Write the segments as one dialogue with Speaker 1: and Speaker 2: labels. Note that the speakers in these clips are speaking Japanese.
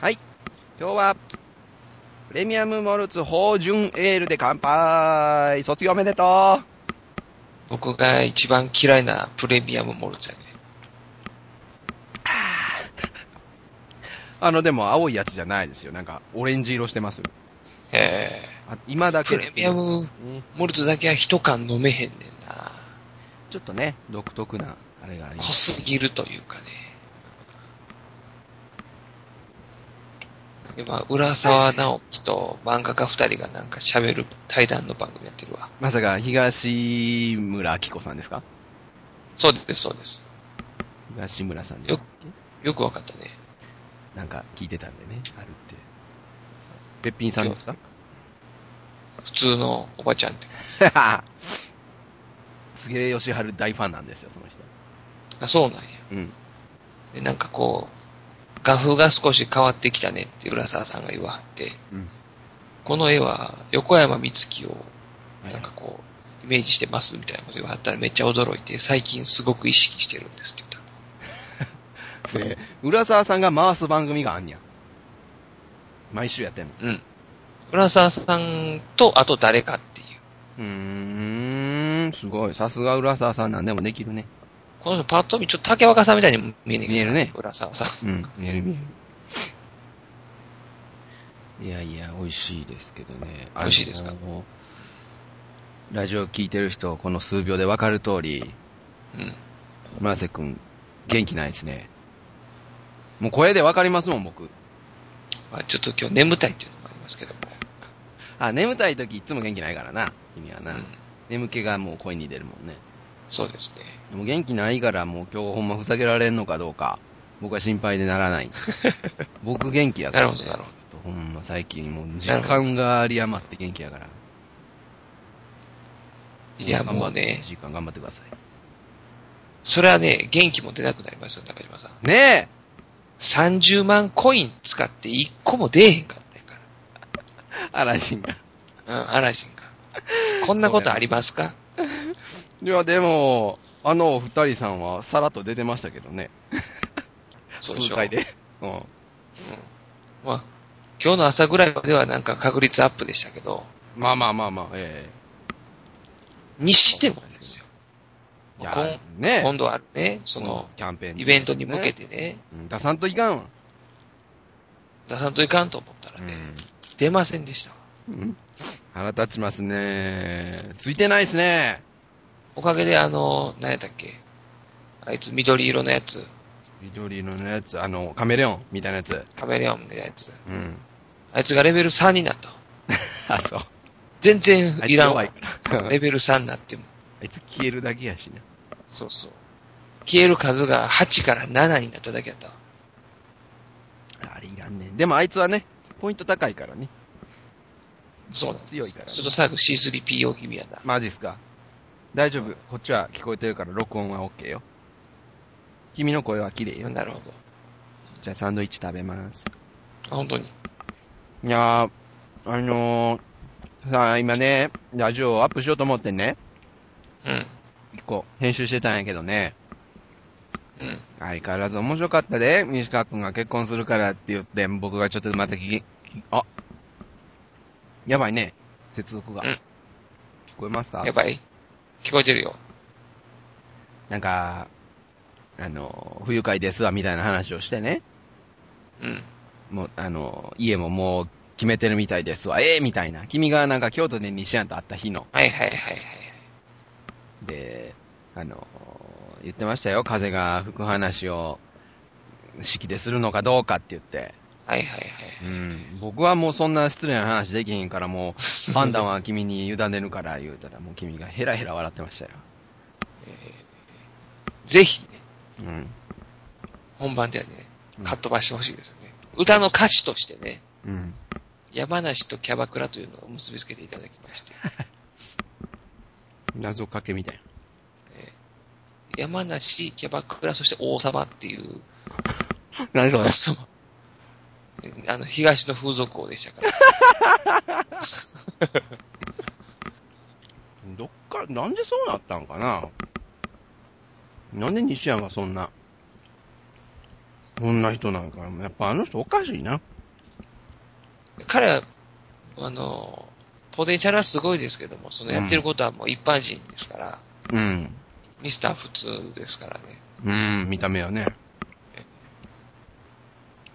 Speaker 1: はい。今日は、プレミアムモルツ芳醇エールで乾杯卒業おめでと
Speaker 2: 僕が一番嫌いなプレミアムモルツやね。
Speaker 1: うあの、でも青いやつじゃないですよ。なんか、オレンジ色してますよ。
Speaker 2: え
Speaker 1: あ今だ
Speaker 2: ー、
Speaker 1: け
Speaker 2: プ
Speaker 1: で
Speaker 2: レミアム
Speaker 1: ね
Speaker 2: モルツだけは一缶飲めへんねんな。
Speaker 1: ちょっとね、独特な、あれがありま
Speaker 2: 濃
Speaker 1: す。
Speaker 2: すぎるというかね。今、浦沢直樹と漫画家二人がなんか喋る対談の番組やってるわ。
Speaker 1: まさか、東村明子さんですか
Speaker 2: そうです、そうです。
Speaker 1: 東村さんですっけ
Speaker 2: よくわかったね。
Speaker 1: なんか、聞いてたんでね、あるって。べっぴんさんですか
Speaker 2: 普通のおばちゃんって。
Speaker 1: すげえ吉春大ファンなんですよ、その人。
Speaker 2: あ、そうなんや。
Speaker 1: うん。
Speaker 2: で、なんかこう、画風が少し変わってきたねって浦沢さんが言わはって、
Speaker 1: うん。
Speaker 2: この絵は横山光月をなんかこう、イメージしてますみたいなこと言われたらめっちゃ驚いて、最近すごく意識してるんですって言った。
Speaker 1: で、浦沢さんが回す番組があんにゃん。毎週やってんの。
Speaker 2: うん。浦沢さんと、あと誰かっていう。
Speaker 1: うーん、すごい。さすが浦沢さんなんでもできるね。
Speaker 2: この人パッと見、ちょっと竹若さんみたいに見えねんけど
Speaker 1: 見えるね
Speaker 2: 浦沢さん。
Speaker 1: うん、見える見える。いやいや、美味しいですけどね。
Speaker 2: 美味しいですか
Speaker 1: あのラジオ聞いてる人、この数秒でわかる通り、
Speaker 2: うん。
Speaker 1: 村瀬くん、元気ないですね。もう声でわかりますもん、僕。
Speaker 2: まあちょっと今日眠たいっていうのもありますけども。
Speaker 1: あ、眠たい時いつも元気ないからな、君は
Speaker 2: う
Speaker 1: な。
Speaker 2: ん。
Speaker 1: 眠気がもう声に出るもんね。
Speaker 2: そうですね。
Speaker 1: でも元気ないからもう今日ほんまふざけられんのかどうか、僕は心配でなら ない。僕元気やから、
Speaker 2: なるほどなるほど
Speaker 1: ずっとほんま最近もう時間が有り余って元気やから。
Speaker 2: いや、もうね
Speaker 1: 1、時間頑張ってください。
Speaker 2: それはね、元気も出なくなりますよ、中島さん。
Speaker 1: ね
Speaker 2: 30万コイン使って1個も出えへんかったんやか
Speaker 1: えアラジンが。
Speaker 2: ら。うん、嵐が。こんなことありますか
Speaker 1: いや、でも、あのお二人さんはさらっと出てましたけどね。
Speaker 2: そうでし
Speaker 1: 数
Speaker 2: ょ
Speaker 1: 回で。うん。
Speaker 2: まあ、今日の朝ぐらいまではなんか確率アップでしたけど、
Speaker 1: まあまあまあまあ、え
Speaker 2: にしてもですよ。
Speaker 1: えい
Speaker 2: こん
Speaker 1: や、ねえ
Speaker 2: 今度はね、その、
Speaker 1: キャンペーン
Speaker 2: イベントに向け
Speaker 1: て。
Speaker 2: てね、
Speaker 1: うん出さんといかんわ。
Speaker 2: 出さんといかんと思ったらね、出ませんでしたわ。
Speaker 1: うん腹立ちますね。ついてないですね。
Speaker 2: おかげであの、何やったっけ、あいつ緑色のやつ、
Speaker 1: 緑色のやつ、あの、カメレオンみたいなやつ。
Speaker 2: カメレオンのやつ、
Speaker 1: うん。
Speaker 2: あいつがレベル3になったわ。
Speaker 1: あ、そう。
Speaker 2: 全然
Speaker 1: あい
Speaker 2: い
Speaker 1: つ
Speaker 2: らん
Speaker 1: 弱い
Speaker 2: わ。
Speaker 1: から。
Speaker 2: レベル3になっても。
Speaker 1: あいつ消えるだけやしな。
Speaker 2: そうそう。消える数が8から7になっただけやったわ。
Speaker 1: あれいらんねんでもあいつはね、ポイント高いからね。
Speaker 2: そうなんです。
Speaker 1: 強いから、
Speaker 2: ち
Speaker 1: ね
Speaker 2: ょっ。と最後 C3PO 気味やな。
Speaker 1: マジっすか。大丈夫。こっちは聞こえてるから録音は OK よ。君の声は綺麗よ。
Speaker 2: なるほど。
Speaker 1: じゃあサンドイッチ食べます。
Speaker 2: あ本当に。
Speaker 1: いやー、あのー、さあ今ね、ラジオをアップしようと思ってね、
Speaker 2: うん。
Speaker 1: 一個編集してたんやけどね。
Speaker 2: うん。
Speaker 1: 相変わらず面白かったで、西川くんが結婚するからって言って、僕がちょっとまた聞き、きあやばいね、接続が。
Speaker 2: うん
Speaker 1: 聞こえますか
Speaker 2: やばい聞こえてるよ。
Speaker 1: なんか、あの、不愉快ですわみたいな話をしてね、
Speaker 2: うん。
Speaker 1: もう、あの、家ももう決めてるみたいですわ、ええみたいな。君がなんか京都で西山と会った日の、
Speaker 2: はいはいはいはい。
Speaker 1: で、あの、言ってましたよ、風が吹く話を、式でするのかどうかって言って。
Speaker 2: はいはいはい。
Speaker 1: うん、僕はもうそんな失礼な話できへんから、もう、判断は君に委ねるから言うたら、もう君がヘラヘラ笑ってましたよ。
Speaker 2: ぜひ、ね、
Speaker 1: うん。
Speaker 2: 本番ではね
Speaker 1: うん、
Speaker 2: かっ飛ばしてほしいですよね。歌の歌詞としてね、
Speaker 1: うん。
Speaker 2: 山梨とキャバクラというのを結びつけていただきまして、
Speaker 1: 謎かけみたい
Speaker 2: 山梨、キャバクラ、そして王様っていう、
Speaker 1: な。何それ
Speaker 2: その あの、東の風俗王でしたから。
Speaker 1: どっから、なんでそうなったんかななんで西山はそんな、こんな人なんか、やっぱあの人おかしいな。
Speaker 2: 彼は、あの、ポテンシャルはすごいですけども、そのやってることはもう一般人ですから、
Speaker 1: うん。
Speaker 2: ミスター普通ですからね。
Speaker 1: うん、見た目はね。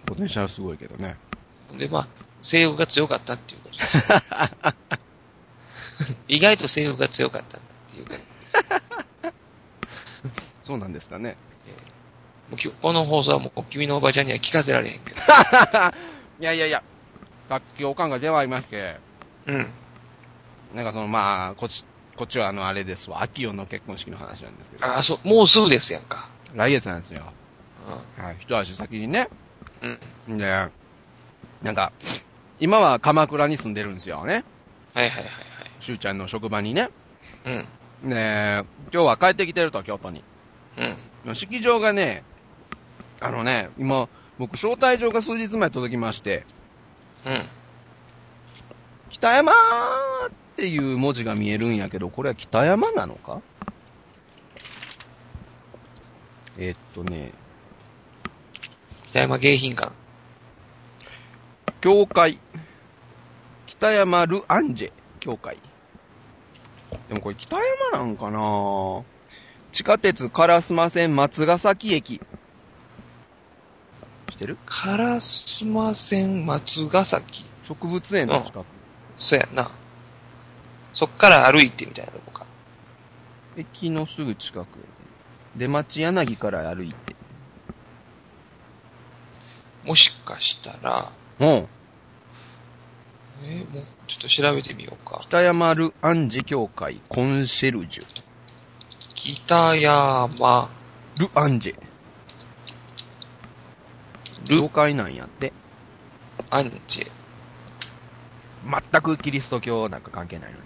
Speaker 1: ポテンシャルすごいけどね。
Speaker 2: で、まあ、性欲が強かったっていう ことです。意外と性欲が強かったっていうことです。
Speaker 1: そうなんですかね。
Speaker 2: もう今日この放送はもう君のおばちゃんには聞かせられへんけど。
Speaker 1: いやいやいや、さっきおかんが出はいまして、
Speaker 2: うん。
Speaker 1: なんかそのまあ、こっち、こっちはあのあれですわ、秋代の結婚式の話なんですけど、
Speaker 2: ああ、そう、もうすぐですやんか。
Speaker 1: 来月なんですよ。
Speaker 2: う
Speaker 1: はい、一足先にね。
Speaker 2: ん。うん。
Speaker 1: で、なんか、今は鎌倉に住んでるんですよね。
Speaker 2: はいはいはい
Speaker 1: しゅうちゃんの職場にね。
Speaker 2: はい。うん。
Speaker 1: ね今日は帰ってきてると、京都に。
Speaker 2: うん。
Speaker 1: 式場がね、あのね、今、僕、招待状が数日前届きまして、
Speaker 2: うん。
Speaker 1: 北山っていう文字が見えるんやけど、これは北山なのかえっとね、
Speaker 2: 北山迎賓館。
Speaker 1: 教会。北山ルアンジェ教会。でもこれ北山なんかな地下鉄烏丸線松ヶ崎駅。知ってる
Speaker 2: 烏丸線松ヶ崎。
Speaker 1: 植物園の近く。
Speaker 2: そうやんな。そっから歩いてみたいなとこか。
Speaker 1: 駅のすぐ近く。出町柳から歩いて。
Speaker 2: もしかしたら、
Speaker 1: うん。
Speaker 2: えーもうちょっと調べてみようか。
Speaker 1: 北山ルアンジェ教会コンシェルジュ。
Speaker 2: 北山
Speaker 1: ルアンジェ。
Speaker 2: ル
Speaker 1: 教会なんやって。
Speaker 2: アンジェ。
Speaker 1: 全くキリスト教なんか関係ないのに。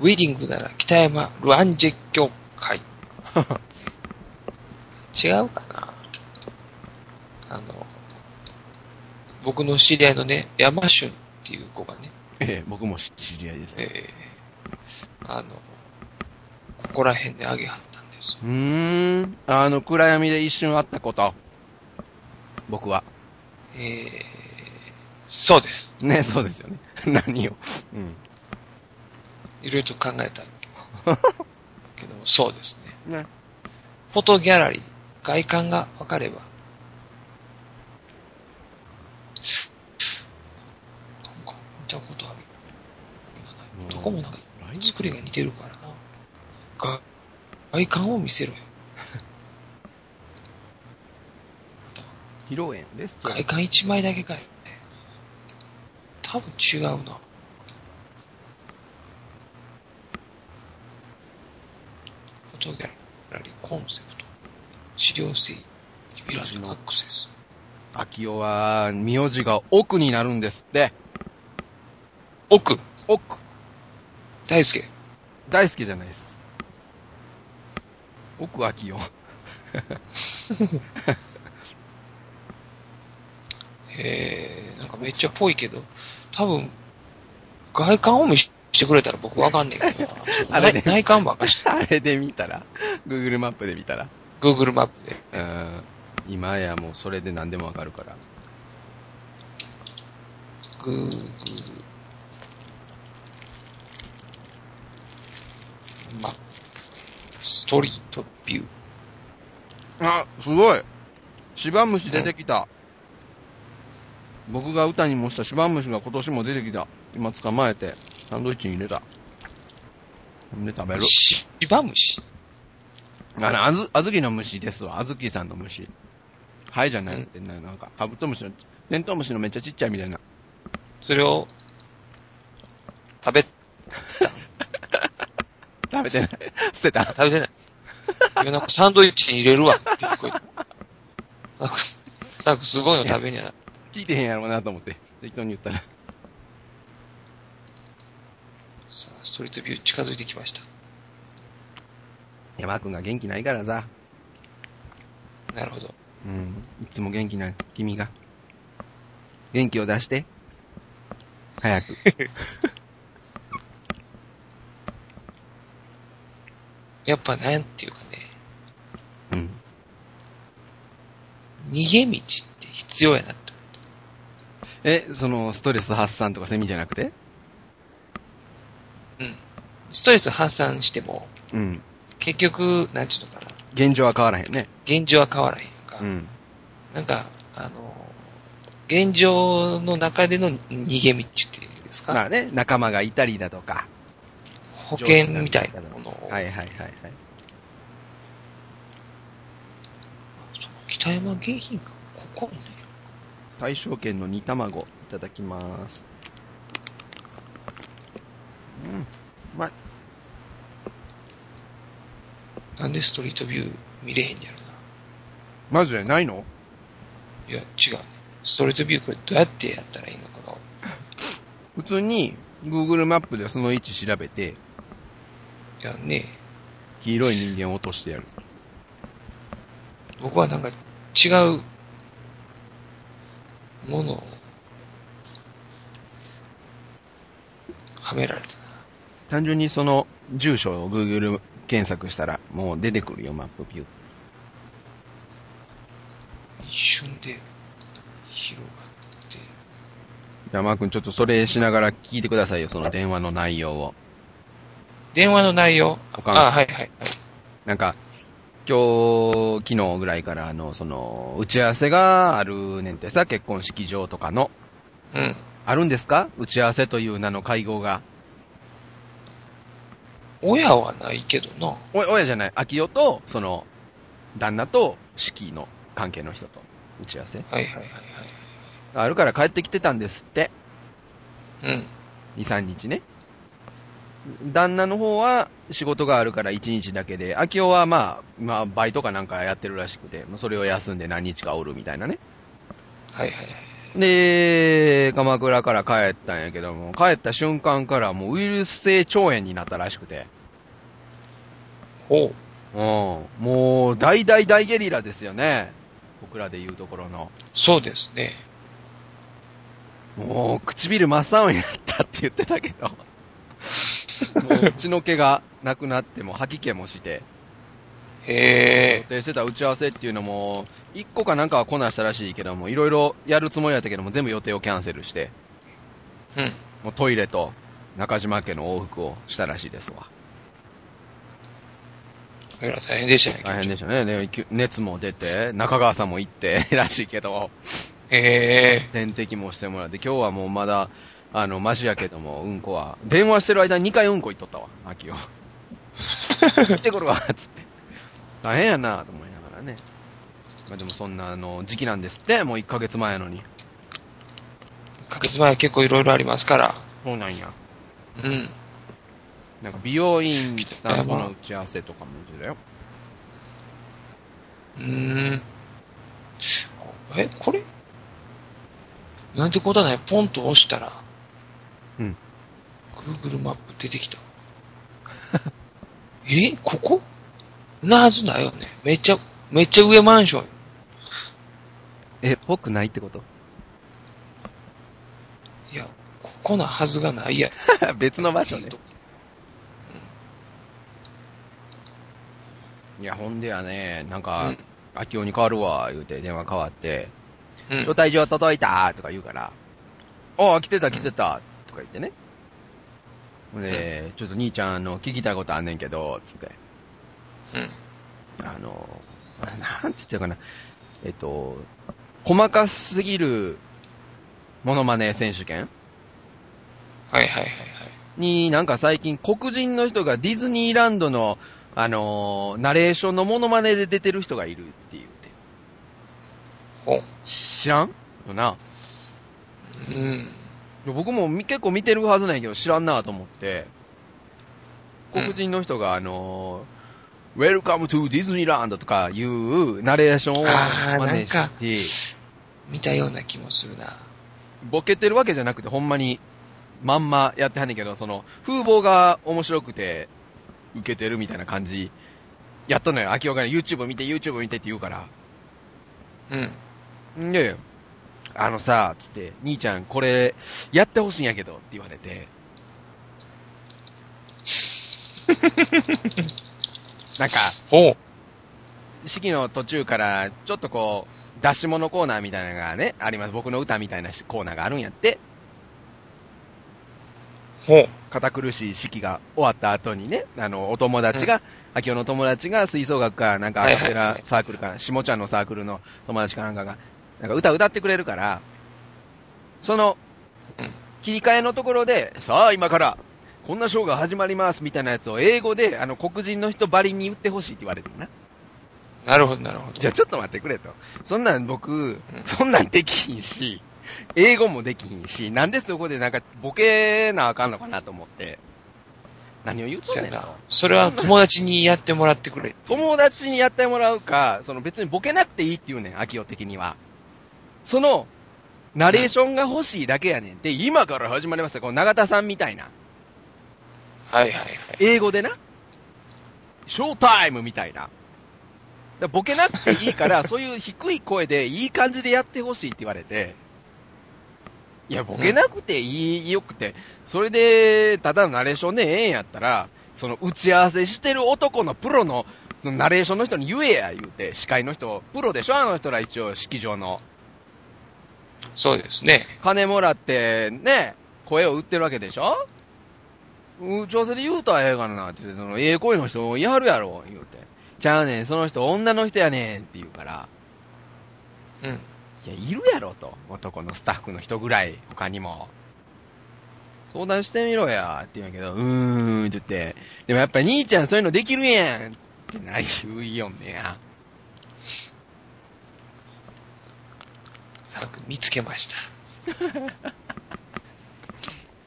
Speaker 2: ウェディングなら北山ルアンジェ協会。違うかなあの、僕の知り合いのね、山俊っていう子がね、
Speaker 1: ええ、僕も知知り合いです。
Speaker 2: えーあの、ここら辺であげはったんです。
Speaker 1: うーん。あの、暗闇で一瞬会ったこと。僕は。
Speaker 2: えーそうです。
Speaker 1: ね、そうですよね。 何を。う
Speaker 2: いろいろと考えたけども、そうですね。
Speaker 1: ん。ね。
Speaker 2: フォトギャラリー、外観が分かれば。なんか、見たことある。どこもなんか、作りが似てるからな。が外観を見せろよ。
Speaker 1: 披露宴ですと。
Speaker 2: 外観一枚だけかよ。多分違うな。フォトギャラリー、コンセプト、資料整理、ビラのアクセス。
Speaker 1: 秋代は、名字が奥になるんですって。
Speaker 2: 奥、
Speaker 1: 奥。
Speaker 2: 大輔。
Speaker 1: 大好きじゃないです。奥秋代。
Speaker 2: へえ、なんかめっちゃぽいけど、多分、外観を見してくれたら僕わかんねえけどな
Speaker 1: あれね
Speaker 2: 内内観ばっかし て、
Speaker 1: あれで見たら ?Google マップで見たら。
Speaker 2: Google マップで。
Speaker 1: うん。今やもうそれで何でもわかるから。
Speaker 2: Google マップ、ストリートビュー。
Speaker 1: あ、すごい。芝虫出てきた。僕が歌に模した芝虫が今年も出てきた。今捕まえて、サンドイッチに入れた。ほんで食べる。
Speaker 2: シバムシ。
Speaker 1: あの、あず、あずきの虫ですわ。あずきさんの虫。はいじゃないってな、なんか、カブトムシの、テントウムシのめっちゃちっちゃいみたいな。
Speaker 2: それを、食べ、食
Speaker 1: 食べてない。 捨てた。
Speaker 2: べてない。いや、なんかサンドイッチに入れるわって聞こえた。なんか、なんかすごいの食べにゃな。
Speaker 1: 聞いてへんやろうなと思って、適当に言ったら。
Speaker 2: さあ、ストリートビュー近づいてきました。
Speaker 1: 山くんが元気ないからさ。
Speaker 2: なるほど。
Speaker 1: うん。いつも元気ない。君が。元気を出して。早く。
Speaker 2: やっぱなんていうかね、
Speaker 1: うん。
Speaker 2: 逃げ道って必要やなって。
Speaker 1: え、その、ストレス発散とかセミじゃなくて
Speaker 2: うん。ストレス発散しても、
Speaker 1: うん。
Speaker 2: 結局、なんていうのかな、
Speaker 1: 現状は変わらへんね。
Speaker 2: 現状は変わらへんやんか。
Speaker 1: うん。
Speaker 2: なんか、あの、現状の中での逃げ道っていうんです
Speaker 1: ま
Speaker 2: か、
Speaker 1: あね、仲間がいたりだとか。
Speaker 2: 保険みたいなものを、
Speaker 1: はいはいはいはい。
Speaker 2: その北山迎賓館、ここにね、
Speaker 1: 大正圏の煮卵、いただきます。うん。うまい。
Speaker 2: なんでストリートビュー見れへんやろな。
Speaker 1: まずじゃないの
Speaker 2: いや、違うね。ストリートビューこれどうやってやったらいいのかが、
Speaker 1: 普通に、Google マップでその位置調べて、
Speaker 2: いやね、
Speaker 1: 黄色い人間を落としてやる。
Speaker 2: 僕はなんか違うものをはめられた
Speaker 1: 単純にその住所を Google 検索したらもう出てくるよ、マップビュー。
Speaker 2: な。一瞬で広がって、
Speaker 1: 山くんちょっとそれしながら聞いてくださいよ、その電話の内容を。
Speaker 2: 電話の内容。
Speaker 1: おかん
Speaker 2: あ、はいはいはい。
Speaker 1: なんか、今日、昨日ぐらいからあの、その、打ち合わせがあるねんてさ、結婚式場とかの。
Speaker 2: うん。
Speaker 1: あるんですか打ち合わせという名の会合が。
Speaker 2: 親はないけどな。
Speaker 1: お、親じゃない、秋代と、その、旦那と、式の関係の人と、打ち合わせ。
Speaker 2: はいはいはい
Speaker 1: あるから帰ってきてたんですって。
Speaker 2: はい。うん。
Speaker 1: 2、3日ね。旦那の方は仕事があるから1日だけで、秋夫はまあ、まあ、バイトかなんかやってるらしくて、まあそれを休んで何日かおるみたいなね。
Speaker 2: はいはいはい。
Speaker 1: で、鎌倉から帰ったんやけども、帰った瞬間からもうウイルス性腸炎になったらしくて。
Speaker 2: ほ
Speaker 1: う
Speaker 2: う。
Speaker 1: ん。もう、大大大ゲリラですよね。僕らで言うところの。
Speaker 2: そうですね。
Speaker 1: もう、唇真っ青になったって言ってたけ ど。もう、血の毛がなくなっても吐き気もして。
Speaker 2: へ
Speaker 1: 予定してた打ち合わせっていうのも、1個かなんかはこなしたらしいけども、いろいろやるつもりだったけども、全部予定をキャンセルして、
Speaker 2: え。うん。
Speaker 1: もうトイレと中島家の往復をしたらしいですわ。
Speaker 2: いや大変でしたね。
Speaker 1: 大変でしたね。できゅ熱も出て、中川さんも行って、らしいけ ど、
Speaker 2: へ
Speaker 1: 点滴もしてもらって、今日はもうまだ、あの、マシやけども、うんこは、電話してる間に2回うんこ行っとったわ、秋 を。行ってこるわ、つって。大変やなと思いながらね。まあでもそんな、あの、時期なんですって、もう1ヶ月前やのに。
Speaker 2: え。1ヶ月前は結構いろいろありますから。
Speaker 1: そうなんや。
Speaker 2: うん。
Speaker 1: なんか美容院さんとの打ち合わせとかも言ってたよ。
Speaker 2: うーん。え、これなんてことはない。ポンと押したら。
Speaker 1: うん。
Speaker 2: Google マップ出てきた。 えここなはずないよね。めっちゃ、めっちゃ上マンション。
Speaker 1: え、ぽくないってこと
Speaker 2: いや、ここなはずがないや。
Speaker 1: 別の場所ね。いや、ほんでやね、なん
Speaker 2: う
Speaker 1: か
Speaker 2: ん、
Speaker 1: 秋夫に変わるわ、言うて電話変わって、
Speaker 2: うん。
Speaker 1: 招待状届いたとか言うから、ああ、来てた来てたとか言ってね。ほんで、ちょっと兄ちゃん、あの、聞きたいことあんねんけど、つって。
Speaker 2: うん。
Speaker 1: あの、なんつってたかな。えっと、細かすぎる、モノマネ選手権
Speaker 2: はいはいはいはい。
Speaker 1: になんか最近黒人の人がディズニーランドの、あのーナレーションのモノマネで出てる人がいるっていうて。
Speaker 2: ほう。
Speaker 1: 知らんよな。
Speaker 2: うん。
Speaker 1: いや僕もみ結構見てるはずなんやけど知らんなと思って、黒人の人があのー、Welcome to Disneyland とかいうナレーションを
Speaker 2: あー
Speaker 1: 真似
Speaker 2: なんか
Speaker 1: して、
Speaker 2: 見たような気もするな。
Speaker 1: ボケてるわけじゃなくてほんまにまんまやってはんねんけど、その風貌が面白くて受けてるみたいな感じやったのよ。秋岡が YouTube 見て YouTube 見てって言うから。
Speaker 2: うん。
Speaker 1: んで、あのさ、つって、兄ちゃんこれやってほしいんやけどって言われて。なんか、
Speaker 2: ほう。
Speaker 1: 式の途中から、ちょっとこう、出し物コーナーみたいなのがね、あります。僕の歌みたいなしコーナーがあるんやって、
Speaker 2: ほう。
Speaker 1: 堅苦しい式が終わった後にね、あの、お友達が、秋夫の友達が吹奏楽か、なんかアカペラサークルか、下ちゃんのサークルの友達かなんかが、なんか歌歌ってくれるから、その
Speaker 2: うん、
Speaker 1: 切り替えのところで、さあ今から、こんなショーが始まりますみたいなやつを英語で、あの、黒人の人ばりに言ってほしいって言われてるな。
Speaker 2: なるほど、なるほど。
Speaker 1: じゃあちょっと待ってくれと。そんなん僕、そんなんできひんし、英語もできひんし、なんでそこでなんかボケなあかんのかなと思って。何を言うと
Speaker 2: そ
Speaker 1: ん
Speaker 2: う
Speaker 1: ね
Speaker 2: や
Speaker 1: んな
Speaker 2: な。。それは友達にやってもらってくれ。
Speaker 1: 友達にやってもらうか、その別にボケなくていいって言うねん、秋代的には。その、ナレーションが欲しいだけやねん。で、今から始まりますよ。この永田さんみたいな。
Speaker 2: はいはいはい。
Speaker 1: 英語でな、ショータイムみたいな。だからボケなくていいから、そういう低い声でいい感じでやってほしいって言われて、いや、ボケなくていいよくて、それで、ただのナレーションでええんやったら、その打ち合わせしてる男のプロの、そのナレーションの人に言えや言うて、司会の人、プロでしょあの人ら一応、式場の。
Speaker 2: そうですね。
Speaker 1: 金もらって、ね、声を売ってるわけでしょうん、調整で言うたらええがな、って言って、その、ええ声の人やるやろ、言うて。ちゃうねん、その人女の人やねんって言うから、
Speaker 2: うん。
Speaker 1: いや、いるやろと。男のスタッフの人ぐらい、他にも。相談してみろや、って言うんやけど、うーん、って言って。でもやっぱ兄ちゃんそういうのできるやん、ってな言うよんねや。
Speaker 2: なんか見つけました。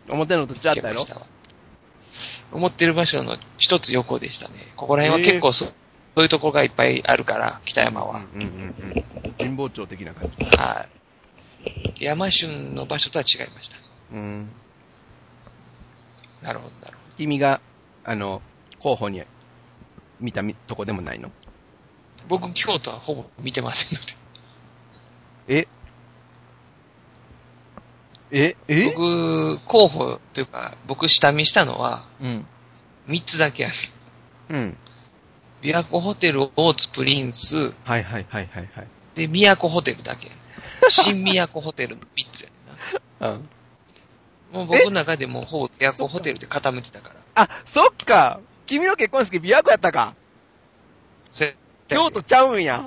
Speaker 1: 表のと
Speaker 2: 見
Speaker 1: ちゃ
Speaker 2: つ
Speaker 1: っ
Speaker 2: け
Speaker 1: たや
Speaker 2: ま
Speaker 1: ろ
Speaker 2: したわ。思ってる場所の一つ横でしたね。ここら辺は結構そう、そういうところがいっぱいあるから、北山は。
Speaker 1: うんうんうんうん。神保町的な感じ。
Speaker 2: はい。山春の場所とは違いました。
Speaker 1: うん。
Speaker 2: なるほど、なるほ
Speaker 1: 君が、あの、候補に見たみとこでもないの
Speaker 2: ど。僕、京都はほぼ見てませんの
Speaker 1: ええ
Speaker 2: で。
Speaker 1: え
Speaker 2: 僕、候補というか、僕下見したのは、
Speaker 1: うん。
Speaker 2: 3つだけやね。
Speaker 1: うん。
Speaker 2: 琵琶湖ホテル、大津プリンス、
Speaker 1: はいはいはいはいはい。
Speaker 2: で、宮古ホテルだけやね。新宮古ホテルの3つやねんな。
Speaker 1: あ、
Speaker 2: もう僕の中でもうほぼ琵琶湖ホテルで固めてたから。
Speaker 1: そっか君の結婚式琵琶湖やったか
Speaker 2: それ
Speaker 1: 京都ちゃうんや。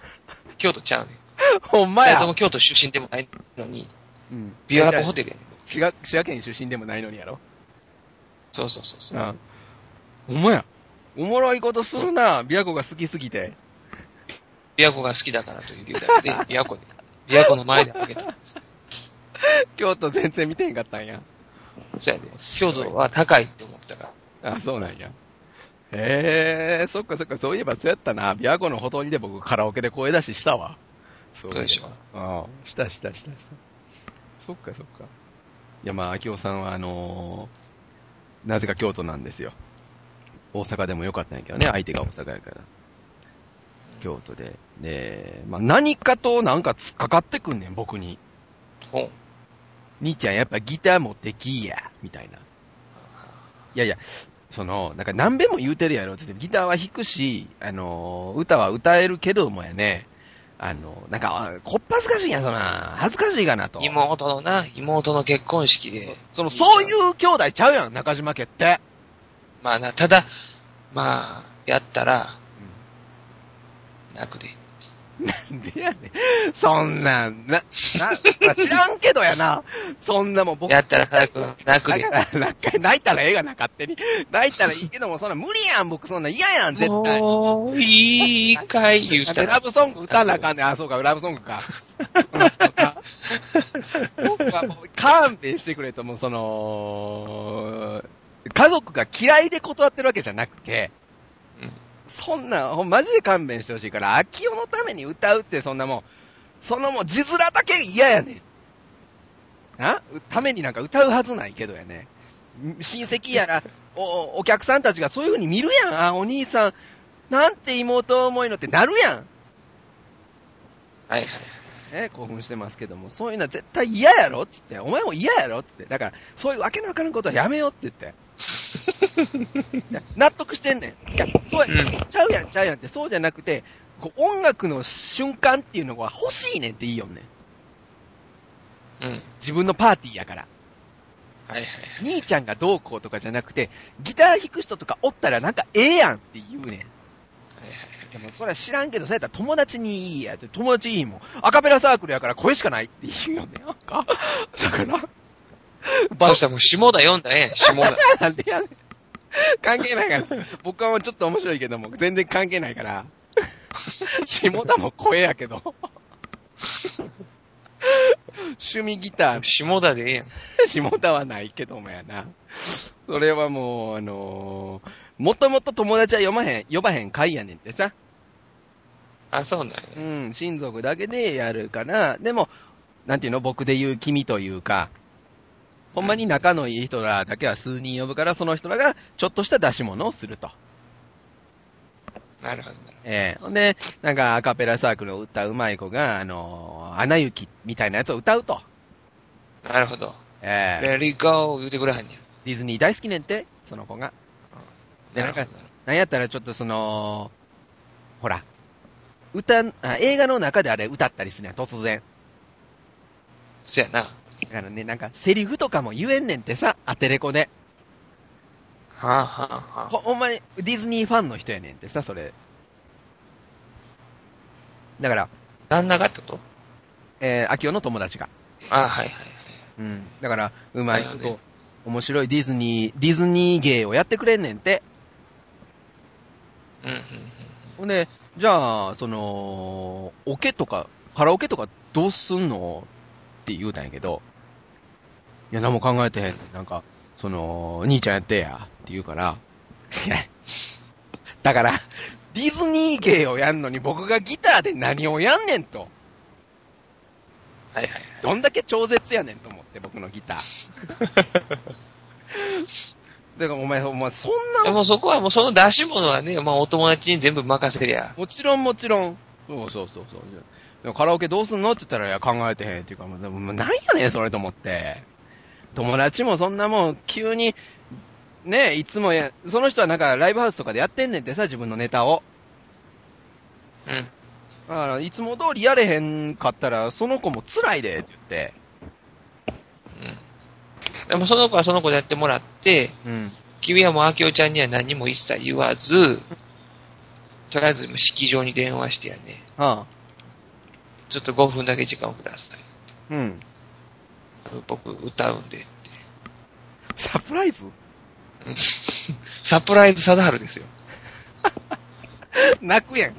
Speaker 2: 京都ちゃうねん。
Speaker 1: ほんま
Speaker 2: 二人と
Speaker 1: や
Speaker 2: も。京都出身でもないのに、
Speaker 1: うん。
Speaker 2: 琵琶湖ホテルやねん。
Speaker 1: 滋賀滋賀県出身でもないのにやろ
Speaker 2: そうそうそうそう。
Speaker 1: あほんまや。おもろいことするな琵琶湖が好きすぎて。
Speaker 2: 琵琶湖が好きだからという理由だけで、琵琶湖で、琵琶湖の前であげたんです。
Speaker 1: 京都全然見てへんかったんや。
Speaker 2: そうやで、京都は高いって思ってたから。
Speaker 1: あ、そうなんや。へえ、そっかそっか、そういえばそうやったな。琵琶湖のほとりで僕カラオケで声出ししたわ。そいえば
Speaker 2: そうでしょ。
Speaker 1: ああ、したしたしたした。そっかそっか。いやまあ、秋夫さんはあのーなぜか京都なんですよ。大阪でもよかったんやけどね、相手が大阪やから。京都で。で、まあ何かとなんかつっかかってくんねん、僕に。
Speaker 2: ほん。
Speaker 1: 兄ちゃんやっぱギター持ってきいや、みたいな。いやいや、その、なんか何べも言うてるやろって言って、ギターは弾くし、あのー、歌は歌えるけどもやね、あのー、なんか、あこっぱずかしいんや、そな、恥ずかしいかなと。
Speaker 2: 妹のな、妹の結婚式で。
Speaker 1: その、そういう兄弟ちゃうやん、中島家って。
Speaker 2: まあな、ただ、まあ、やったら、泣くで。
Speaker 1: なんでやねん。そんなん、な、な、まあ知らんけどやな。そんなもん僕、
Speaker 2: やったら、早く泣く
Speaker 1: だ
Speaker 2: で。
Speaker 1: から、なんか泣いたらええがな、勝手に。泣いたらいいけども、そんな無理やん、僕、そんな嫌やん、絶対。
Speaker 2: もういいかい、言うてた
Speaker 1: ラ
Speaker 2: ら。
Speaker 1: ブソング歌なあかんねん。あ、そうか、ラブソングか。僕はもう勘弁してくれと、もうその、家族が嫌いで断ってるわけじゃなくて、
Speaker 2: うん
Speaker 1: そんな、ほんマジで勘弁してほしいから、秋代のために歌うってそんなもん、そのもう字面だけ嫌やねん。なためになんか歌うはずないけどやね。親戚やら、お、お客さんたちがそういう風に見るやん。あ、お兄さん、なんて妹思いのってなるやん。
Speaker 2: はいはい。
Speaker 1: ね、興奮してますけども、そういうのは絶対嫌やろっつって、お前も嫌やろっつって、だから、そういうわけのわからんことはやめようって言って。納得してんねん。いや、そうや、
Speaker 2: うん
Speaker 1: ちゃうやん、ちゃうやんって、そうじゃなくて、こう音楽の瞬間っていうのが欲しいねんっていいよねん。
Speaker 2: うん。
Speaker 1: 自分のパーティーやから。
Speaker 2: はいはい。
Speaker 1: 兄ちゃんがどうこうとかじゃなくて、ギター弾く人とかおったらなんかええやんって言うねん。
Speaker 2: はいはい。
Speaker 1: でもそれは知らんけど、そうやったら友達にいいやって、友達いいもん。アカペラサークルやから声しかないって言うよね。なんか、だから、
Speaker 2: そしたらもう下田読んだらええやん、下田。
Speaker 1: なんでやねん。関係ないから。僕はもうちょっと面白いけども、全然関係ないから。下田も声やけど。趣味ギター、
Speaker 2: 下田でええやん。
Speaker 1: 下田はないけどもやな。それはもう、あのー、もともと友達は読まへん、呼ばへん会やねんってさ。
Speaker 2: あ、そうなんや。
Speaker 1: うん、親族だけでやるから、でも、なんていうの、僕で言う君というか、ほんまに仲のいい人らだけは数人呼ぶから、その人らがちょっとした出し物をすると。
Speaker 2: なるほどなる
Speaker 1: ええほんで、なんかアカペラサークルを歌うまい子が、あのー、アナ雪みたいなやつを歌うと。
Speaker 2: ほど。なるほど。
Speaker 1: ええ
Speaker 2: Let it go 言うてくれはんねや。
Speaker 1: ディズニー大好きねんって、その子が。で
Speaker 2: な
Speaker 1: な
Speaker 2: る
Speaker 1: ん
Speaker 2: ほ
Speaker 1: か
Speaker 2: ど。
Speaker 1: なんやったらちょっとその、ほら、歌ん、あ映画の中であれ歌ったりするやん、突然。
Speaker 2: そやな。
Speaker 1: だからね、なんかセリフとかも言えんねんってさ、アテレコで。
Speaker 2: はあはあは
Speaker 1: ほほんまにディズニーファンの人やねんってさ、それ。だから、
Speaker 2: あ。旦那がってこと
Speaker 1: えー、秋夫の友達が。
Speaker 2: あはいはいはい。
Speaker 1: うん。だから、うまいこと、
Speaker 2: だよね
Speaker 1: 面白いディズニー、ディズニー芸をやってくれんねんって。
Speaker 2: うんうん
Speaker 1: ほんで、じゃあ、その、オケとか、カラオケとかどうすんのって言うたんやけど、いや、何も考えてへん。なんか、その、兄ちゃんやってや、って言うから、 いやだから、ディズニー芸をやんのに僕がギターで何をやんねんと。
Speaker 2: うん。はいはいはい。
Speaker 1: どんだけ超絶やねんと思って、僕のギター。だからお前、お前、そん
Speaker 2: で
Speaker 1: な、
Speaker 2: もそこはもうその出し物はね、まあお友達に全部任せりゃ。
Speaker 1: もちろんもちろん。そうそうそうそう。でもカラオケどうすんのって言ったら、いや、考えてへんっていうか、もう、もうなんやねん、それと思って。友達もそんなもん、急に、ねいつもや、その人はなんかライブハウスとかでやってんねんってさ、自分のネタを。
Speaker 2: うん。
Speaker 1: だから、いつも通りやれへんかったら、その子も辛いで、って言って。
Speaker 2: うん。でもその子はその子でやってもらって、
Speaker 1: うん。
Speaker 2: 君はもう明夫ちゃんには何も一切言わず、とりあえず今式場に電話してやね。
Speaker 1: ああ。
Speaker 2: ちょっと5分だけ時間をください。
Speaker 1: うん。
Speaker 2: 僕歌うんで。
Speaker 1: サプライズ
Speaker 2: うんサプライズ貞治ですよ。
Speaker 1: 泣く やん。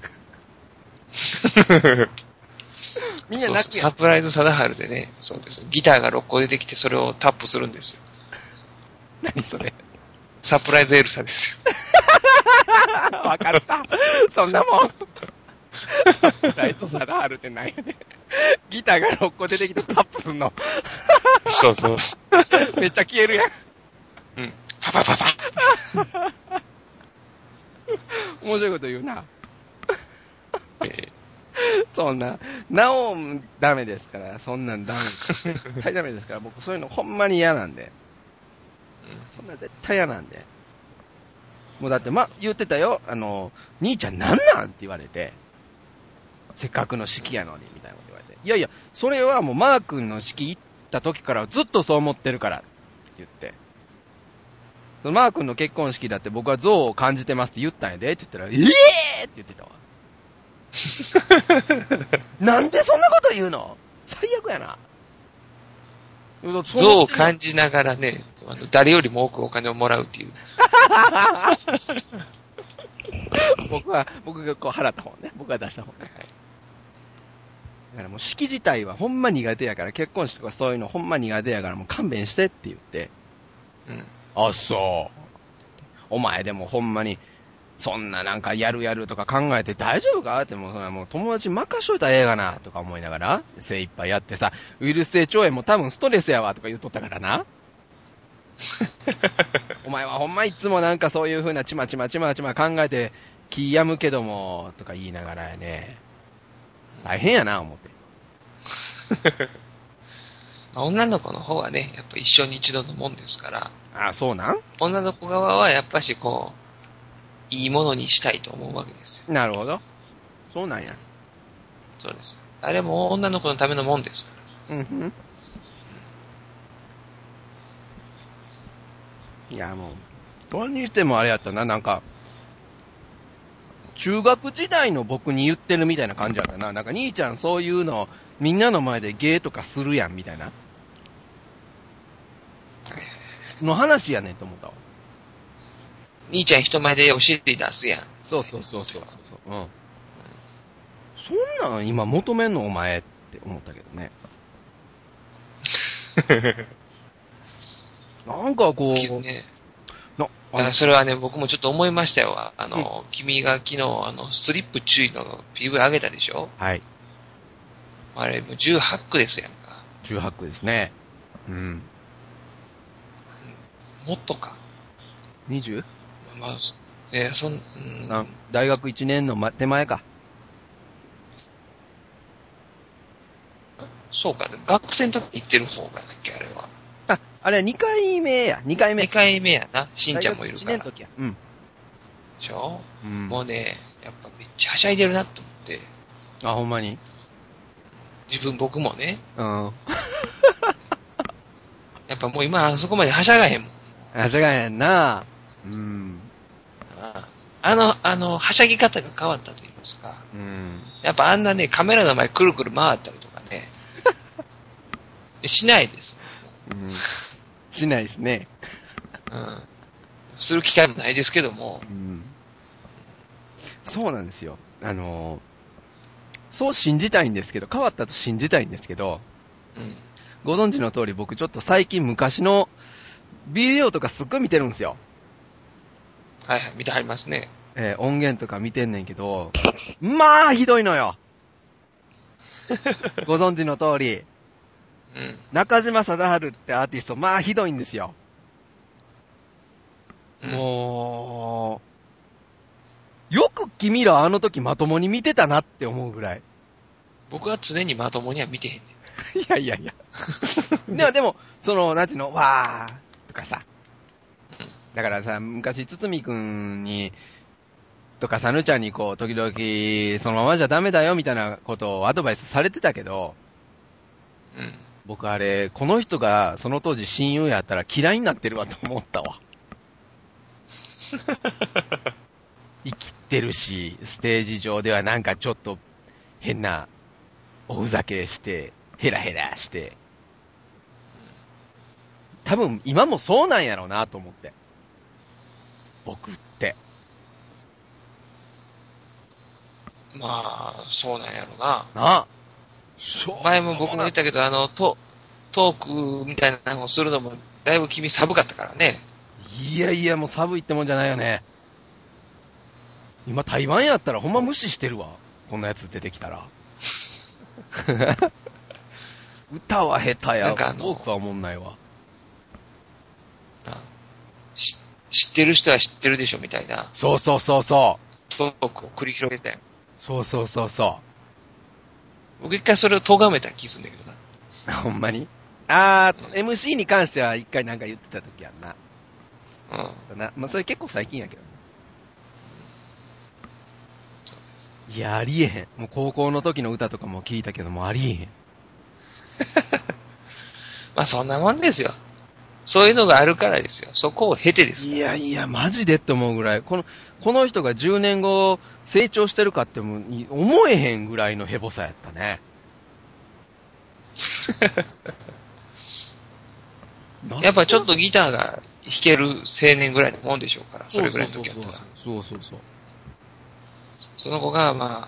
Speaker 1: みんな泣くや
Speaker 2: そうそうんサ。プライズ貞治でね、そうです。ギターが6個出てきてそれをタップするんですよ。
Speaker 1: 何それ。
Speaker 2: サプライズエルサですよ。
Speaker 1: わかった。そんなもん。サプライズサダールってないよねん。ギターが6個出てきてタップすんの。
Speaker 2: そうそう。
Speaker 1: めっちゃ消えるや
Speaker 2: うん。パパパパ。
Speaker 1: ん。面白いこと言うな。
Speaker 2: え
Speaker 1: そんな。なお、ダメですから。そんなんダメです。絶対ダメですから。僕そういうのほんまに嫌なんで。そんな絶対嫌なんで。もうだって、ま、言ってたよ。あの、兄ちゃんなんなんって言われて。せっかくの式やのに、みたいなこと言われて。いやいや、それはもうマー君の式行った時からずっとそう思ってるから、って言って。そのマー君の結婚式だって僕は憎悪を感じてますって言ったんやで、って言ったら、ええー、って言ってたわ。なんでそんなこと言うの最悪やな。
Speaker 2: 像
Speaker 1: 憎
Speaker 2: を感じながらね、あの誰よりも多くお金をもらうっていう。
Speaker 1: 僕は、僕がこう払った方ね。僕が出した方ね。だからもう式自体はほんま苦手やから、結婚式とかそういうのほんま苦手やから、もう勘弁してって言って。
Speaker 2: うん。
Speaker 1: あ、そう。お前でもほんまに、そんななんかやるやるとか考えて大丈夫かってもう、それはもう友達任しといたらええがな、とか思いながら、精一杯やってさ、ウイルス性腸炎も多分ストレスやわ、とか言っとったからな。お前はほんまいつもなんかそういう風なちまちまちまちま考えて、気やむけども、とか言いながらやね。大変やな、思って。
Speaker 2: まあ女の子の方はね、やっぱ一生に一度のもんですから、
Speaker 1: あ、そうなん
Speaker 2: 女の子側はやっぱしこう、いいものにしたいと思うわけですよ。
Speaker 1: なるほど。そうなんや。
Speaker 2: そうです。あれも女の子のためのもんですから。
Speaker 1: うんふん。いや、もう、どうにしてもあれやったな、なんか、中学時代の僕に言ってるみたいな感じやったな。なんか、兄ちゃんそういうの、みんなの前でゲーとかするやん、みたいな。普通の話やねんと思ったわ。
Speaker 2: 兄ちゃん人前でお尻出すやん。
Speaker 1: そうそうそうそうそうそう。うん。そんなん今求めんのお前って思ったけど ね。なんかこう、
Speaker 2: ね、
Speaker 1: な、あ
Speaker 2: あ
Speaker 1: の
Speaker 2: それはね、僕もちょっと思いましたよ。あの、君が昨日、あの、スリップ注意の PV 上げたでしょ
Speaker 1: はい、
Speaker 2: あれ、もう18区ですやんか。
Speaker 1: 18区ですね。うん。
Speaker 2: もっとか。
Speaker 1: 20?
Speaker 2: まあ、そえーそん、うん、
Speaker 1: 三大学1年のま手前か。
Speaker 2: そうか、学生の時に行ってる方がだっけ、あれは。
Speaker 1: あ、あれ2回目や、2回目
Speaker 2: 2。回目やな、しんちゃんもいるか
Speaker 1: 大
Speaker 2: ら。
Speaker 1: 学1年の
Speaker 2: で
Speaker 1: 時や。うん。
Speaker 2: しょ、
Speaker 1: うん、
Speaker 2: もうね、やっぱめっちゃはしゃいでるなと思って、
Speaker 1: あ、ほんまに
Speaker 2: 自分僕もね、
Speaker 1: うん。あ、
Speaker 2: やっぱもう今あそこまではしゃがへんもん。
Speaker 1: 違うやんな。うん。
Speaker 2: ああの、あの、はしゃぎ方が変わったと言いますか。
Speaker 1: うん。
Speaker 2: やっぱあんなね、カメラの前くるくる回ったりと かね、しないです。
Speaker 1: うん。しないですね。
Speaker 2: うん。する機会もないですけども、
Speaker 1: うんそうなんですよ。あのーそう信じたいんですけど、変わったと信じたいんですけど、
Speaker 2: うん。
Speaker 1: ご存知の通り僕ちょっと最近昔のビデオとかすっごい見てるんですよ。
Speaker 2: はいはい、見てはりますね。
Speaker 1: えー音源とか見てんねんけど、まあひどいの よご存知の通り、
Speaker 2: うん。
Speaker 1: 中島貞治ってアーティスト、まあひどいんですよ。
Speaker 2: うん
Speaker 1: もう、よく君らあの時まともに見てたなって思うぐらい。
Speaker 2: 僕は常にまともには見てへんねん。
Speaker 1: いやいやいや。でも、でも、その、なんていうの、わーとかさ。だからさ、昔、つつみくんに、とか、さぬちゃんにこう、時々、そのままじゃダメだよ、みたいなことをアドバイスされてたけど、
Speaker 2: うん。
Speaker 1: 僕あれ、この人が、その当時親友やったら嫌いになってるわと思った わ。生きてるし、ステージ上ではなんかちょっと、変な、おふざけして、ヘラヘラして。多分、今もそうなんやろうなと思って。僕って。
Speaker 2: まあ、そうなんやろな。
Speaker 1: なあ。
Speaker 2: 前も僕も言ったけど、あの、トトークみたいなのをするのも、だいぶ君寒かったからね。
Speaker 1: いやいや、もう寒いってもんじゃないよね。今、台湾やったらほんま無視してるわ。こんなやつ出てきたら。 歌は下手
Speaker 2: な
Speaker 1: や。
Speaker 2: んかあ
Speaker 1: わ
Speaker 2: の
Speaker 1: トークはおもんないわ。
Speaker 2: あし知ってる人は知ってるでしょみたいな
Speaker 1: そうそうそうそう。
Speaker 2: トークを繰り広げたよ。
Speaker 1: そうそうそうそ
Speaker 2: 僕一回それを咎めた気するんだけどな。
Speaker 1: う。ほんまにあー、MC に関しては一回なんか言ってた時やんな。
Speaker 2: うん。
Speaker 1: だな。まあ、それ結構最近やけどね。いや、ありえへん。もう高校の時の歌とかも聞いたけども、ありえへん。
Speaker 2: まあそんなもんですよ。そういうのがあるからですよ。そこを経てです。
Speaker 1: いやいや、マジでって思うぐらい、この、この人が10年後成長してるかっても思えへんぐらいのヘボさやった ね。
Speaker 2: やっぱちょっ
Speaker 1: と、
Speaker 2: とギターが弾ける青年ぐらいのもんでしょうから、それぐらいの時だったら。
Speaker 1: そうそうそう。
Speaker 2: その子が、まあ、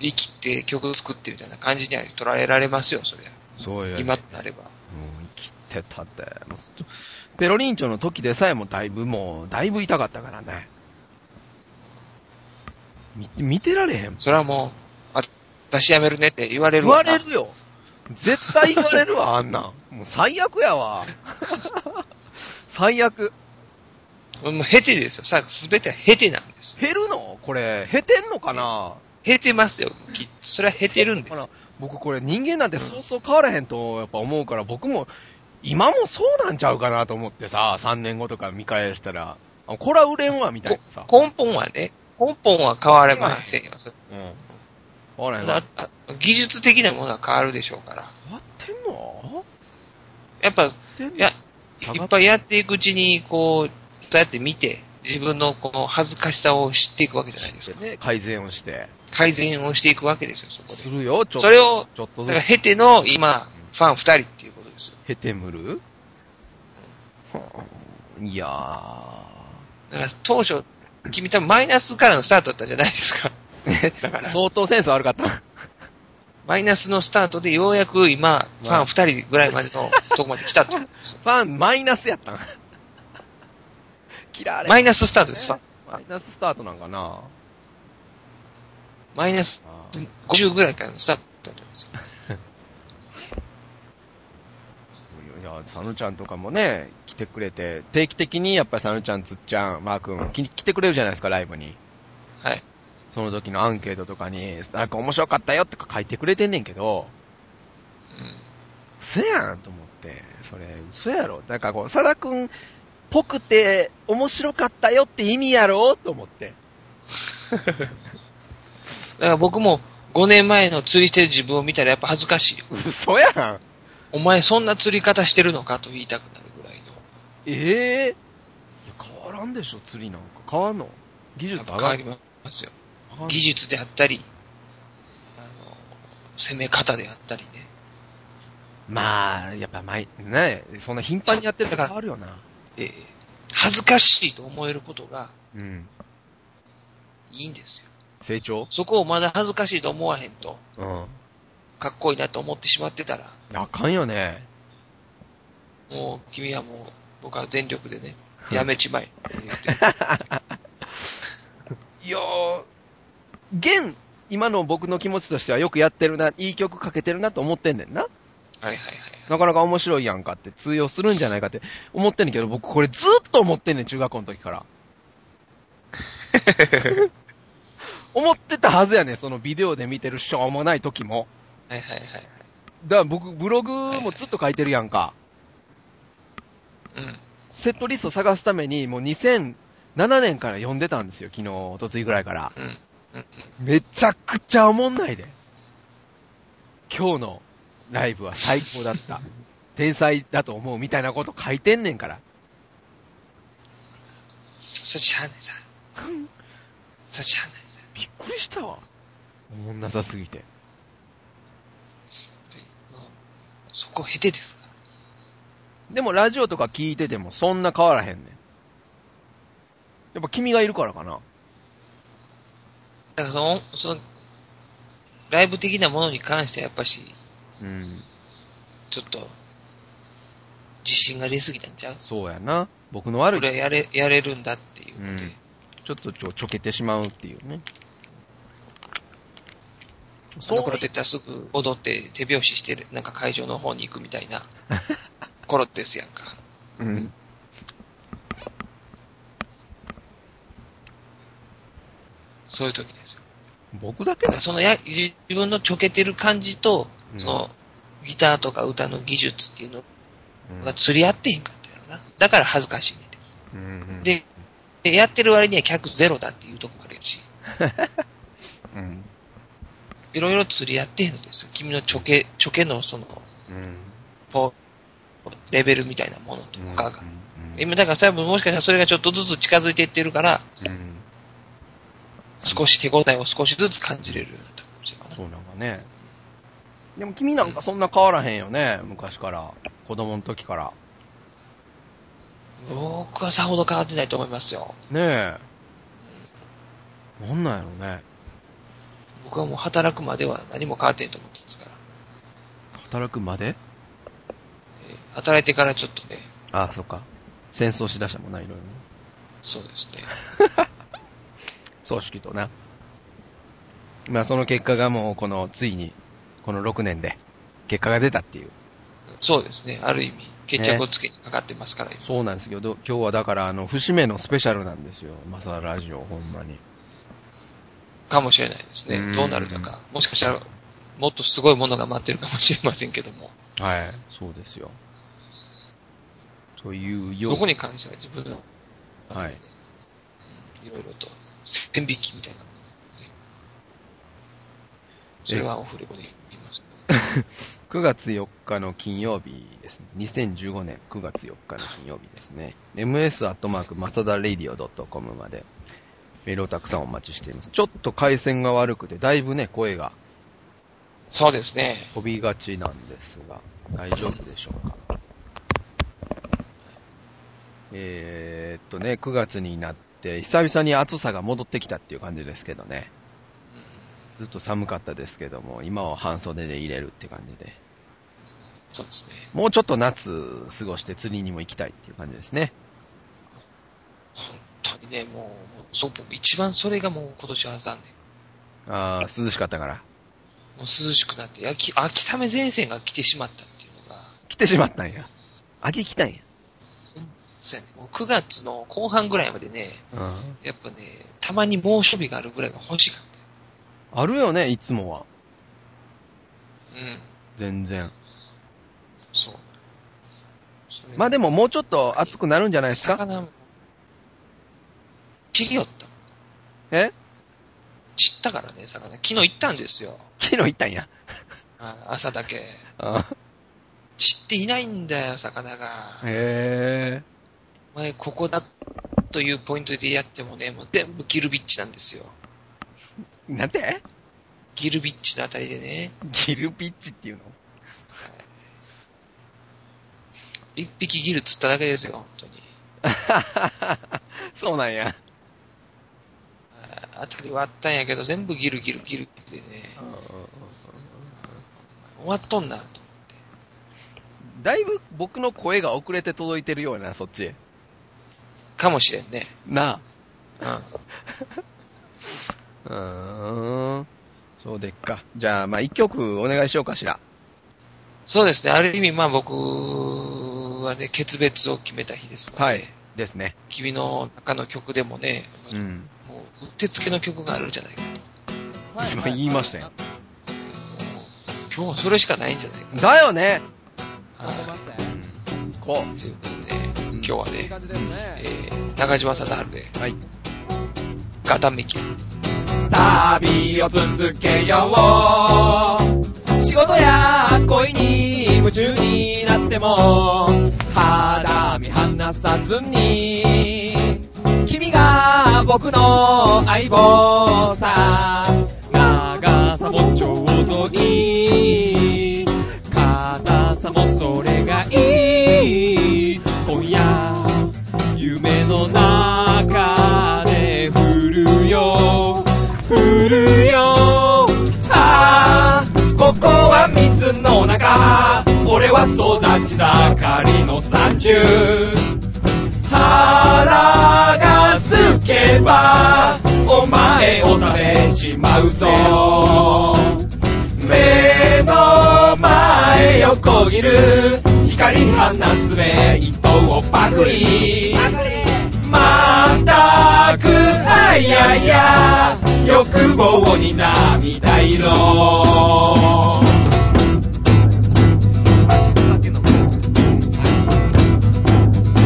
Speaker 2: 生きて曲を作ってみたいな感じには捉えられますよ、そりゃ。
Speaker 1: そうよ。
Speaker 2: 今
Speaker 1: も
Speaker 2: となれば。
Speaker 1: う生きてたって。もうちょペロリンチョの時でさえもだいぶもう、だいぶ痛かったからね。見て、見てられへんもん
Speaker 2: それはもう、あ、私やめるねって言われる
Speaker 1: 言わ
Speaker 2: わな
Speaker 1: れるよ。絶対言われるわ、あん なん。もう最悪やわ。最悪。
Speaker 2: もう経てですよ。さ、すべては経てなんです。
Speaker 1: 減るのこれ、減ってんのかな
Speaker 2: 経てますよ。きっとそれは経てるんです
Speaker 1: ほ。ら、僕これ人間なんてそうそう変わらへんとやっぱ思うから、僕も今もそうなんちゃうかなと思ってさ、3年後とか見返したら、あこら売れんわみたいなさ。
Speaker 2: 根本はね、根本は変われませんよ。それ
Speaker 1: うん。変わらへん
Speaker 2: あ
Speaker 1: わ。
Speaker 2: あ技術的なものは変わるでしょうから。
Speaker 1: 変わってんの
Speaker 2: やっぱ、
Speaker 1: 変わってん
Speaker 2: い
Speaker 1: の
Speaker 2: や、いっぱいやっていくうちに、こう、そうやって見て、自分のこの恥ずかしさを知っていくわけじゃないですか。
Speaker 1: ね、改善をして。
Speaker 2: 改善をしていくわけですよ、そこ
Speaker 1: す
Speaker 2: で。
Speaker 1: るよ、ちょっと。
Speaker 2: それを、
Speaker 1: ちょっと
Speaker 2: だ
Speaker 1: ず
Speaker 2: か
Speaker 1: つ
Speaker 2: ら、経ての今、ファン二人っていうことですよ。
Speaker 1: へてむるいや
Speaker 2: だから当初、君多分マイナスからのスタートだったじゃないですか。 だか
Speaker 1: ー。
Speaker 2: ら、
Speaker 1: 相当センス悪かった。
Speaker 2: マイナスのスタートでようやく今、ファン二人ぐらいまでのとこまで来たってこと ですよ。
Speaker 1: ファン、マイナスやったん嫌われ
Speaker 2: マイナススタートです、ファン。
Speaker 1: マイナススタートなんかな
Speaker 2: マイナス
Speaker 1: あー
Speaker 2: 50ぐらいからのスタートだったんですよ。
Speaker 1: いや、サヌちゃんとかもね、来てくれて、定期的にやっぱりサヌちゃん、つっちゃん、マー君、き来てくれるじゃないですか、ライブに。
Speaker 2: はい。
Speaker 1: その時のアンケートとかに、なんか面白かったよとか書いてくれてんねんけど、
Speaker 2: うん
Speaker 1: 嘘やんと思って、それ嘘やろ。なんかこう、サダ君っぽくて面白かったよって意味やろと思って。
Speaker 2: だから僕も5年前の釣りしてる自分を見たらやっぱ恥ずかしいよ。
Speaker 1: 嘘やん
Speaker 2: お前そんな釣り方してるのかと言いたくなるぐらいの。
Speaker 1: ええ変わらんでしょ、釣りなんか。変わんの技
Speaker 2: やっ
Speaker 1: 術
Speaker 2: ぱ
Speaker 1: 上
Speaker 2: 変
Speaker 1: が
Speaker 2: わ
Speaker 1: る
Speaker 2: りますよ。
Speaker 1: 上がんの
Speaker 2: 技術であったり、あの、攻め方であったりね。
Speaker 1: まあ、やっぱ前、ねそんな頻繁にやってると変わるよな。
Speaker 2: ええ恥ずかしいと思えることが
Speaker 1: うん。
Speaker 2: いいんですよ。
Speaker 1: 成長
Speaker 2: そこをまだ恥ずかしいと思わへんと、
Speaker 1: うん。
Speaker 2: かっこいいなと思ってしまってたら、
Speaker 1: あかんよね。
Speaker 2: もう君はもう、僕は全力でね、やめちまえって言ってる。
Speaker 1: いやー、現、今の僕の気持ちとしてはよくやってるな、いい曲かけてるなと思ってんねんな。
Speaker 2: はいはいはい。
Speaker 1: なかなか面白いやんかって通用するんじゃないかって思ってんねんけど、僕これずーっと思ってんねん、中学校の時から。 思ってたはずやねん、そのビデオで見てるしょうもない時も。
Speaker 2: はいはいはいはい。
Speaker 1: だから僕、ブログもずっと書いてるやんか。
Speaker 2: うん。
Speaker 1: セットリスト探すために、もう2007年から読んでたんですよ、昨日、おとついぐらいから。
Speaker 2: うん。うん。
Speaker 1: めちゃくちゃおもんないで。今日のライブは最高だ った。天才だと思うみたいなこと書いてんねんから。
Speaker 2: それしゃあないさ。それしゃあないさ。
Speaker 1: びっくりしたわ。おもんなさすぎて。
Speaker 2: もうそこへてですから。
Speaker 1: でもラジオとか聞いててもそんな変わらへんねん。やっぱ君がいるからかな。
Speaker 2: だからその、その、ライブ的なものに関してはやっぱし、
Speaker 1: うん。
Speaker 2: ちょっと、自信が出すぎたんちゃう
Speaker 1: そうやな。僕の
Speaker 2: こ
Speaker 1: 悪い
Speaker 2: れはやれ、やれるんだっていう
Speaker 1: う
Speaker 2: ので。
Speaker 1: ん。ちょっとちょちょけてしまうっていうね。
Speaker 2: そ
Speaker 1: そう
Speaker 2: の頃って言ったらすぐ踊って手拍子してる、なんか会場の方に行くみた いな頃ですやんか。
Speaker 1: うん。
Speaker 2: そういう時ですよ。
Speaker 1: 僕だけ
Speaker 2: だか
Speaker 1: だ
Speaker 2: ら。そのや、自自分のちょけてる感じと、
Speaker 1: うん
Speaker 2: その、ギターとか歌の技術っていうの
Speaker 1: うん
Speaker 2: が釣り合ってへんかったやろな。だから恥ずかしいねんて。
Speaker 1: うん
Speaker 2: で、でやってる割には客ゼロだっていうとこもあるし、
Speaker 1: うん。
Speaker 2: いろいろ釣り合ってへんのですよ。君のちょけ、ちょけのその、
Speaker 1: うん。
Speaker 2: こうレベルみたいなものと
Speaker 1: うん
Speaker 2: かが。今、だから多分もしかしたらそれがちょっとずつ近づいていってるから、
Speaker 1: うん。
Speaker 2: 少し手応えを少しずつ感じれるようになったかもしれない。
Speaker 1: そうなんかね。でも君なんかそんな変わらへんよね、昔から。子供の時から。
Speaker 2: 僕はさほど変わってないと思いますよ。
Speaker 1: ねえ。なんなんやろね。
Speaker 2: 僕はもう働くまでは何も変わってないと思ってますから。
Speaker 1: 働くまで
Speaker 2: えー働いてからちょっとね、
Speaker 1: ああ、そっか。戦争しだしたもんな、いろいろね。
Speaker 2: そうですね。
Speaker 1: 葬式とな。まあその結果がもうこの、ついに、この6年で、結果が出たっていう。
Speaker 2: そうですね。ある意味、決着をつけにかかってますから、今
Speaker 1: そうなんですけど、今日はだからあの、節目のスペシャルなんですよ。マサラジオ、ほんまに。
Speaker 2: かもしれないですね
Speaker 1: うん。
Speaker 2: どうなるのか。もしかしたら、もっとすごいものが待ってるかもしれませんけども、
Speaker 3: はい。そうですよ。というよう
Speaker 2: そこに関しては自分の、
Speaker 3: はい。
Speaker 2: いろいろと、線引きみたいなものがねそれはオフレコで言います。
Speaker 3: 9月4日の金曜日ですね。2015年9月4日の金曜日ですね。ms.masada.radio.com までメールをたくさんお待ちしています。ちょっと回線が悪くて、だいぶね、声が
Speaker 2: そうですね。
Speaker 3: 飛びがちなんですが、大丈夫でしょうか。えー、っとね、9月になって、久々に暑さが戻ってきたっていう感じですけどね。ずっと寒かったですけども、今は半袖で入れるって感じで。
Speaker 2: そうですね。
Speaker 3: もうちょっと夏過ごして釣りにも行きたいっていう感じですね。
Speaker 2: 本当にね、もう、そう、僕一番それがもう今年は残念。
Speaker 3: あー涼しかったから。
Speaker 2: もう涼しくなって、秋、秋雨前線が来てしまったっていうのが、
Speaker 3: 来てしまったんや。秋来たんや。
Speaker 2: そうやね、もう9月の後半ぐらいまでね、
Speaker 3: うん。
Speaker 2: やっぱね、たまに猛暑日があるぐらいが欲しかっ
Speaker 3: あるよね、いつもは。
Speaker 2: た。うん。
Speaker 3: 全然。
Speaker 2: そう。それ
Speaker 3: まあでももうちょっと暑くなるんじゃないですか
Speaker 2: 魚も、知りよった。
Speaker 3: え
Speaker 2: 知ったからね、魚。昨日行ったんですよ。
Speaker 3: 昨日行ったんや。
Speaker 2: あ朝だけ。
Speaker 3: あ
Speaker 2: 知っていないんだよ、魚が。
Speaker 3: へえ。
Speaker 2: お前、ここだというポイントでやってもね、もう全部ギルビッチなんですよ。
Speaker 3: なんて
Speaker 2: ギルビッチのあたりでね、
Speaker 3: ギルピッチっていうの
Speaker 2: 一匹ギル釣っただけですよ、本当に。
Speaker 3: そうなんや。
Speaker 2: ああたりはあったんやけど、全部ギルギルギルギルでね、終わっとんな、と。
Speaker 3: だいぶ僕の声が遅れて届いてるような、そっちへ。
Speaker 2: かもしれんね。
Speaker 3: な
Speaker 2: うん。
Speaker 3: あ。うーん。そうでっか。じゃあ、まあ一曲お願いしようかしら。
Speaker 2: そうですね、ある意味、まあ僕はね、決別を決めた日ですので、
Speaker 3: はい。ですね。
Speaker 2: 君の中の曲でもね、
Speaker 3: うん。
Speaker 2: もう、うってつけの曲があるんじゃないかと。
Speaker 3: 今言いましたよ。
Speaker 2: もう今日はそれしかないんじゃないか
Speaker 3: だよね、
Speaker 2: な。はい
Speaker 3: こ
Speaker 2: ということで、今日はね、
Speaker 3: う。
Speaker 2: えー、中島貞治で、
Speaker 3: はい。
Speaker 2: ガタンメキ。
Speaker 1: 旅を続けよう仕事や恋に夢中になっても肌身離さずに君が僕の相棒さ長さもちょうどいい硬さもそれがいい今夜夢の中で降るよ降るよああここは水の中俺は育ち盛りの三十腹がすけばお前を食べちまうぞ目の前横切る光放つ目一をパクリまたくあやや欲望に涙色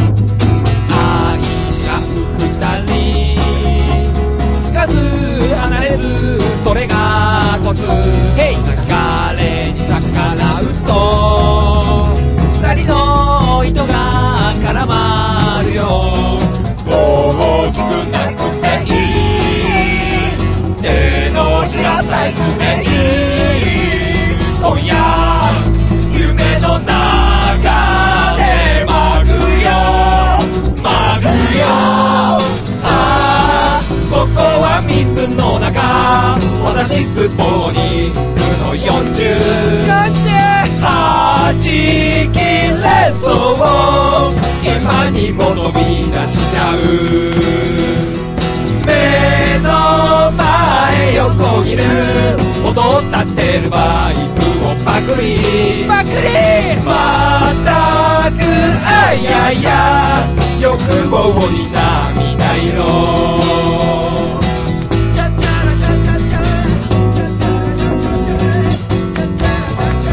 Speaker 1: 愛し合う二人つかず離れずそれがコツヘイ流れに逆らうと二人の糸が絡まるよ大きくなくていい手のひらサイズでいい今夜夢の中でまぐよまぐよああここは水の中私スポーニングの40 40はち切れそう今にも飛び出しちゃう目の前横切る音を立てるバイクをパクリパクリまたくあやや欲望に涙色チャチャラチャチャチャチャチャチャチャチャ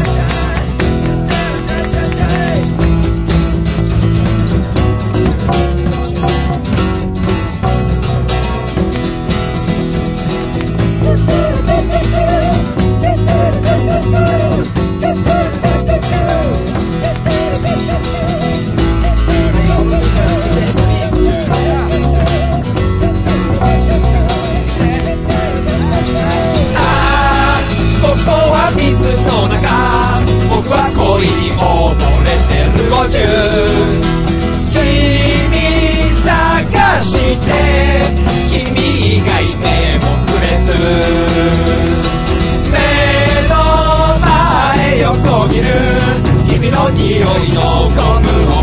Speaker 3: 匂いのゴムを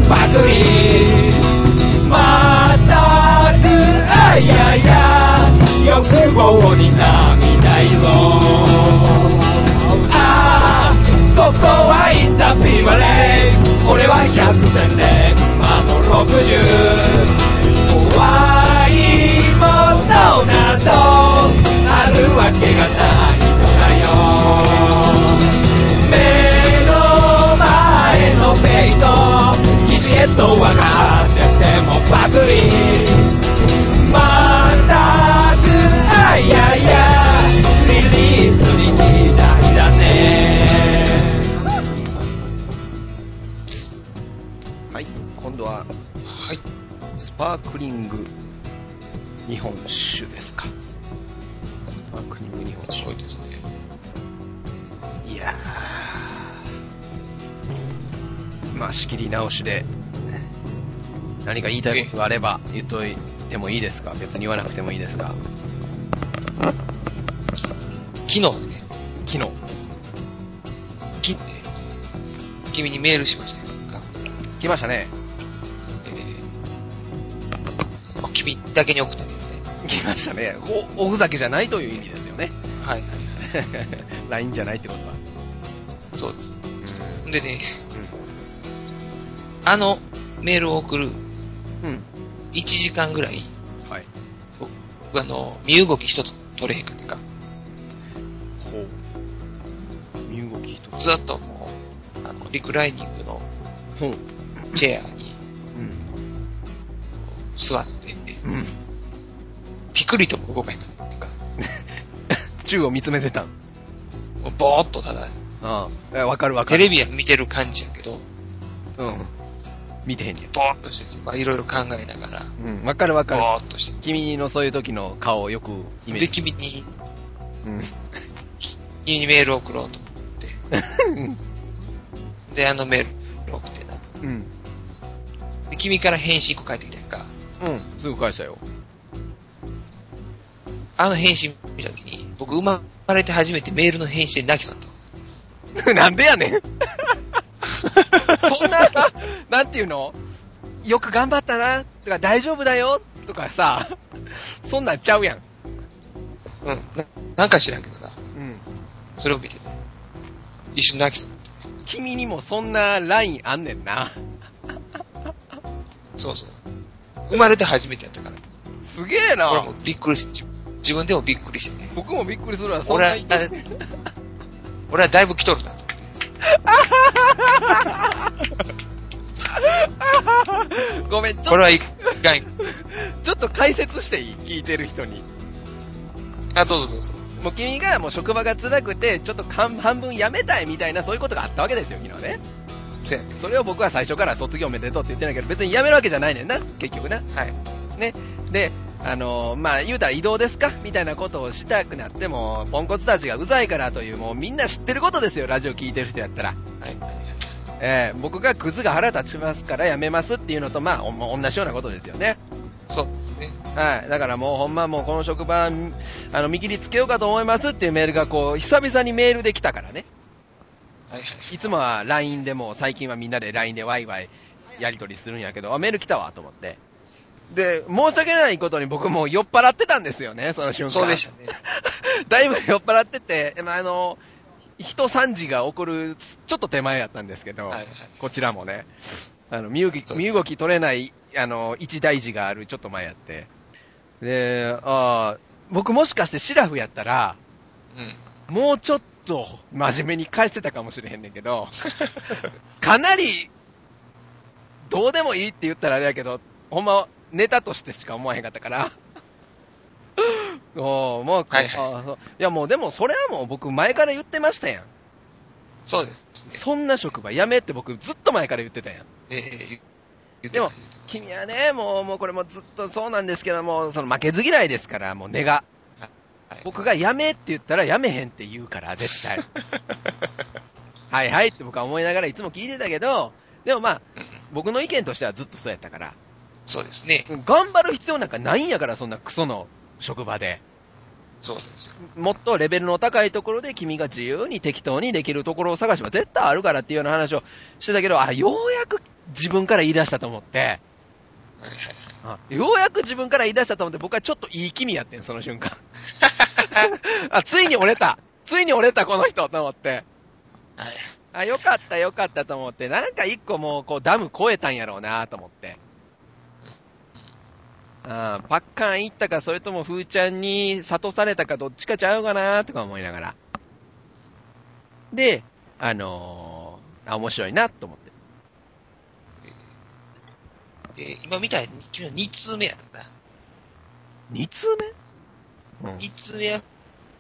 Speaker 3: パクリまったくあいやいや欲望に涙色ああここはイッツァピーバレー俺は百戦錬魔の六十怖いものなどあるわけがないのだよ目の前のペイとキチケット分かっててもパクリまったくあいやいやリリースに期待だね
Speaker 1: はい、今度は、
Speaker 2: はい。
Speaker 1: スパークリング日本酒ですか。スパークリング日本
Speaker 2: すご
Speaker 1: 酒
Speaker 2: い。ですね。
Speaker 1: いやーまあ、仕切り直しで、何か言いたいことがあれば言っといてもいいですか別に言わなくてもいいですが、
Speaker 2: 昨日ね、
Speaker 1: 昨日、
Speaker 2: きえー君にメールしましたが、
Speaker 1: 来ましたね。
Speaker 2: えー君だけに送ったんですね。
Speaker 1: 来ましたね。お、おふざけじゃないという意味ですよ ね。
Speaker 2: はいはいはい。
Speaker 1: LINE じゃないってことは。
Speaker 2: そうです。でね、あのメールを送る
Speaker 1: うん。うん。
Speaker 2: 1時間ぐらい、
Speaker 1: はい。
Speaker 2: 僕あの、身動き一つ取れへんかってか、
Speaker 1: ほう。身動き一つ。
Speaker 2: ずっともう、あの、リクライニングの
Speaker 1: ほう。
Speaker 2: チェアに
Speaker 1: うん。
Speaker 2: 座って、
Speaker 1: うん。
Speaker 2: ピクリとも動かへんかってか、
Speaker 1: 宙を見つめてたん。
Speaker 2: もうぼーっとただ、
Speaker 1: ああ。えわかるわか
Speaker 2: テ
Speaker 1: る。
Speaker 2: レビは見てる感じやけど、
Speaker 1: うん。見てへんねや。
Speaker 2: ぼーっとしてて、まあいろいろ考えながら、
Speaker 1: うん。わかるわかる。
Speaker 2: ぼーっとして
Speaker 1: 君のそういう時の顔をよくイメ
Speaker 2: で、
Speaker 1: ージ。
Speaker 2: 君に、
Speaker 1: うん。
Speaker 2: 君にメールを送ろうと思 って、で、あのメールを送ってな。
Speaker 1: うん。
Speaker 2: で、君から返信1個返ってきたやんか。
Speaker 1: うん。すぐ返したよ。
Speaker 2: あの返信見たときに、僕生まれて初めてメールの返信で泣きそうにな
Speaker 1: な
Speaker 2: っ
Speaker 1: んでやねんそんな、なんていうのよく頑張ったな、とか大丈夫だよ、とかさ、そんなんちゃうやん。
Speaker 2: た。うん。ななんか知らんけどな。
Speaker 1: うん。
Speaker 2: それを見てね。一瞬泣きそうになっ
Speaker 1: 君にもそんなラインあんねんな。
Speaker 2: た。そうそう。生まれて初めてやったから。
Speaker 1: すげえ
Speaker 2: 俺
Speaker 1: な
Speaker 2: も。びっくりして、自分でもびっくりしてね。
Speaker 1: 僕もびっくりするわ、そん
Speaker 2: 俺
Speaker 1: な
Speaker 2: は
Speaker 1: 人、
Speaker 2: だ俺はだいぶ来とるなと。
Speaker 1: ごめん、ちょ
Speaker 2: こ
Speaker 1: っ
Speaker 2: れはいかん。
Speaker 1: と、ちょっと解説していい聞いてる人に。
Speaker 2: あ、どうぞどうぞ。
Speaker 1: もう君がもう職場が辛くて、ちょっと半半分辞めたいみたいな、そういうことがあったわけですよ、昨日ね。
Speaker 2: せやね
Speaker 1: それを僕は最初から卒業おめでとうって言ってないけど、別に辞めるわけじゃないねんな、結局な。
Speaker 2: はい。
Speaker 1: ね。で、あのーまあ、言うたら移動ですかみたいなことをしたくなっても、ポンコツたちがうざいからという、もうみんな知ってることですよ、ラジオ聞いてる人やったら。
Speaker 2: はい。
Speaker 1: えー僕がクズが腹立ちますからやめますっていうのと、まあ、おも同じようなことですよね。
Speaker 2: そうですね。
Speaker 1: はい。だからもうほんまもうこの職場、んあの、見切りつけようかと思いますっていうメールがこう、久々にメールで来たからね。
Speaker 2: はいはい。
Speaker 1: いつもは LINE でもう、最近はみんなで LINE でワイワイやり取りするんやけど、あ、メール来たわと思って。で、申し訳ないことに僕もう酔っ払ってたんですよね、その瞬間。
Speaker 2: そうでしたね。
Speaker 1: だいぶ酔っ払ってて、まあ、あの、人惨事が起こる、ちょっと手前やったんですけど、
Speaker 2: はいはい
Speaker 1: こちらもね、あの、身動き
Speaker 2: そうです
Speaker 1: 身動き取れない、あの、一大事がある、ちょっと前やって。で、ああ、僕もしかしてシラフやったら、
Speaker 2: うん。
Speaker 1: もうちょっと真面目に返してたかもしれへんねんけど、 かなり、どうでもいいって言ったらあれやけど、ほんま、ネタとしてしか思わへんかったから。 おーもう、
Speaker 2: はいはい
Speaker 1: あーそういやもうでもそれはもう僕前から言ってましたやん。
Speaker 2: そうです
Speaker 1: そんな職場やめって僕ずっと前から言ってたやん。
Speaker 2: ね。えー、言って
Speaker 1: でも君はね、もう、もうこれもずっとそうなんですけども、その負けず嫌いですから、もう根が。
Speaker 2: はい
Speaker 1: 僕がやめって言ったらやめへんって言うから、絶対。はいはいって僕は思いながらいつも聞いてたけど、でもまあ、
Speaker 2: うん
Speaker 1: 僕の意見としてはずっとそうやったから、
Speaker 2: そうですね。
Speaker 1: 頑張る必要なんかないんやから、そんなクソの職場で。
Speaker 2: そうなんですよ。
Speaker 1: もっとレベルの高いところで君が自由に適当にできるところを探しは絶対あるからっていうような話をしてたけど、あ、ようやく自分から言い出したと思って、
Speaker 2: はいはいはい。
Speaker 1: あようやく自分から言い出したと思って僕はちょっといい気味やってん、その瞬間。あ、ついに折れたついに折れたこの人と思って。
Speaker 2: はいはい。
Speaker 1: あ、よかったよかったと思って、なんか一個もうこうダム越えたんやろうなと思って。あーパッカン行ったか、それともふーちゃんに諭されたか、どっちかちゃうかなとか思いながら。で、あのー、あ、面白いなと思って。
Speaker 2: で、今みたいに、君の2通目やったな。
Speaker 1: 二通目うん。
Speaker 2: 2通目は、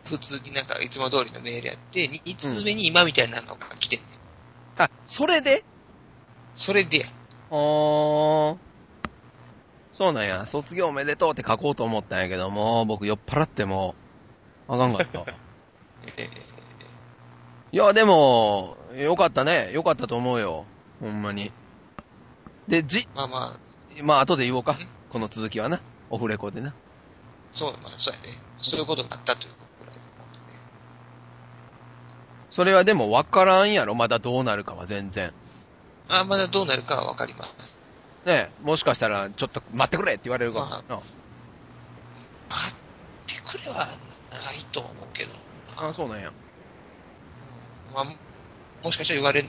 Speaker 2: 普通になんか、いつも通りのメールやって、2通目に今みたいなのが来てんねん。
Speaker 1: あ、それで
Speaker 2: それでや、
Speaker 1: おー。そうなんや、卒業おめでとうって書こうと思ったんやけども、僕酔っ払ってもう、あかんかった。
Speaker 2: え
Speaker 1: いや、でも、よかったね。よかったと思うよ。ほんまに。で、じ、
Speaker 2: ーまあま
Speaker 1: まあ、後で言おうか
Speaker 2: ん。
Speaker 1: この続きはな。オフレコでな。
Speaker 2: あ、そう、まあそうやね。そういうことになったということだと思うんでね。
Speaker 1: それはでも分からんやろ。まだどうなるかは全然。
Speaker 2: まあ、まだどうなるかはわかります。
Speaker 1: ねえもしかしたら、ちょっと待ってくれって言われるかも。
Speaker 2: ま待ってくれはないと思うけど。
Speaker 1: ああ、そうなんや。
Speaker 2: まあ、もしかしたら言われる。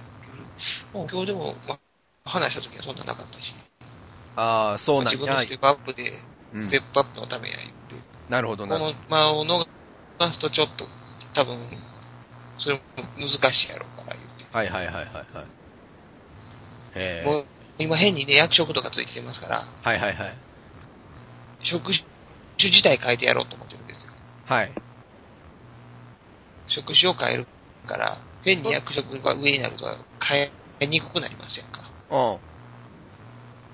Speaker 2: もう今日でも、まあ、話した時はそんななかったし。
Speaker 1: ああ、そうな
Speaker 2: 自
Speaker 1: ん
Speaker 2: 分
Speaker 1: や
Speaker 2: のス。テップアップで、
Speaker 1: う
Speaker 2: ス
Speaker 1: ん
Speaker 2: テ、ップアップのためや言って。
Speaker 1: なるほど
Speaker 2: こ
Speaker 1: な。
Speaker 2: の間を逃すとちょっと、多分、それも難しいやろうから言って。
Speaker 1: はいはいはいはいはい。へ
Speaker 2: も
Speaker 1: え。
Speaker 2: う今変にね、役職とかついてますから、
Speaker 1: はいはいはい。
Speaker 2: 職種自体変えてやろうと思ってるんですよ。
Speaker 1: はい。
Speaker 2: 職種を変えるから、変に役職が上になると変えにくくなりますやんか。
Speaker 1: うん。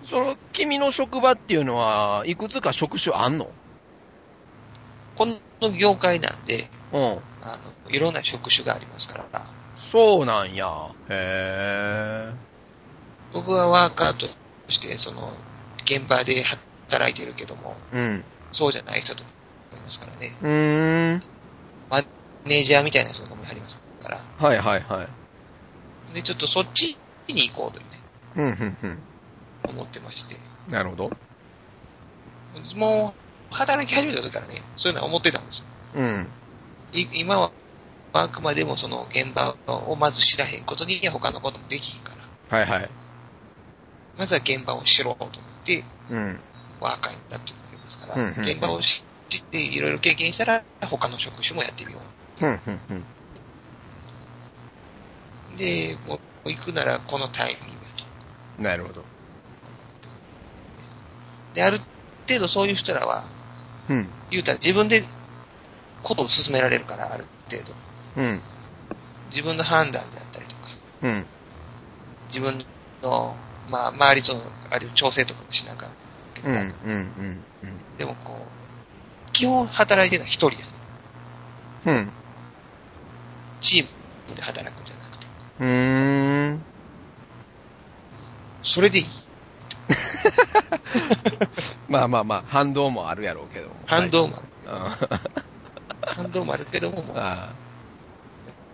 Speaker 1: その、君の職場っていうのは、いくつか職種あんの
Speaker 2: この業界なんで、
Speaker 1: うん。
Speaker 2: あの、いろんな職種がありますから、
Speaker 1: そうなんや。へえ。
Speaker 2: 僕はワーカーとして、その、現場で働いてるけども、
Speaker 1: うん。
Speaker 2: そうじゃない人とかいますからね。
Speaker 1: うーん。
Speaker 2: マネージャーみたいな人とかもありますから。
Speaker 1: はいはいはい。
Speaker 2: で、ちょっとそっちに行こうと、ね、
Speaker 1: うん、うん、
Speaker 2: 思ってまして。
Speaker 1: うん。なるほど。
Speaker 2: もう、働き始めた時からね、そういうのは思ってたんですよ。
Speaker 1: うん。
Speaker 2: い今は、あくまでもその現場をまず知らへんことに他のこともできひんから。
Speaker 1: はいはい。
Speaker 2: まずは現場を知ろうと思って、
Speaker 1: うん。
Speaker 2: ワーカーになってことですから、
Speaker 1: うんうんうん
Speaker 2: 現場を知っていろいろ経験したら、他の職種もやってみよう。
Speaker 1: うん、うん、うん。
Speaker 2: で、もう行くならこのタイミングと。
Speaker 1: なるほど。
Speaker 2: で、ある程度そういう人らは、
Speaker 1: うん。
Speaker 2: 言うたら自分でことを進められるから、ある程度。
Speaker 1: うん。
Speaker 2: 自分の判断であったりとか、
Speaker 1: うん。
Speaker 2: 自分の、まあ、周りとの、ある調整とかもしながら。
Speaker 1: うん、うん、うん。
Speaker 2: でもこう、基本働いてるのは一人や、ね。
Speaker 1: うん。
Speaker 2: チームで働くんじゃなくて。
Speaker 1: うーん。
Speaker 2: それでいい。
Speaker 1: まあまあまあ、反動もあるやろうけども。
Speaker 2: 反動もある。
Speaker 1: あ
Speaker 2: 反動もあるけども、 もう
Speaker 1: あ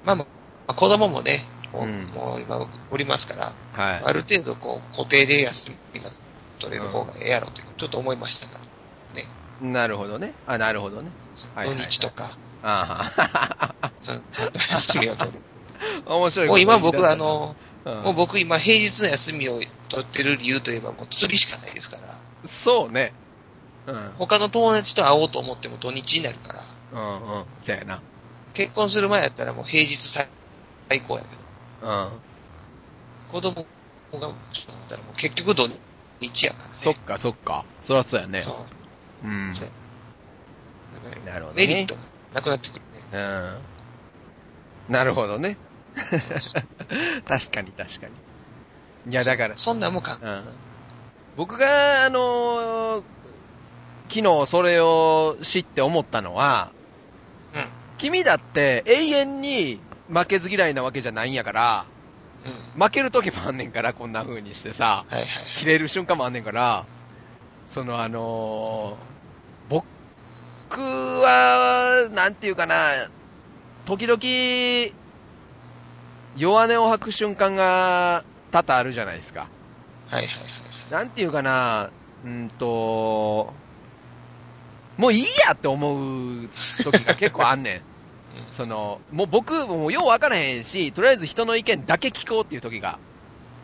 Speaker 2: まあまあ、まあ子供もね、もう,、
Speaker 1: うん
Speaker 2: もう今おりますから、
Speaker 1: ー。はい。
Speaker 2: ある程度こう固定で休みが取れる方がええやろという、ちょっと思いましたから、ね。
Speaker 1: なるほどね。あ、なるほどね。はいはいはい
Speaker 2: 土日とか、
Speaker 1: あ
Speaker 2: そのちゃんと休みを 取る。
Speaker 1: あ。面白い
Speaker 2: も
Speaker 1: こと言
Speaker 2: う
Speaker 1: い出したな
Speaker 2: 今僕あ、
Speaker 1: う
Speaker 2: の、
Speaker 1: ん
Speaker 2: もう僕今平日の休みを取ってる理由といえばもう釣りしかないですから、
Speaker 1: そうね。うん。うん
Speaker 2: 他の友達と会おうと思っても土日になるから、
Speaker 1: うん。そやな。
Speaker 2: 結婚する前やったらもう平日最最高やけど、
Speaker 1: うん。
Speaker 2: 子供がそうなったらもう結局土日やから、ね。
Speaker 1: そっかそっか。そらそうやね。
Speaker 2: そう
Speaker 1: う。ん。
Speaker 2: そうだから
Speaker 1: なるほどね。
Speaker 2: メリットがなくなってくるね。
Speaker 1: うん。なるほどね。 確かに確かに。いや、だから、
Speaker 2: そんなんもんか、
Speaker 1: うん僕が、あのー昨日それを知って思ったのは、
Speaker 2: うん。
Speaker 1: 君だって永遠に負けず嫌いなわけじゃないんやから、
Speaker 2: うん。
Speaker 1: 負ける時もあんねんから、こんな風にしてさ。
Speaker 2: はいはい。
Speaker 1: 切れる瞬間もあんねんから、そのあのー僕僕は、なんていうかな、時々、弱音を吐く瞬間が多々あるじゃないですか。
Speaker 2: はいはいはい。
Speaker 1: なんていうかな、うんと、もういいやって思う時が結構あんねん。その、 もう僕、もうようわからへんし、とりあえず人の意見だけ聞こうっていう時が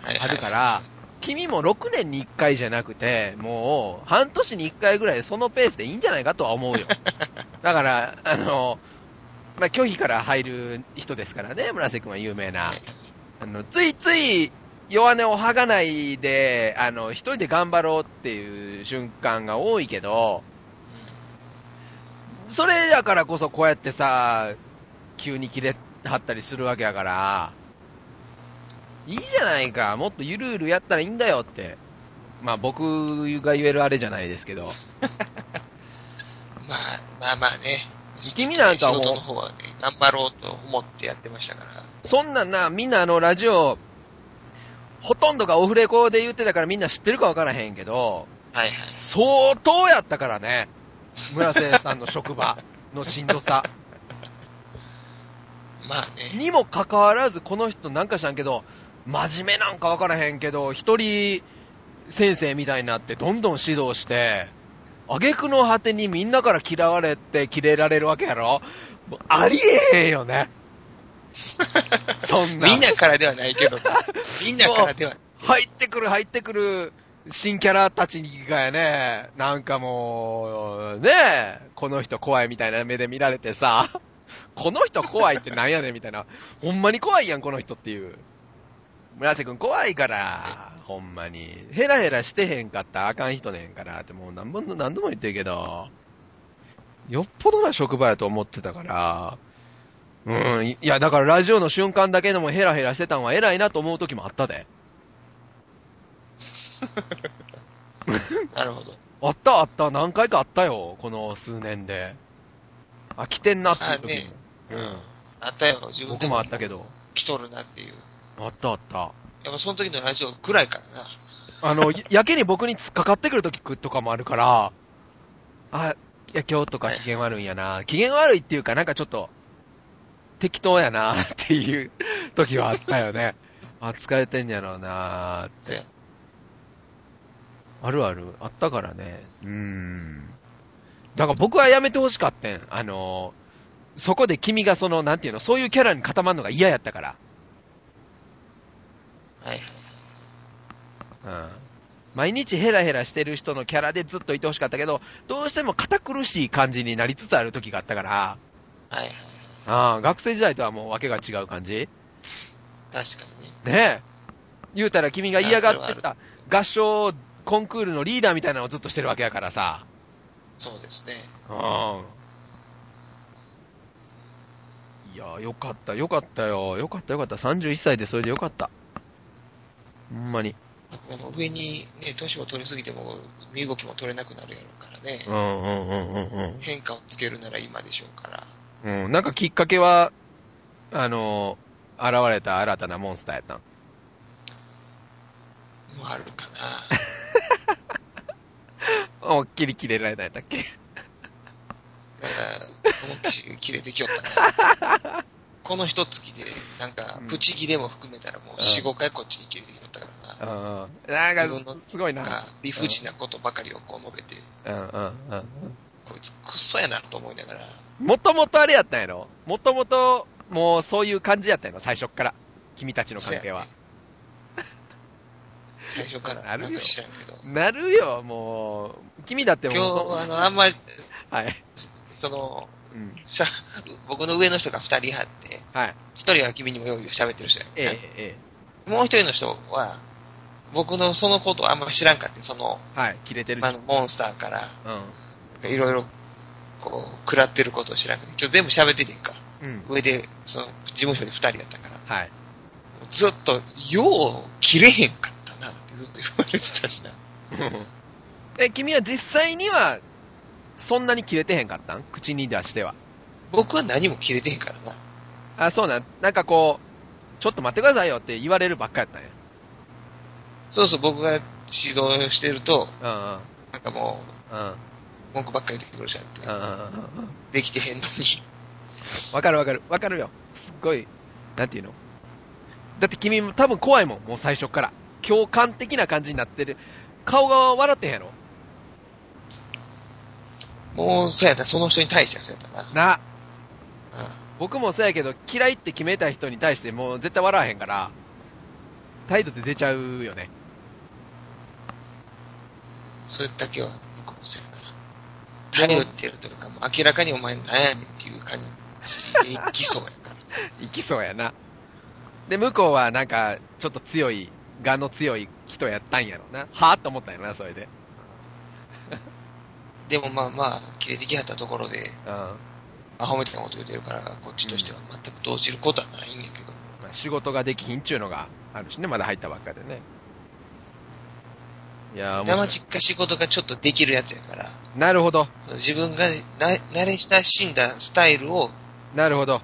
Speaker 2: はいは
Speaker 1: あ
Speaker 2: い
Speaker 1: るから、君も6年に1回じゃなくて、もう半年に1回ぐらいそのペースでいいんじゃないかとは思うよ。だから、あの、まあ、拒否から入る人ですからね、村瀬君は有名な
Speaker 2: はい。
Speaker 1: あの、ついつい弱音を吐かないで、あの、一人で頑張ろうっていう瞬間が多いけど、それだからこそこうやってさ、急に切れ張ったりするわけやから、いいじゃないか、もっとゆるゆるやったらいいんだよって。まあ僕が言えるあれじゃないですけど、
Speaker 2: まあまあまあね。
Speaker 1: 君なんかは
Speaker 2: 仕
Speaker 1: もう
Speaker 2: 事の方はね、頑張ろうと思ってやってましたから。
Speaker 1: そんなんな、みんなあのラジオ、ほとんどがオフレコで言ってたからみんな知ってるかわからへんけど、
Speaker 2: はいはい。
Speaker 1: 相当やったからね。村瀬さんの職場のしんどさ。
Speaker 2: まあね。
Speaker 1: にもかかわらず、この人なんか知らんけど、真面目なんかわからへんけど、一人先生みたいになってどんどん指導して、挙句の果てにみんなから嫌われてキレられるわけやろもうありえへんよね。そんな。
Speaker 2: みんなからではないけど、 みんなからではない。
Speaker 1: 入ってくる入ってくる新キャラたちがやね、なんかもう、ねえ、この人怖いみたいな目で見られてさ、 この人怖いってなんやねんみたいな、ほんまに怖いやんこの人っていう。村瀬くん怖いから、ほんまに。ヘラヘラしてへんかったらあかん人ねんからってもう何本何度も言ってるけど、よっぽどな職場やと思ってたから、うん、いやだからラジオの瞬間だけでもヘラヘラしてたんは偉いなと思う時もあったで。
Speaker 2: なるほど。
Speaker 1: あったあった、何回かあったよ、この数年で。飽きてんなっていう時も。
Speaker 2: あねあったよ、自
Speaker 1: うん。
Speaker 2: 分
Speaker 1: 僕
Speaker 2: で
Speaker 1: もあ
Speaker 2: も
Speaker 1: ったけど。
Speaker 2: 来とるなっていう。
Speaker 1: あったあった。
Speaker 2: やっぱその時のラジオくらいからな。
Speaker 1: あの、や やけに僕に突っかかってくる時とかもあるから、あ、いや、今日とか機嫌悪いんやな。機嫌悪いっていうか、なんかちょっと、適当やなっていう時はあったよね。あ、疲れてんやろうなって。
Speaker 2: そうや
Speaker 1: あるある。あったからね。うーん。だから僕はやめてほしかったん。あのー、そこで君がその、なんていうの、そういうキャラに固まるのが嫌やったから。
Speaker 2: はいはい。
Speaker 1: うん。毎日ヘラヘラしてる人のキャラでずっといてほしかったけど、どうしても堅苦しい感じになりつつある時があったから、
Speaker 2: はいはい。
Speaker 1: ああ、学生時代とはもう訳が違う感じ
Speaker 2: 確かにね。
Speaker 1: ねえ。言うたら君が嫌がって
Speaker 2: あ
Speaker 1: た合唱コンクールのリーダーみたいなのをずっとしてるわけやからさ。
Speaker 2: そうですね。
Speaker 1: うん。いや、よかった、よかったよ。よかった、よかった。31歳でそれでよかった。ほんまに。
Speaker 2: でも上にね、年を取りすぎても身動きも取れなくなるやろうからね
Speaker 1: う。んうんうんうん
Speaker 2: 変化をつけるなら今でしょうから。
Speaker 1: うん。うん、なんかきっかけは、あの、現れた新たなモンスターやったん。
Speaker 2: もあるかな。
Speaker 1: 思いっきり切れられたやったっけ
Speaker 2: だから、思いっきり切れてきよったな。 この一月で、なんか、プチ切れも含めたらもう4、5回こっちに切れてきよったからな
Speaker 1: う。ん。なんかす、すごい
Speaker 2: なん
Speaker 1: な。
Speaker 2: か理不尽なことばかりをこう述べて、
Speaker 1: うんうんうん
Speaker 2: こいつクソやなと思いながら、
Speaker 1: うん。もともとあれやったんやろもともと、もうそういう感じやったんやろ最初っから。君たちの関係は。
Speaker 2: 最初から
Speaker 1: なる
Speaker 2: な
Speaker 1: よ
Speaker 2: んか知らんけど。
Speaker 1: なるよ、もう。君だって
Speaker 2: 今
Speaker 1: もうそ
Speaker 2: 日、あの、あんまり、
Speaker 1: はい。
Speaker 2: その、
Speaker 1: うん。
Speaker 2: しゃ、僕の上の人が二人入って、
Speaker 1: はい。
Speaker 2: 一人は君にもよく喋ってる人やん
Speaker 1: ええ、え
Speaker 2: もう一人の人は、僕のそのことをあんまり知らんかって、その、
Speaker 1: え。はい。切れてる。
Speaker 2: あの、モンスターから、
Speaker 1: うん。
Speaker 2: いろいろ、こう、食らってることを知らんかって、今日全部喋っててんか。
Speaker 1: うん。
Speaker 2: 上で、その、事務所で二人だったから。
Speaker 1: はい。
Speaker 2: ずっと、よう切れへんかったなってずっと言われてたしな。
Speaker 1: え、君は実際には、そんなに切れてへんかったん口に出しては。
Speaker 2: 僕は何も切れてへんからな。
Speaker 1: あ、そうなん。なんかこう、ちょっと待ってくださいよって言われるばっかやったんや。
Speaker 2: そうそう、僕が指導してると、
Speaker 1: うん
Speaker 2: なんかも
Speaker 1: うん。うん。
Speaker 2: 文句ばっかり言ってくるじゃんって。
Speaker 1: うん
Speaker 2: できてへんのに。
Speaker 1: わかるわかる。わかるよ。すっごい、なんていうのだって君も多分怖いもん、もう最初から。共感的な感じになってる。顔が笑ってへんやろ
Speaker 2: もう、そうやな、その人に対してはそうやったな。
Speaker 1: な。
Speaker 2: うん
Speaker 1: 僕もそうやけど、嫌いって決めた人に対してもう絶対笑わへんから、態度で出ちゃうよね。
Speaker 2: それだけは、僕もそうやな。何を言ってるというか、もう明らかにお前何やねんっていう感じでいきそうやから。
Speaker 1: いきそうやな。で、向こうはなんか、ちょっと強い、がの強い人やったんやろな。はぁと思ったんやろな、それで。
Speaker 2: でもまあまあ、切れてきはったところで、
Speaker 1: うん。ま
Speaker 2: アホみたいなこと言うてるから、こっちとしては全く動じることはないんやけど。
Speaker 1: あ仕事ができひんちゅうのがあるしね、まだ入ったばっかでね。いやー、面白
Speaker 2: 生
Speaker 1: い。
Speaker 2: 実家仕事がちょっとできるやつやから、
Speaker 1: なるほど。
Speaker 2: その自分がな慣れ親しんだスタイルを、
Speaker 1: なるほど。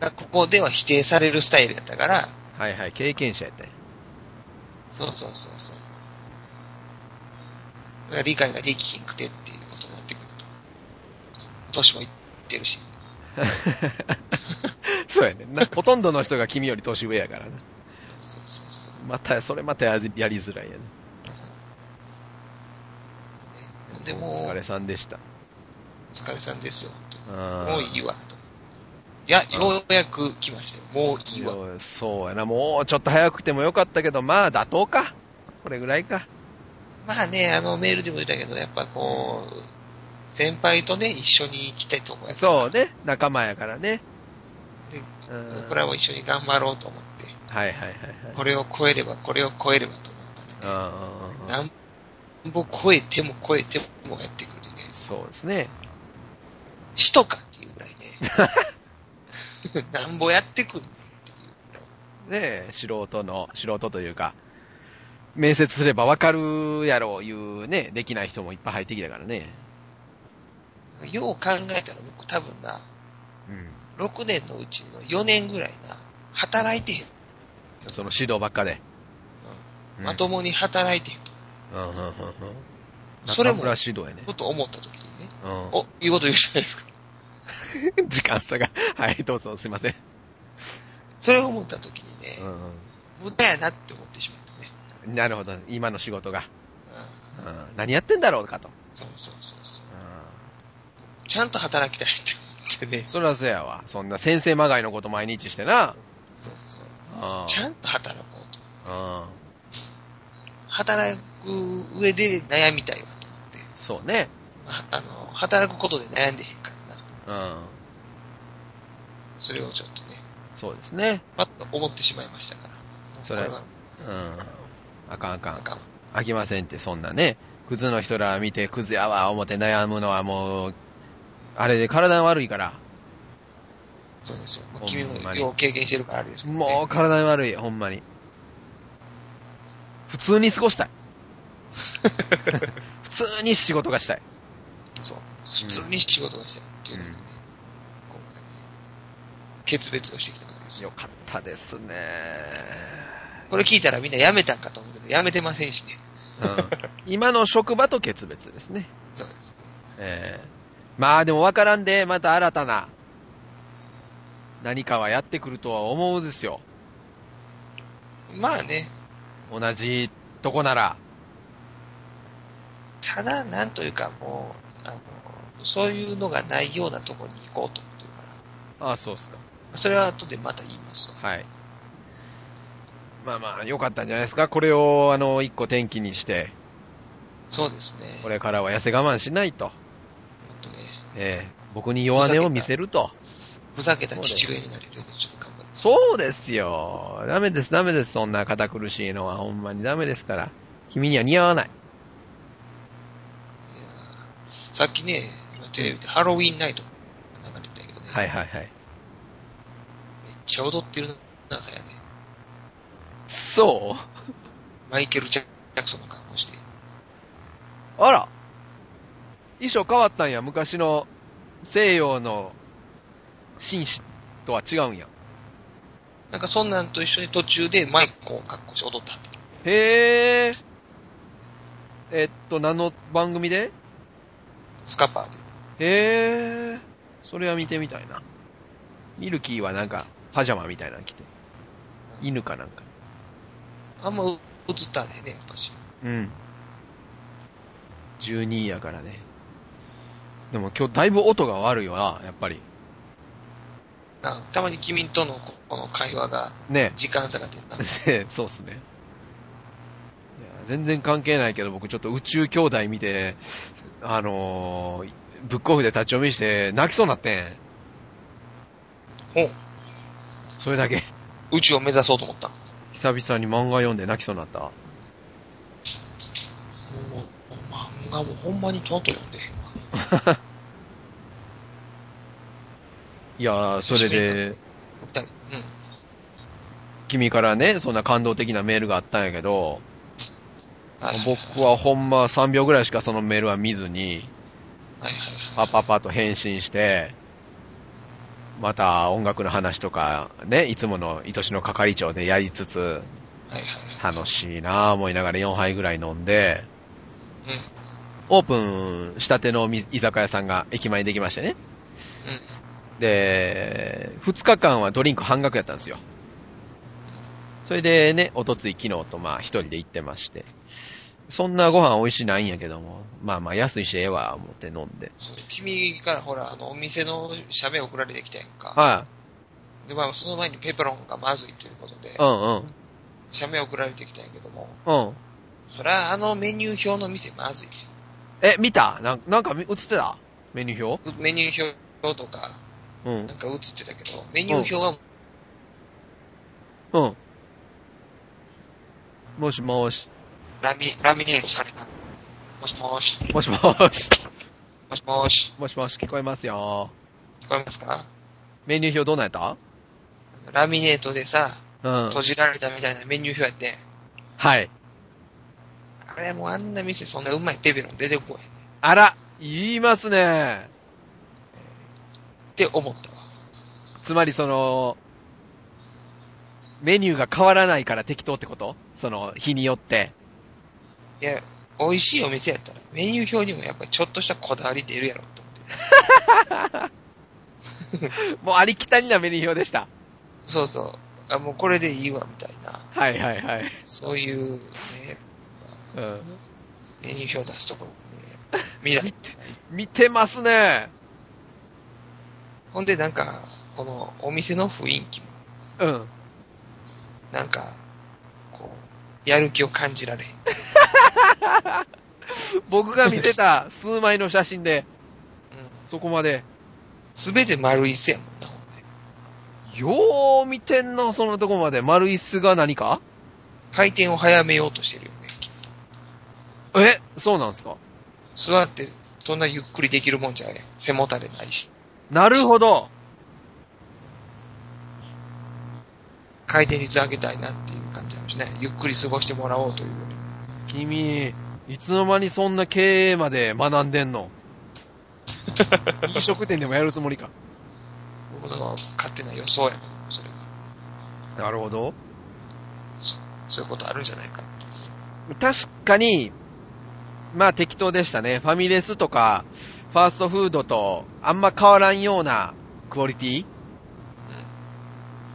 Speaker 2: がここでは否定されるスタイルやったから、
Speaker 1: はいはい、経験者や ったんや
Speaker 2: そうそうそうそう。だから理解ができひんくてっていうことになってくると。年もいってるし。
Speaker 1: そうやねんな。ほとんどの人が君より年上やからな。
Speaker 2: そうそうそう。
Speaker 1: また、それまたやりやりづらいやね。
Speaker 2: ねでも、
Speaker 1: お疲
Speaker 2: お
Speaker 1: れさんでした。
Speaker 2: 疲れさんですよ。本当に
Speaker 1: も
Speaker 2: もういいわ、と。いや、ようやく来ましたよ。もういいわ。
Speaker 1: そうやな、もうちょっと早くてもよかったけど、まあ妥当か。これぐらいか。
Speaker 2: まあね、あのメールでも言ったけど、やっぱこう、先輩とね、一緒に行きたいと思います。
Speaker 1: そうね、仲間やからね。
Speaker 2: で
Speaker 1: うん
Speaker 2: 僕らも一緒に頑張ろうと思って、
Speaker 1: はいはいはい
Speaker 2: これを超えれば、これを超えればと思った
Speaker 1: はいうん
Speaker 2: ね。
Speaker 1: うんうんうん。
Speaker 2: なんぼ超えても超えてもやってくるね。
Speaker 1: そうですね。
Speaker 2: 使徒かっていうぐらいね。 なんぼやってくる。
Speaker 1: ねえ、素人の、素人というか、面接すればわかるやろういうね、できない人もいっぱい入ってきたからね。
Speaker 2: よう考えたら僕多分な、
Speaker 1: うん。
Speaker 2: 6年のうちの4年ぐらいな、働いてへん。
Speaker 1: その指導ばっかで。うん
Speaker 2: まともに働いてへんと。
Speaker 1: うんうんうんうん。
Speaker 2: それも
Speaker 1: 中村指導やね。
Speaker 2: ふと思った時にね、
Speaker 1: うん。
Speaker 2: お、いいこと言うじゃないですか。
Speaker 1: 時間差が。はい、どうぞ、すいません。
Speaker 2: それを思った時にね、
Speaker 1: うん
Speaker 2: 無駄やなって思ってしまったね。
Speaker 1: うん。なるほど、今の仕事が。
Speaker 2: うん
Speaker 1: うん何やってんだろうかと。
Speaker 2: そうそうそうそう。ちゃんと働きたいって思ってね。
Speaker 1: そりゃそうやわ。そんな先生まがいのこと毎日してな。
Speaker 2: そうそう。
Speaker 1: うん
Speaker 2: ちゃんと働こうと。
Speaker 1: うん
Speaker 2: 働く上で悩みたいわと思って。
Speaker 1: そうね。
Speaker 2: ああの、働くことで悩んでへんからな。
Speaker 1: うん。
Speaker 2: それをちょっとね、
Speaker 1: そうですね。
Speaker 2: パッと思ってしまいましたから。
Speaker 1: それ
Speaker 2: こは
Speaker 1: うん。あかんあか
Speaker 2: なん
Speaker 1: ん。
Speaker 2: か、
Speaker 1: 飽きませんって、そんなね。クズの人ら見て、クズやわ、思って悩むのはもう、あれで体悪いから。
Speaker 2: そうですよ。
Speaker 1: ほ
Speaker 2: もう
Speaker 1: んま
Speaker 2: 君
Speaker 1: に
Speaker 2: もよう経験してるからあれですけどね
Speaker 1: もう体悪い、ほんまに。普通に過ごしたい。普通に仕事がしたい。
Speaker 2: そう。普通に仕事がしたいっていうのでね、今回ね、決別をしてきたわけですよ。
Speaker 1: よかったですね。
Speaker 2: これ聞いたらみんな辞めたんかと思うけど、辞めてませんしね。
Speaker 1: うん今の職場と決別ですね。
Speaker 2: そうです。
Speaker 1: ええまあでもわからんで、また新たな何かはやってくるとは思うですよ。
Speaker 2: まあね、
Speaker 1: 同じとこなら。
Speaker 2: ただ、なんというかもう、あの、そういうのがないようなところに行こうと思ってるから。
Speaker 1: ああ、そうっすか。
Speaker 2: それは後でまた言いますわ。
Speaker 1: はい。まあまあ、良かったんじゃないですか。これを、あの、一個転機にして、
Speaker 2: そうですね。
Speaker 1: これからは痩せ我慢しないと。
Speaker 2: もっとね、
Speaker 1: ええ僕に弱音を見せると。
Speaker 2: ふざけた父親になれるようにちょっと頑張って。
Speaker 1: そうですよ。ダメです、ダメです。そんな堅苦しいのは、ほんまにダメですから。君には似合わない。
Speaker 2: いやーさっきね、テレビでハロウィンナイトが流れてたけどね、
Speaker 1: はいはいはい。
Speaker 2: めっちゃ踊ってるな、さやね。
Speaker 1: そう
Speaker 2: マイケル・ジャクソンの格好して。
Speaker 1: あら衣装変わったんや、昔の西洋の紳士とは違うんや。
Speaker 2: なんかそんなんと一緒に途中でマイコを格好して踊ったって。
Speaker 1: へえ。えっと、何の番組で
Speaker 2: スカパーで。
Speaker 1: へえ、それは見てみたいな。ミルキーはなんか、パジャマみたいなの着て。犬かなんか。
Speaker 2: あんまう映ったねね、やっぱし。
Speaker 1: うん。12位やからね。でも今日だいぶ音が悪いわな、やっぱり。
Speaker 2: なたまに君とのここの会話が
Speaker 1: ね
Speaker 2: 時間差が出るな。
Speaker 1: そうっすね。 いや全然関係ないけど、僕ちょっと宇宙兄弟見て、あのー、ブックオフで立ち読みして泣きそうになってん。
Speaker 2: ほう
Speaker 1: それだけ。
Speaker 2: 宇宙を目指そうと思った。
Speaker 1: 久々に漫画読んで泣きそうになった。
Speaker 2: もう漫画もほんまにとうとう読んで。
Speaker 1: いやー、それで、
Speaker 2: 二人うん。
Speaker 1: 君からね、そんな感動的なメールがあったんやけど、
Speaker 2: はいはい
Speaker 1: 僕はほんま3秒ぐらいしかそのメールは見ずに、
Speaker 2: はいはい。
Speaker 1: パパパと返信して、また音楽の話とか、ね、いつもの愛しの係長でやりつつ、
Speaker 2: はいはい。
Speaker 1: 楽しいなぁ思いながら4杯ぐらい飲んで、
Speaker 2: うん。うん。
Speaker 1: オープンしたてのみ居酒屋さんが駅前にできましてね。で、2日間はドリンク半額やったんですよ。それでね、おとつい昨日とまあ一人で行ってまして。そんなご飯美味しないんやけども、まあまあ安いしええわ、思って飲んで。
Speaker 2: そう君からほら、あの、お店の写メ送られてきたやんか。
Speaker 1: は
Speaker 2: で、まあ、その前にペペロンがまずいということで
Speaker 1: い。、うんうん。
Speaker 2: 写メ送られてきたんやけども、
Speaker 1: うん。
Speaker 2: そりゃあのメニュー表の店まずいね。
Speaker 1: え、見たなんなんかみ映ってたメニュー表
Speaker 2: メニュー表とか、
Speaker 1: うん
Speaker 2: な。んか映ってたけど、メニュー表は
Speaker 1: うん。もしもし。
Speaker 2: ラミ、ラミネートされた。もしもし、
Speaker 1: もしもし。
Speaker 2: もしもし、
Speaker 1: もしもし、聞こえますよ。
Speaker 2: 聞こえますか
Speaker 1: メニュー表どうなんやった
Speaker 2: ラミネートでさ、
Speaker 1: うん
Speaker 2: 閉。じられたみたいなメニュー表やって、
Speaker 1: はい。
Speaker 2: あれもうあんな店そんなうまいペペロン出てこいっ
Speaker 1: あら、言いますね。
Speaker 2: て思ったわ。
Speaker 1: つまりその、メニューが変わらないから適当ってことその日によって。
Speaker 2: いや、美味しいお店やったら、メニュー表にもやっぱりちょっとしたこだわり出るやろと思って。
Speaker 1: もうありきたりなメニュー表でした。
Speaker 2: そうそう。あ、もうこれでいいわ、みたいな。
Speaker 1: はいはいはい。
Speaker 2: そういう、ね、
Speaker 1: うん、
Speaker 2: メニュー表出すところ、ね、見 ない。
Speaker 1: 見てますね。
Speaker 2: ほんで、なんか、このお店の雰囲気も、
Speaker 1: うん。
Speaker 2: なんか、こう、やる気を感じられへん。
Speaker 1: 僕が見せた数枚の写真で、
Speaker 2: うん。
Speaker 1: そこまで。
Speaker 2: すべて丸い椅子やもんな、ほんで。
Speaker 1: よー見てんな、そのとこまで。丸椅子が何か
Speaker 2: 回転を早めようとしてるよね、きっと。
Speaker 1: えそうなんすか
Speaker 2: 座って、そんなゆっくりできるもんじゃね背もたれないし。
Speaker 1: なるほど。
Speaker 2: 回転率上げたいなっていう感じだしね。ゆっくり過ごしてもらおうというより
Speaker 1: 君、いつの間にそんな経営まで学んで んの飲食店でもやるつもりか。
Speaker 2: 僕の勝手な予想やもん、それは。
Speaker 1: なるほど。
Speaker 2: そういうことあるんじゃないかって。
Speaker 1: 確かに、まあ適当でしたね。ファミレスとか、ファーストフードとあんま変わらんようなクオリティ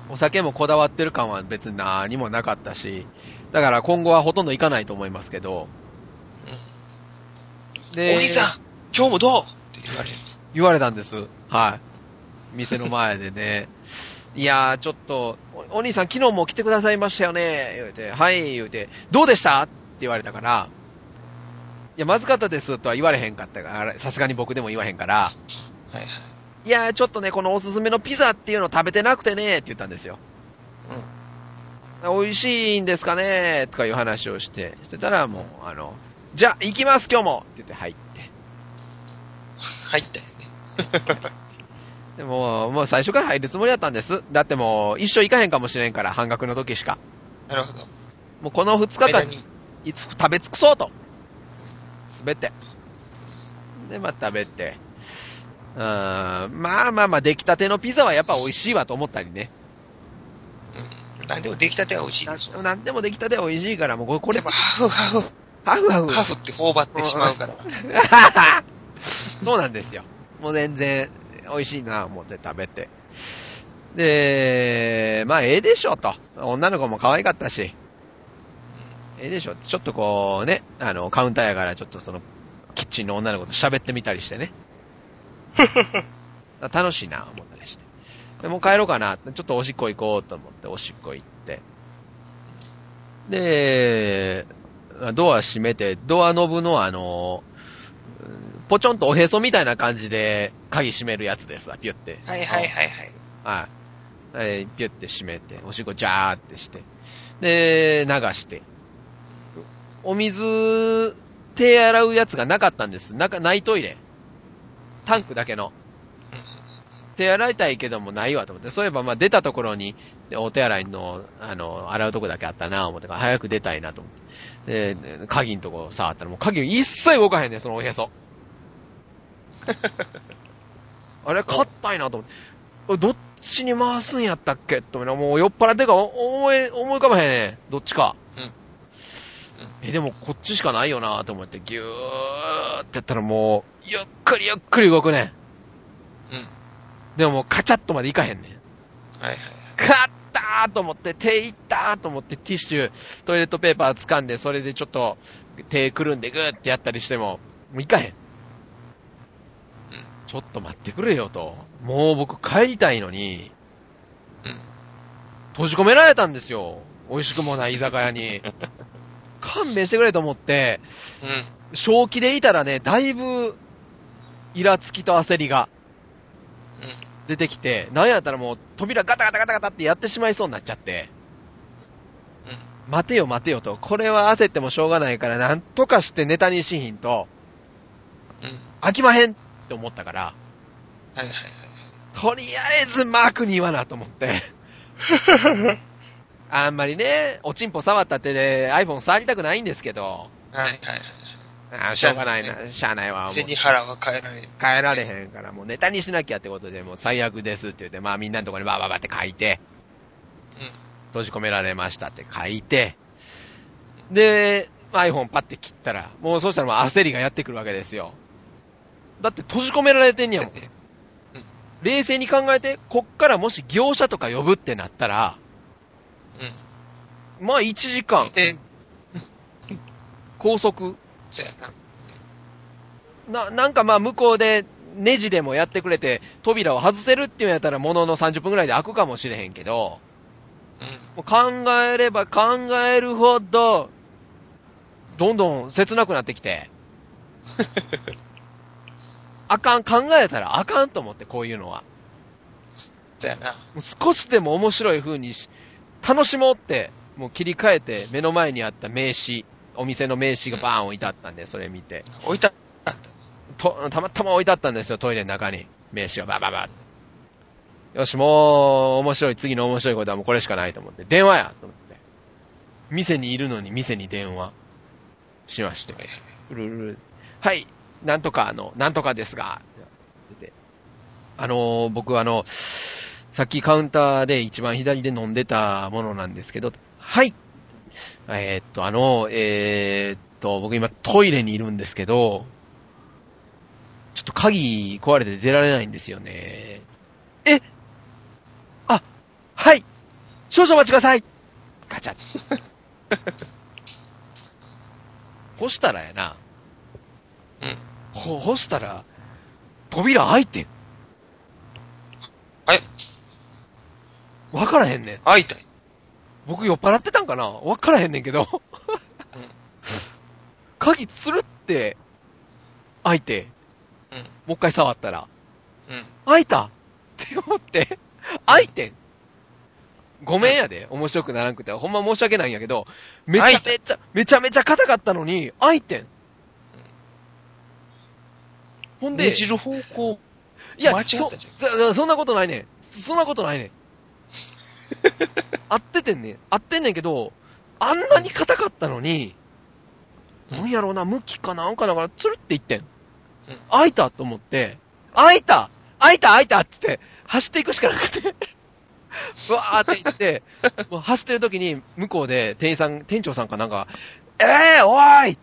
Speaker 1: お酒もこだわってる感は別に何もなかったし、だから今後はほとんど行かないと思いますけど。
Speaker 2: おじさん、今日もどうって言われる。
Speaker 1: 言われたんです。はい。店の前でね。 いやー、ちょっと、おお兄さん昨日も来てくださいましたよね。言うて、はい、言うて、どうでしたって言われたから、いや、まずかったですとは言われへんかったから、さすがに僕でも言わへんから、
Speaker 2: はいはい。
Speaker 1: いやー、ちょっとね、このおすすめのピザっていうの食べてなくてね、って言ったんですよ。
Speaker 2: うん。
Speaker 1: 美味しいんですかねとかいう話をして、してたらもう、あの、じゃあ行きます今日もって言って入って。
Speaker 2: 入ったよね。
Speaker 1: でも、もう最初から入るつもりだったんです。だってもう、一生行かへんかもしれんから、半額の時しか。
Speaker 2: なるほど。
Speaker 1: もうこの2日間
Speaker 2: 間、に
Speaker 1: いつ食べ尽くそうと。すべて。で、まあ食べて。うーん、まあまあまあ、出来たてのピザはやっぱ美味しいわと思ったりね。
Speaker 2: うん。なんでも出来たては美味しいですよ。
Speaker 1: なんでも出来たては美味しいから、もうこれ、こ
Speaker 2: で
Speaker 1: れ
Speaker 2: も、ハフハフ、
Speaker 1: ハフハフ。
Speaker 2: ハフって頬張ってしまうから。
Speaker 1: そうなんですよ。もう全然美味しいな思って食べて。で、まあええでしょと。女の子も可愛かったし。ええでしょちょっとこうね、あの、カウンターやからちょっとその、キッチンの女の子と喋ってみたりしてね。楽しいな思ったりして。でもう帰ろうかな。ちょっとおしっこ行こうと思って、おしっこ行って。で、ドア閉めて、ドアノブのあの、うんポチョンとおへそみたいな感じで鍵閉めるやつですわ、ピュって。
Speaker 2: はいはいはいはい。
Speaker 1: はい。えーピュって閉めて、おしっこジャーってして。で、流して。お水、手洗うやつがなかったんです。なか、ないトイレ。タンクだけの。手洗いたいけどもないわと思って。そういえば、まあ出たところに、でお手洗いの、あの、洗うとこだけあったなぁ思ってから、早く出たいなと思って。で、で鍵のとこ触ったら、もう鍵一切動かへんねん、そのおへそ。あれ、硬いなと思って。どっちに回すんやったっけと思いながらもう酔っ払ってかお思い、思い浮かばへんねどっちか。
Speaker 2: うんうん
Speaker 1: え、でもこっちしかないよなと思って、ぎゅーってやったらもう、ゆっくりゆっくり動くね
Speaker 2: うん。
Speaker 1: ん。でももうカチャッとまでいかへんねん。
Speaker 2: はいはい。
Speaker 1: 勝ったーと思って、手いったーと思って、ティッシュ、トイレットペーパー掴んで、それでちょっと、手くるんでグーってやったりしても、もういかへん。ちょっと待ってくれよと。もう僕帰りたいのに、
Speaker 2: うん。
Speaker 1: 閉じ込められたんですよ。美味しくもない居酒屋に。勘弁してくれと思って、
Speaker 2: うん。
Speaker 1: 正気でいたらね、だいぶ、イラつきと焦りが
Speaker 2: うん。
Speaker 1: 出てきて、なんやったらもう扉ガタガタガタガタってやってしまいそうになっちゃって、
Speaker 2: うん。
Speaker 1: 待てよ待てよと、これは焦ってもしょうがないから、なんとかしてネタにしひんと、
Speaker 2: うん。
Speaker 1: 飽きまへんって思ったから、
Speaker 2: はいはいはい。
Speaker 1: とりあえずマークに言わなと思って。あんまりね、おちんぽ触った手で iPhone 触りたくないんですけど、
Speaker 2: はいはいはい。
Speaker 1: あーしょうがないな、しゃあないわ、思
Speaker 2: 背
Speaker 1: って
Speaker 2: に腹は変えられる。
Speaker 1: 変えられへんから、もうネタにしなきゃってことで、もう最悪ですって言って、まあみんなのところにバーバーバーって書いて、閉じ込められましたって書いて、で、iPhone パッて切ったら、もうそうしたらもう焦りがやってくるわけですよ。だって閉じ込められてんね
Speaker 2: うん。
Speaker 1: やもん。冷静に考えて、こっからもし業者とか呼ぶってなったら、
Speaker 2: う
Speaker 1: まあ1時間
Speaker 2: ん。、で、
Speaker 1: 拘束。
Speaker 2: そやな。
Speaker 1: な、なんかまあ向こうで、ネジでもやってくれて、扉を外せるっていうんやったら、ものの30分ぐらいで開くかもしれへんけど、
Speaker 2: うん。
Speaker 1: もう考えれば考えるほど、どんどん切なくなってきて。あかん、考えたらあかんと思って、こういうのは。
Speaker 2: そやな。
Speaker 1: もう少しでも面白い風にし、楽しもうって、もう切り替えて、目の前にあった名刺、お店の名刺がバーン置いてあったんで、それ見て。
Speaker 2: 置いたあった。
Speaker 1: と、たまたま置いてあったんですよ、トイレの中に。名刺をバババってよし、もう、面白い、次の面白いことはもうこれしかないと思って、電話やと思って。店にいるのに店に電話しまして。うるうる。はい、なんとかあの、なんとかですが、出て。あのー僕あの、さっきカウンターで一番左で飲んでたものなんですけど、はい。えーっと、あの、えーっと、僕今トイレにいるんですけど、ちょっと鍵壊れて出られないんですよね。えあ、はい少々お待ちくださいガチャッ。干したらやな。
Speaker 2: うん。
Speaker 1: ほ、干したら、扉開いてん。
Speaker 2: はい。
Speaker 1: わからへんねん。
Speaker 2: 会いたい。
Speaker 1: 僕酔っ払ってたんかなわからへんねんけど。 鍵つるって、開いて、
Speaker 2: うん。
Speaker 1: もう一回触ったら、
Speaker 2: うん。
Speaker 1: 開いたって思って、開いてん。ごめんやで、面白くならんくて。ほんま申し訳ないんやけど、めちゃめちゃ、めちゃめちゃ硬かったのに、開いてん。ほんで、
Speaker 2: ねじる方向。
Speaker 1: いや、
Speaker 2: 間違ったんじゃ
Speaker 1: そ
Speaker 2: ん
Speaker 1: そそんなことないねん。そんなこと ないねん。合っててんねん。合ってんねんけど、あんなに硬かったのに、なんやろうな、向きかなんかだから、つるっていってん。開いたと思って、開いた開いた開いたって言って、走っていくしかなくて、 うわーって言って、もう走ってる時に、向こうで店員さん、店長さんかなんか、えー、おーい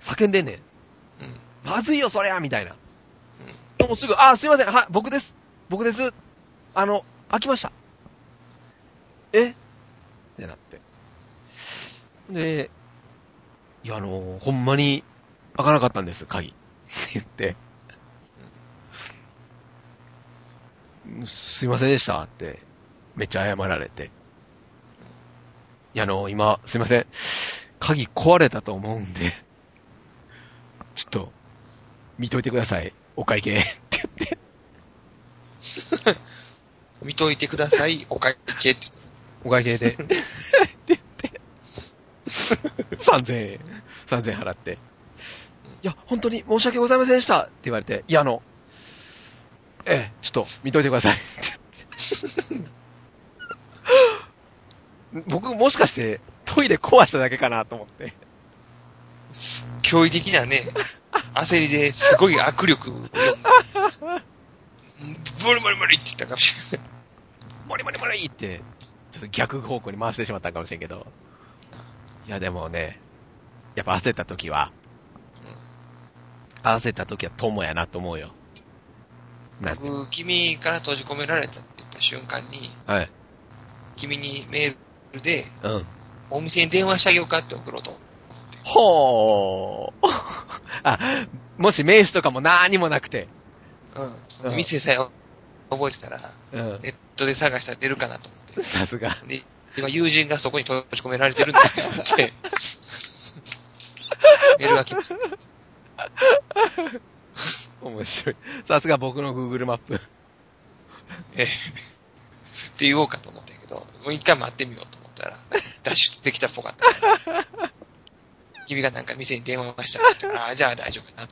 Speaker 1: 叫んでんねん。
Speaker 2: うん。
Speaker 1: まずいよ、そりゃみたいな。もうすぐ、あ、すいません、はい、僕です。僕です。あの、開きました。えってなって。で、いや、あの、ほんまに開かなかったんです、鍵。って言って。すいませんでしたって、めっちゃ謝られて。いや、あの、今、すいません。鍵壊れたと思うんで、ちょっと、見といてください。お会計。って言って、
Speaker 2: 見といてください、お会計って言って。
Speaker 1: お会計で。 って言って、3000円、3000円払って。いや、本当に申し訳ございませんでしたって言われて、いや、あの、ええ、ちょっと見といてください。 って言って僕もしかしてトイレ壊しただけかなと思って。
Speaker 2: 驚異的なね、焦りですごい握力を呼んで、ボリボリボリって言ったかもしれない。
Speaker 1: モリモリモリって、ちょっと逆方向に回してしまったかもしれんけど。いや、でもね、やっぱ焦った時は、焦った時は友やなと思うよ。なんて。
Speaker 2: 僕、君から閉じ込められたって言った瞬間に、
Speaker 1: はい。
Speaker 2: 君にメールで、
Speaker 1: うん。
Speaker 2: お店に電話してあげようかって送ろうと。
Speaker 1: ほー。 あ、もし名刺とかも何もなくて。
Speaker 2: うん。店さえ覚えてたら、
Speaker 1: うん。
Speaker 2: ネットで探したら出るかなと思って。
Speaker 1: さすが。
Speaker 2: で、今友人がそこに閉じ込められてるんです けどって、メールが来ました。
Speaker 1: 面白い。さすが僕の Google マップ。
Speaker 2: ええ。 って言おうかと思ったけど、もう一回待ってみようと思った ら、脱出できたっぽかったから。君がなんか店に電話したらって言った から、ああ、じゃあ大丈夫かな。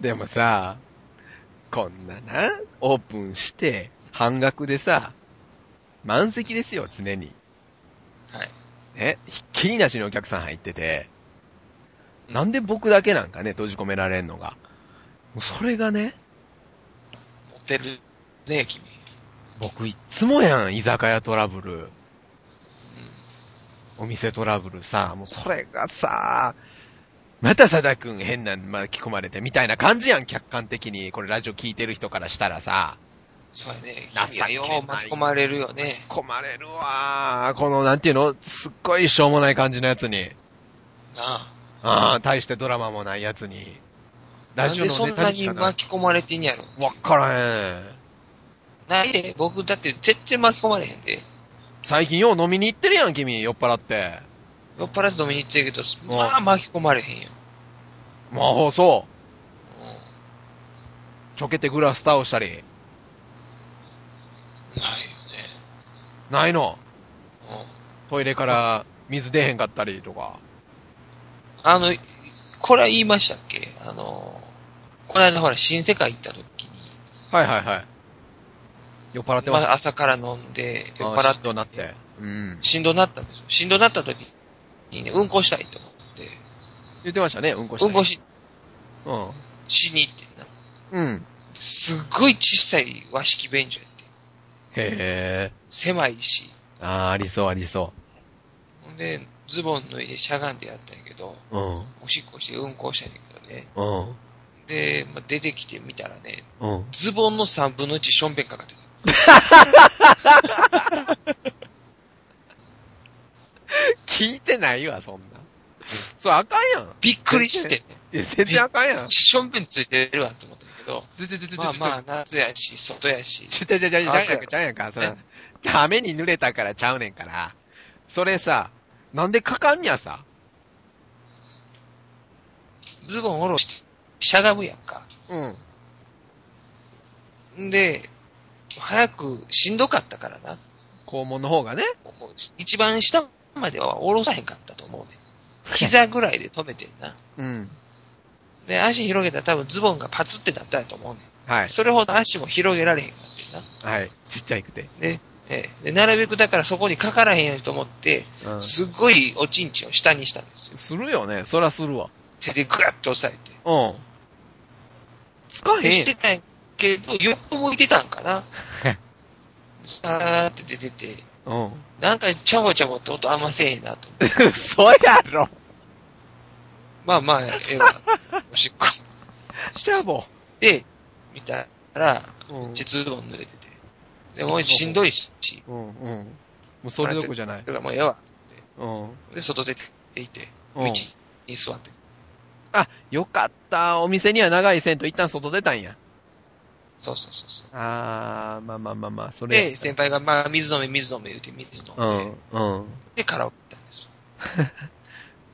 Speaker 1: でもさ、こんなな、オープンして、半額でさ、満席ですよ、常に。
Speaker 2: はい。
Speaker 1: ね、ひっきりなしにお客さん入ってて、なんで僕だけなんかね、閉じ込められんのが。もうそれがね、
Speaker 2: 持ってるね、君。
Speaker 1: 僕いっつもやん、居酒屋トラブル、お店トラブルさ、もうそれがさ、また佐田くん変な巻き込まれてみたいな感じやん、客観的に。これラジオ聞いてる人からしたらさ、
Speaker 2: そうやね。
Speaker 1: 情けない
Speaker 2: 君はよう巻き込まれるよね。
Speaker 1: 困れるわー。この、なんていうのすっごいしょうもない感じのやつに。
Speaker 2: な
Speaker 1: ああ、大してドラマもないやつに。
Speaker 2: あ。な
Speaker 1: ラ
Speaker 2: ん
Speaker 1: ジオ
Speaker 2: で
Speaker 1: の
Speaker 2: そん
Speaker 1: ネ
Speaker 2: な
Speaker 1: タにし
Speaker 2: に
Speaker 1: かない。
Speaker 2: 巻き込まれてんやろ。
Speaker 1: わからへん。
Speaker 2: ないで、僕だって全然巻き込まれへんで。
Speaker 1: 最近よう飲みに行ってるやん、君、酔っ払って。
Speaker 2: 酔っ払って飲みに行ってるけど、まあ巻き込まれへんよ。
Speaker 1: まあ、放送。
Speaker 2: う
Speaker 1: ちょけてグラス倒したり。
Speaker 2: ん。ないよ
Speaker 1: ないの。
Speaker 2: ね。うん。
Speaker 1: トイレから水出へんかったりとか。
Speaker 2: あの、これは言いましたっけあの、この間ほら、新世界行った時に、
Speaker 1: はいはいはい。酔っ払って
Speaker 2: ま
Speaker 1: ました。
Speaker 2: あ、朝から飲んで、酔っ
Speaker 1: あ
Speaker 2: 払
Speaker 1: ーし
Speaker 2: っ
Speaker 1: ん
Speaker 2: て、
Speaker 1: どなって。うん。
Speaker 2: しんどなったんですよ。しんどなった時にね、うんこしたいと思って、
Speaker 1: 言ってましたね、うんこした
Speaker 2: う
Speaker 1: り
Speaker 2: んこし、
Speaker 1: うん。
Speaker 2: しに行ってな。
Speaker 1: うん。
Speaker 2: すっごい小さい和式便所やって、
Speaker 1: へえ。
Speaker 2: 狭いし、
Speaker 1: ああ、ありそうありそ
Speaker 2: ほんで、ズボン脱いでしゃがんでやったんやけど、
Speaker 1: う。うん。
Speaker 2: おしっこしてうんこしたんやけどね。
Speaker 1: うん。
Speaker 2: で、まあ、出てきてみたらね、
Speaker 1: うん。
Speaker 2: ズボンの3分の1ションベンかかってた。
Speaker 1: 聞いてないわ、そんな。それあかんやん。
Speaker 2: びっくりして、
Speaker 1: いや、全然あかんやん。
Speaker 2: ションベンついてるわと思ったんやけど、
Speaker 1: ちょちょちょちょちょ
Speaker 2: まあまあ、夏やし、外やし。
Speaker 1: ちょちょちょちょちゃうやんか、ちゃうやんか。そら、雨に濡れたからちゃうねんから。それさ、なんでかかんにゃさ。
Speaker 2: ズボン下ろして、しゃがむやんか。
Speaker 1: うん。
Speaker 2: んで、早く、しんどかったからな。
Speaker 1: 肛門の方がね。
Speaker 2: もう一番下までは下ろさへんかったと思うね。 膝ぐらいで止めてんな。
Speaker 1: うん。
Speaker 2: で、足広げたら多分ズボンがパツってなったんやと思うね。
Speaker 1: はい。
Speaker 2: それほど足も広げられへんかってんな。
Speaker 1: はい。ちっちゃいくて。
Speaker 2: で、ええで、なるべくだからそこにかからへんようにと思って、
Speaker 1: うん。
Speaker 2: すっごいおちんちんを下にしたんですよ。
Speaker 1: するよね。そらするわ。
Speaker 2: 手でグラッと押さえて。
Speaker 1: うん。つかへん
Speaker 2: し
Speaker 1: やん
Speaker 2: て。たんやけど、横向いてたんかな。さーって出てて、
Speaker 1: うん。
Speaker 2: なんかちゃぼちゃぼって音あんませえへんなと思って。
Speaker 1: 嘘やろ。
Speaker 2: まあまあ、ええわ。おしっ こ。
Speaker 1: シャボ。
Speaker 2: で、見たら、
Speaker 1: うん
Speaker 2: 実動濡れてて。で
Speaker 1: そう
Speaker 2: もうしんどいし、
Speaker 1: うん、うん。もうそれどころじゃない
Speaker 2: だ。からもうええわ。
Speaker 1: うん。
Speaker 2: で、外出ていて、道
Speaker 1: うん。
Speaker 2: に座って。
Speaker 1: あ、よかった。お店には長い線と一旦外出たんや。
Speaker 2: そうそうそうそ。
Speaker 1: あー、まあまあまあまあ、そうれ
Speaker 2: で、
Speaker 1: やったら。
Speaker 2: 先輩が、まあ、水飲め、水飲め言うて、水飲んで、
Speaker 1: うん、うん。
Speaker 2: で、カラオケ行ったんですよ。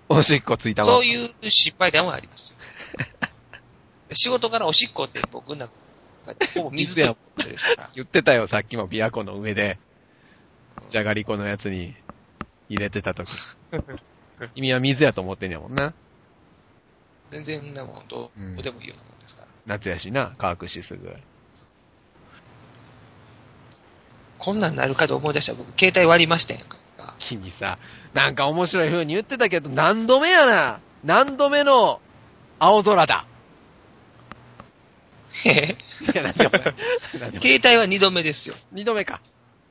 Speaker 1: おしっこついたわ。
Speaker 2: そういう失敗談はあ りますよ。仕事からおしっこって僕の中で、ほぼ水やもんです から。
Speaker 1: 言ってたよ、さっきも琵琶湖の上で。じゃがりこのやつに入れてた とき。君は水やと思ってんやもんな。
Speaker 2: 全然なもんど
Speaker 1: うん
Speaker 2: うでもいいようなもんですから。
Speaker 1: 夏やしな、乾くしすぐ。
Speaker 2: こんなんなるかと思い出したら僕、携帯割りまし たやんか。
Speaker 1: 君さ、なんか面白い風に言ってたけど、何度目やな。何度目の青空だ。
Speaker 2: へへ
Speaker 1: いや、何でもない 何でもない
Speaker 2: 携帯は二度目ですよ。
Speaker 1: 二度目か。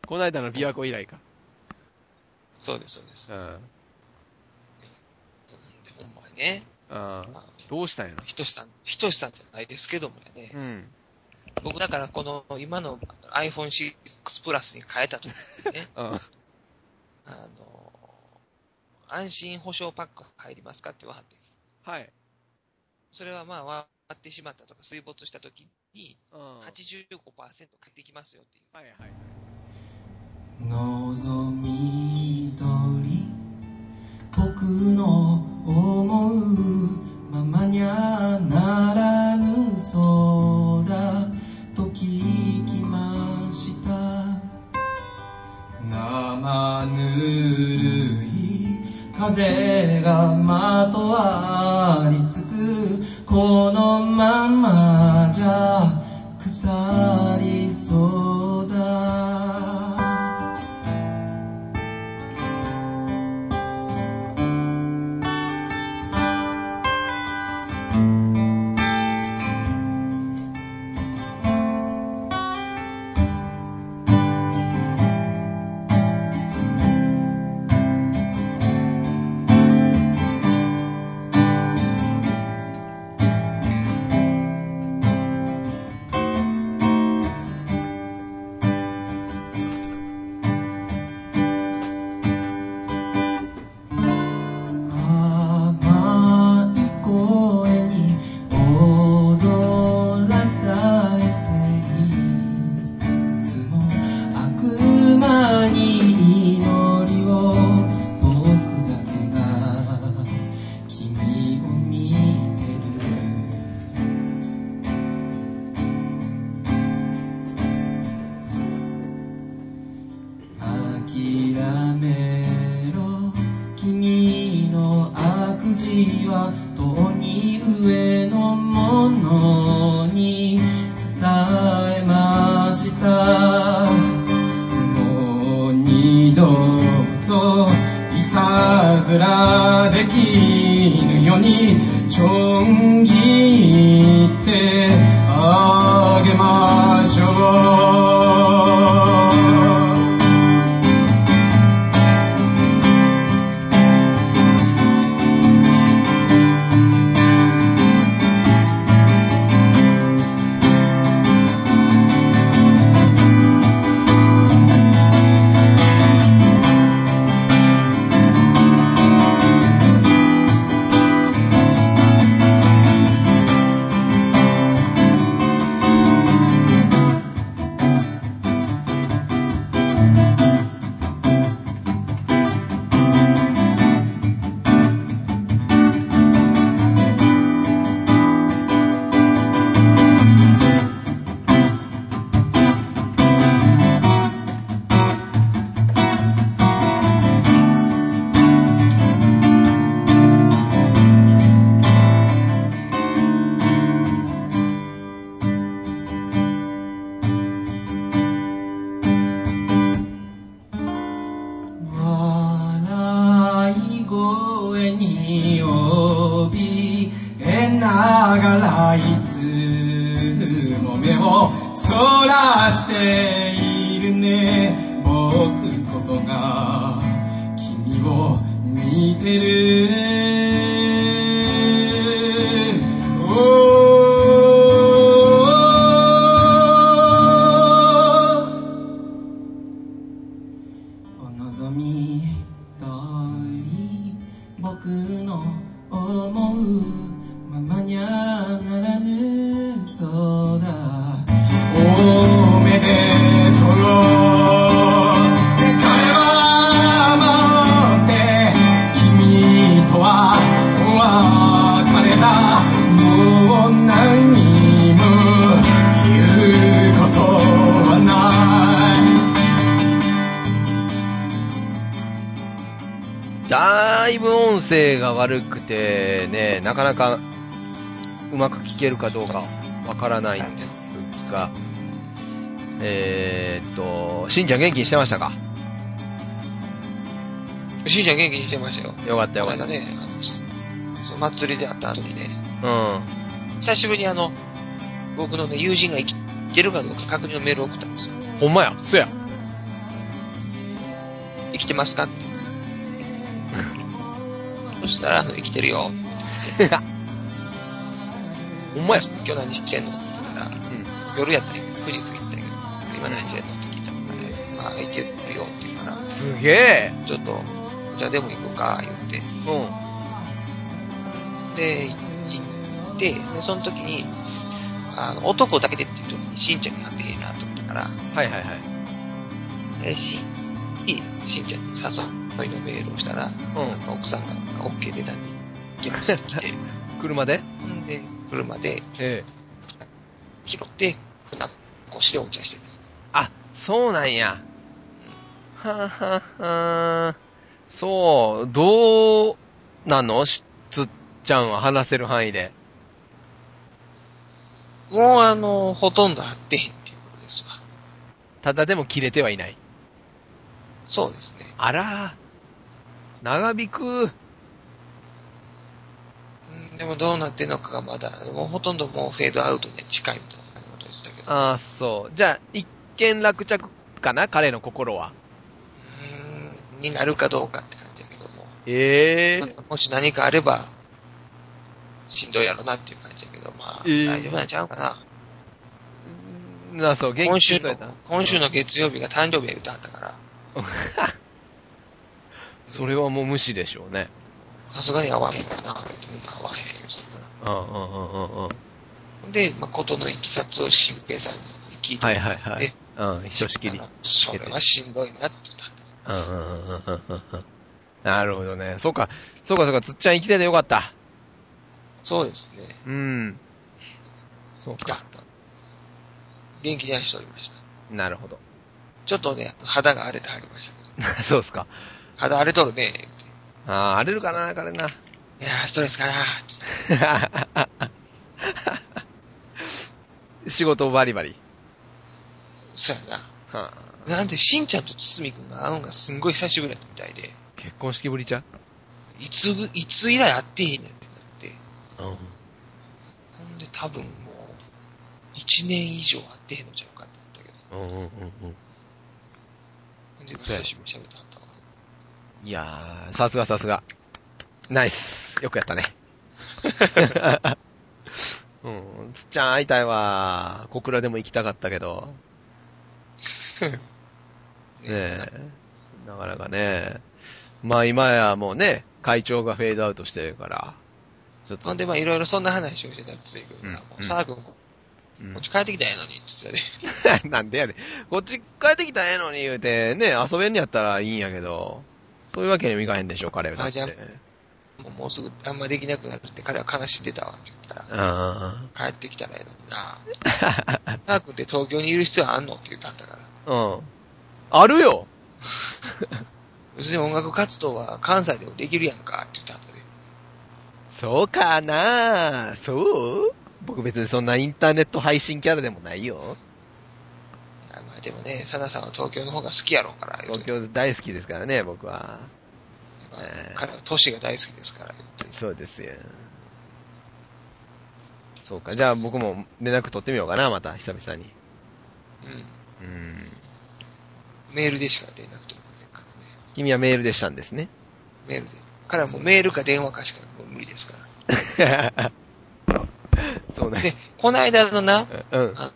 Speaker 1: この間の琵琶湖以来か。
Speaker 2: そうです、そうです。
Speaker 1: うん。
Speaker 2: ほんまにね。
Speaker 1: うん
Speaker 2: まあ
Speaker 1: どうしたんや
Speaker 2: ひとしさん、ひとしさんじゃないですけどもやね。
Speaker 1: うん。
Speaker 2: 僕だからこの今の iPhone6 Plus に変えた時にね、
Speaker 1: うん。
Speaker 2: あの、安心保証パック入りますかって分かって、
Speaker 1: はい。
Speaker 2: それはまあ割ってしまったとか水没した時に
Speaker 1: うん。は
Speaker 2: 85%返ってきますよっていう。
Speaker 1: いはい。
Speaker 3: のぞみどり僕の思うままにゃならぬそうだと聞きました生ぬるい風がまとわりつくこのままじゃ腐りそうだ甘い声に踊らされていつも悪魔に祈りを僕だけが君を見てる諦めろ君の悪事はとうに上のものに伝えましたもう二度といたずらできぬようにちょん切ってあげましょう笑い声に怯えながらいつも目をそらしているね僕こそが君を見てる
Speaker 1: イブ音声が悪くて、ね、なかなかうまく聞けるかどうかわからないんですが、えーっと、しんちゃん元気にしてましたか
Speaker 2: しんちゃん元気にしてましたよ。
Speaker 1: よかったよ
Speaker 2: この
Speaker 1: かった。
Speaker 2: 間ね、あの、そう祭りであった後にね、
Speaker 1: うん。
Speaker 2: 久しぶりにあの、僕のね、友人が生きてるかどうか確認のメールを送ったんですよ。
Speaker 1: ほんまや。そや。
Speaker 2: 生きてますかって。そしたら、あの、生きてるよ。
Speaker 1: ほん
Speaker 2: お
Speaker 1: ま
Speaker 2: 前
Speaker 1: や。
Speaker 2: 今日何してんのって言ったら、夜やったんやけど、9時過ぎてたんやけど、今何してんのって聞いたら、ね、まあ、生きてるよって言うから、
Speaker 1: すげえ。
Speaker 2: ちょっと、じゃあでも行こうか、言って。
Speaker 1: うん。
Speaker 2: で、行って、でその時に、あの、男だけでっていう時に、しんちゃんになっていいなと思ったから、
Speaker 1: はいはいはい。
Speaker 2: えし、いいしんちゃんに誘いのメールをしたら、
Speaker 1: う
Speaker 2: 奥さんが OK 出たんで、行きましたって言っ
Speaker 1: ん。車で
Speaker 2: て、んで、車で
Speaker 1: ええ。
Speaker 2: 拾って、船越しでお茶してた。
Speaker 1: あ、そうなんや。はぁはぁはぁ。そう、どうなのしつっちゃんは話せる範囲で。
Speaker 2: もうあの、ほとんど会ってへんっていうことですわ。
Speaker 1: ただでも切れてはいない。
Speaker 2: そうですね。
Speaker 1: あらー長引く。
Speaker 2: うんでもどうなってんのかがまだ、もうほとんどもうフェードアウトに近いみたいなことでしたけど。
Speaker 1: ああ、そう。じゃあ、一見落着かな彼の心は。
Speaker 2: うーん、になるかどうかって感じだけども。
Speaker 1: ええ
Speaker 2: もし何かあれば、しんどいやろなっていう感じだけど、まあ、
Speaker 1: えー
Speaker 2: 大丈夫なんちゃうかな。
Speaker 1: な、そう、元
Speaker 2: 今
Speaker 1: 気
Speaker 2: 週
Speaker 1: そう
Speaker 2: の
Speaker 1: やな、
Speaker 2: 今週の月曜日が誕生日や歌ったから、
Speaker 1: それはもう無視でしょうね。
Speaker 2: さすがに会わへんかな、って言うから会わへん言うてたか
Speaker 1: うんうんうんうんうん。
Speaker 2: ら。で、まあ、ことのいきさつを新平さんに聞いて、
Speaker 1: はいはいはい
Speaker 2: で。
Speaker 1: うん、ひとしきり
Speaker 2: あ。のそれはしんどいなって言っ
Speaker 1: う
Speaker 2: たんだ。
Speaker 1: んうんうんうん うんうんなるほどね。そうか、そうかそうか、つっちゃん生きててよかった。
Speaker 2: そうですね。
Speaker 1: うん。そう
Speaker 2: ピタッ
Speaker 1: か。
Speaker 2: と。元気にはしておりました。
Speaker 1: なるほど。
Speaker 2: ちょっとね、肌が荒れてはりましたけど、
Speaker 1: そうっすか。
Speaker 2: 肌荒れとるね、言うて
Speaker 1: ああ、荒れるかな、彼な。
Speaker 2: いやー、ストレスかな、って
Speaker 1: 仕事バリバリ。
Speaker 2: そうやな。
Speaker 1: はあ、
Speaker 2: なんで、しんちゃんとつつみくんが会うんがすんごい久しぶりだったみたいで、
Speaker 1: 結婚式ぶりちゃ
Speaker 2: いつぐ、いつ以来会ってへんねんってなって、
Speaker 1: うん。
Speaker 2: ほんで多分もう、一年以上会ってへんのちゃうかってなったけど、
Speaker 1: うんうんうんうん。
Speaker 2: ほんで、
Speaker 1: そうや
Speaker 2: 久しぶりに喋ってはったわ。
Speaker 1: いやー、さすがさすが。ナイス。よくや ったね。うん、つっちゃん会いたいわ。小倉でも行きたかったけど。 ねえ。なかなかね。まあ今やもうね、会長がフェードアウトしてるから。ちょっ
Speaker 2: ほ
Speaker 1: と
Speaker 2: ん。で、まあいろいろそんな話をしてたらつつみくんが、
Speaker 1: うん
Speaker 2: も
Speaker 1: う
Speaker 2: う、
Speaker 1: ん
Speaker 2: さあくん、こ
Speaker 1: うん
Speaker 2: っち帰ってきたんやのに、って言ってた で、
Speaker 1: なんでやねん。こっち帰ってきたらええのに言うて、ね、遊べんやったらいいんやけど。そういうわけにもいかへんでしょ、彼は。だって
Speaker 2: あじゃもうもうすぐあんまできなくなるって彼は悲しんでたわ、って言ったら、
Speaker 1: あ
Speaker 2: 帰ってきたらええの にな。さあくんって東京にいる必要あんのって言ったんだから。
Speaker 1: ーうん。あるよ
Speaker 2: 別に音楽活動は関西でもできるやんか、って言ったんだで。
Speaker 1: そうかなそう僕別にそんなインターネット配信キャラでもないよ。
Speaker 2: あまあでもね、サダさんは東京の方が好きやろうから、言う
Speaker 1: 東
Speaker 2: て
Speaker 1: 京大好きですからね、僕は。
Speaker 2: まあ
Speaker 1: えー
Speaker 2: 彼は都市が大好きですから、言うて
Speaker 1: そうですよ。そうか、じゃあ僕も連絡取ってみようかな、また、久々に。
Speaker 2: う
Speaker 1: うん。
Speaker 2: ん。メールでしか連絡取れませんからね。
Speaker 1: 君はメールでしたんですね。
Speaker 2: メールで。彼はもうメールか電話かしかもう無理ですか
Speaker 1: そう
Speaker 2: ら。
Speaker 1: ね。
Speaker 2: で、この間のな、
Speaker 1: うん。
Speaker 2: あ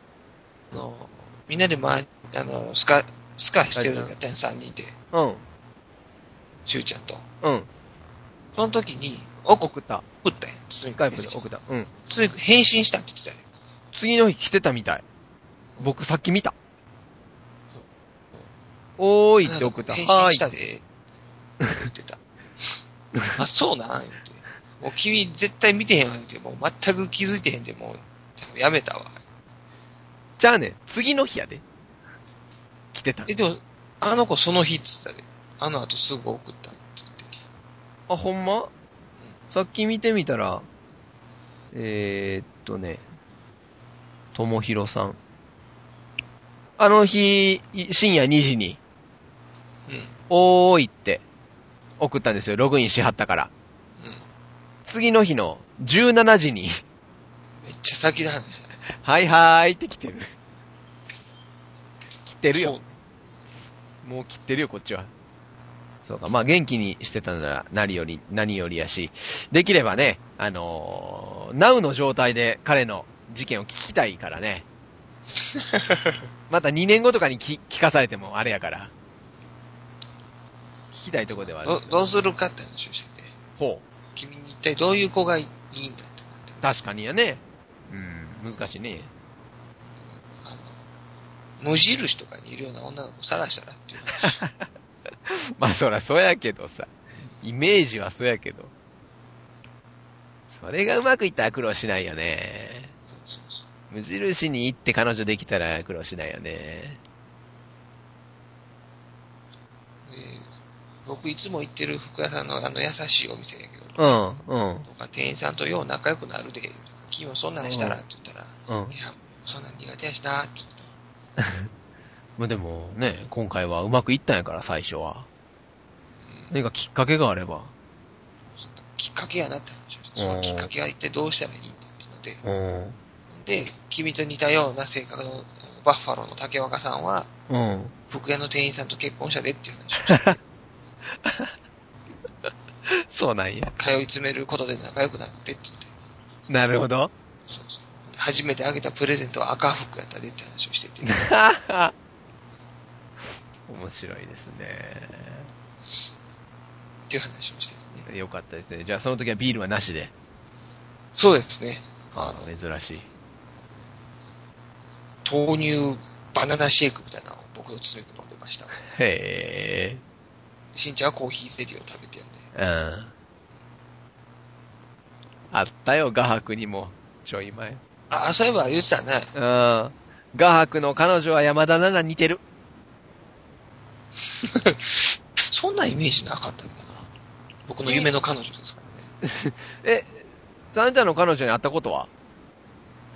Speaker 2: の、みんなでまあの、スカ、スカしてるのやったんや、3人で、
Speaker 1: うん。
Speaker 2: しゅうちゃんと。
Speaker 1: うん。
Speaker 2: その時に、おこ
Speaker 1: 送った。
Speaker 2: 送ったんや。つつみ
Speaker 1: スカイプで送
Speaker 2: っ
Speaker 1: った。うん。
Speaker 2: た。つつみくん返信したって言ってたよ。
Speaker 1: 次の日来てたみたい。僕さっき見た。おーいって送った。
Speaker 2: 返
Speaker 1: は
Speaker 2: 信し
Speaker 1: ー
Speaker 2: た
Speaker 1: い。
Speaker 2: で。言ってた。あ、そうなん言って。もう君絶対見てへんわ、言って。もう全く気づいてへんで、もう、やめたわ。
Speaker 1: じゃあね、次の日やで。来てた。
Speaker 2: え、でも、あの子その日っつったで。あの後すぐ送ったって言って。
Speaker 1: あ、ほんまさっき見てみたら、えー、っとね、ともひろさん。あの日、い深夜2時に、
Speaker 2: うん。
Speaker 1: おーいって送ったんですよ。ログインしはったから。
Speaker 2: うん。
Speaker 1: 次の日の17時に、
Speaker 2: めっちゃ先の話だね。
Speaker 1: はいはーいって来てる。来てるよ。もう切ってるよ、こっちは。そうか、まあ元気にしてたなら何より、何よりやし、できればね、あのー、ナウの状態で彼の事件を聞きたいから ね。また2年後とかに聞聞かされてもあれやから。聞きたいとこではあ
Speaker 2: ど
Speaker 1: る。
Speaker 2: どうするかって話をしてて、
Speaker 1: ほ
Speaker 2: 君に一体どういう子がいいんだってなって
Speaker 1: う。、確かにやね。うん、難しいね。
Speaker 2: あの、無印とかにいるような女の子を探したらっていう話。
Speaker 1: まあそらそうやけどさ。イメージはそうやけど。それがうまくいったら苦労しないよね。
Speaker 2: そうそうそう。
Speaker 1: 無印に行って彼女できたら苦労しないよね。
Speaker 2: で僕いつも行ってる服屋さんのあの優しいお店やけど、
Speaker 1: うん、うん、
Speaker 2: とか店員さんとよう仲良くなるで、君もそんなんしたらって言ったら、
Speaker 1: うん
Speaker 2: い。や、そんなん苦手やしなって言ってた。
Speaker 1: まあでもね、今回はうまくいったんやから、最初は。
Speaker 2: うん
Speaker 1: 何かきっかけがあれば。
Speaker 2: きっかけやなって話をして、そのきっかけは一体どうしたらいいんだっての
Speaker 1: う
Speaker 2: で、
Speaker 1: ん。
Speaker 2: で、君と似たような性格のあのバッファローの竹若さんは、
Speaker 1: うん。
Speaker 2: 服屋の店員さんと結婚したでっていう話をして
Speaker 1: そうなんや。
Speaker 2: 通い詰めることで仲良くなってって言って、
Speaker 1: なるほど。
Speaker 2: そうそう初めてあげたプレゼントは赤服やったでって話をしてて、
Speaker 1: 面白いですね。
Speaker 2: っていう話をしててね。
Speaker 1: よかったですね。じゃあその時はビールはなしで。
Speaker 2: そうですね。あ
Speaker 1: あ
Speaker 2: の、
Speaker 1: あ、珍しい。
Speaker 2: 豆乳バナナシェイクみたいなのを僕の詰めて飲んでました。
Speaker 1: へ
Speaker 2: しんちゃんはコーヒーゼリーを食べてやんで、
Speaker 1: え。うん。あったよ、画伯にも。ちょい前。
Speaker 2: あ、そういえば言ってたね。
Speaker 1: うん。画伯の彼女は山田奈々に似てる。
Speaker 2: そんなイメージなかったけどな。僕の夢の彼女ですから
Speaker 1: え、
Speaker 2: ね。
Speaker 1: サンタの彼女に会ったことは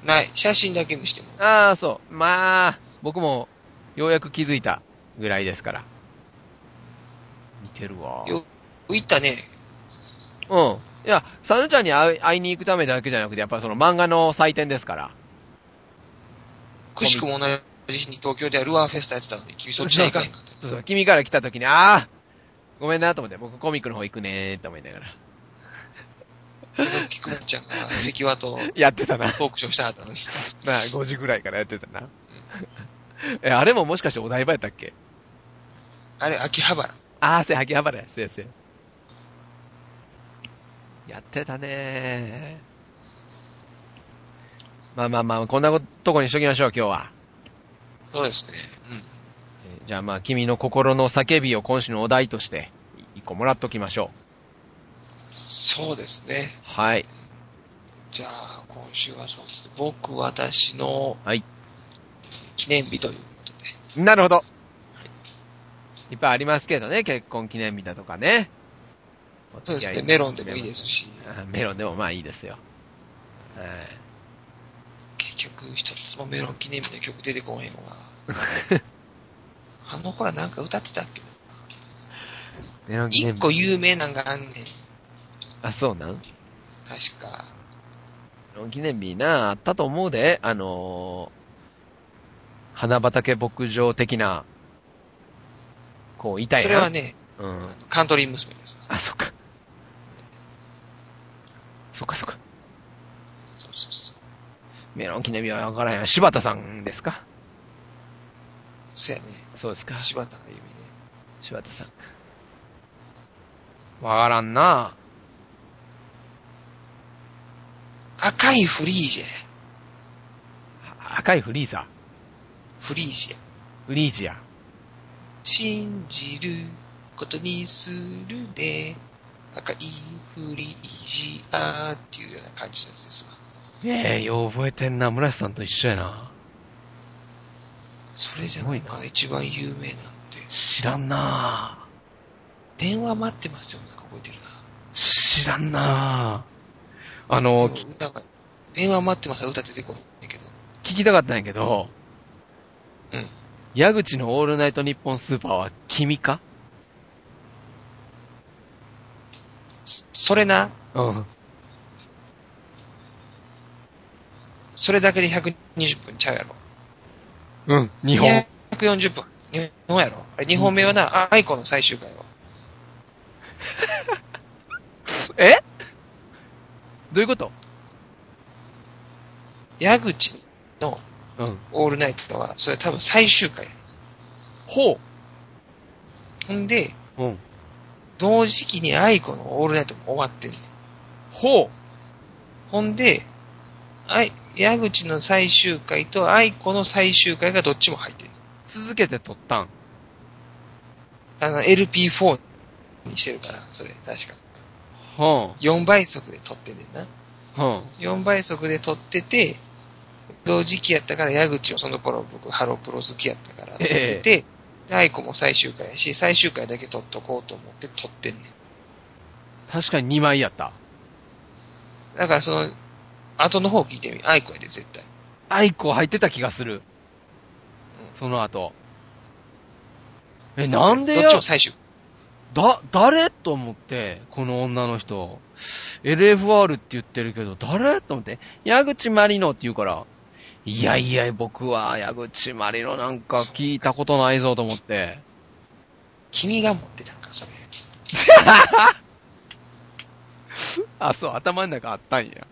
Speaker 2: ない。写真だけ見しても。
Speaker 1: ああ、そう。まあ、僕もようやく気づいたぐらいですから。似てるわ。
Speaker 2: よ、行ったね。
Speaker 1: うん。いや、サヌちゃんに会い会いに行くためだけじゃなくて、やっぱりその漫画の祭典ですから。
Speaker 2: くしくも同じ日に東京でルアーフェスタやってたのに、君そっちに行かへんかった。
Speaker 1: そうそう、君から来た時に、ああごめんなと思って、僕コミックの方行くねーって思いながら。
Speaker 2: 菊本ちゃんが関和と
Speaker 1: やってた な。
Speaker 2: トークショーしたはったのに。
Speaker 1: なあ、5時ぐらいからやってたな。 え、あれももしかしてお台場やったっけ
Speaker 2: あれ、秋葉原。
Speaker 1: ああ、せや、秋葉原や、せやせや。やってたねー。まあまあまあ、こんなこととこにしときましょう、今日は。
Speaker 2: そうですね。うん。
Speaker 1: えーじゃあまあ、君の心の叫びを今週のお題として、い一個もらっときましょ
Speaker 2: そうですね
Speaker 1: う。。はい。
Speaker 2: じゃあ、今週はそうですね。僕、私の
Speaker 1: はい。
Speaker 2: 記念日ということで。
Speaker 1: なるほど。いっぱいありますけどね、結婚記念日だとかね。
Speaker 2: そうですね。メロンでもいいですし、
Speaker 1: あ。メロンでもまあいいですよ。はい
Speaker 2: 結局一つもメロン記念日の曲出てこへん わ。あの子らなんか歌ってたっけ
Speaker 1: メロン記念
Speaker 2: 一
Speaker 1: 日
Speaker 2: 個有名なんがあんねん。
Speaker 1: あ、そうなん
Speaker 2: 確か。
Speaker 1: 記念日な、あったと思うで、あのー花畑牧場的な、こう、いたいな。
Speaker 2: それはね、
Speaker 1: うん。
Speaker 2: カントリー娘です。
Speaker 1: あ、そっか。そっかそっか。
Speaker 2: そうそうそう。
Speaker 1: メロン記念日はわからへん。柴田さんですか
Speaker 2: そうやね。
Speaker 1: そうですか。
Speaker 2: 柴田あゆみね。
Speaker 1: 柴田さんか。わからんな。
Speaker 2: 赤いフリージェ。
Speaker 1: あ赤いフリーザ。
Speaker 2: フリージェ。
Speaker 1: フリージア。
Speaker 2: 信じることにするで、赤いフリージアっていうような感じのやつですわ。
Speaker 1: ねえ、よう覚えてんな。村瀬さんと一緒やな。
Speaker 2: それじゃない
Speaker 1: すご
Speaker 2: かな、一番有名なんて。
Speaker 1: 知らんな。
Speaker 2: 電話待ってますよ、なんか覚えてるな。
Speaker 1: 知らんなぁ。あの、き
Speaker 2: 歌が電話待ってます歌出てこないけど。
Speaker 1: 聞きたかったんやけど、
Speaker 2: うん。
Speaker 1: 矢口のオールナイトニッポンスーパーは君か
Speaker 2: そそれな、
Speaker 1: うん。
Speaker 2: それだけで120分ちゃうやろ。
Speaker 1: うん、日本。。
Speaker 2: 140分。日本やろ。あれ、2本目はな、あアイコンの最終回よ。
Speaker 1: えどういうこと
Speaker 2: 矢口の
Speaker 1: うん。
Speaker 2: オールナイトは、それ多分最終回や。
Speaker 1: ほ
Speaker 2: ほんで、
Speaker 1: う。うん。
Speaker 2: 同時期にアイコのオールナイトも終わってんねん
Speaker 1: ほう。
Speaker 2: ほんで、あい矢口の最終回とアイコの最終回がどっちも入ってる。
Speaker 1: 続けて撮ったん。
Speaker 2: あの、LP4 にしてるから、それ、確か。
Speaker 1: ほ
Speaker 2: 4倍速で撮ってんねんな。
Speaker 1: う。ほ
Speaker 2: 4倍速で撮ってて、同時期やったから、矢口もその頃僕、ハロプロ好きやったから、撮ってて、でアイコも最終回やし、最終回だけ撮っとこうと思って撮ってんねん。
Speaker 1: う。確かに2枚やった。
Speaker 2: だからその、後の方聞いてみ。アイコやで、絶対。
Speaker 1: アイコ入ってた気がする。
Speaker 2: うん
Speaker 1: その後。え、なんで
Speaker 2: どっ
Speaker 1: や
Speaker 2: ちも最終
Speaker 1: だ、誰と思って、この女の人。LFR って言ってるけど、誰と思って、矢口まりのって言うから、いやいや、僕は矢口まりのなんか聞いたことないぞと思 って。
Speaker 2: 君が持ってたんか、それ。
Speaker 1: あ、そう、頭の中あったんや。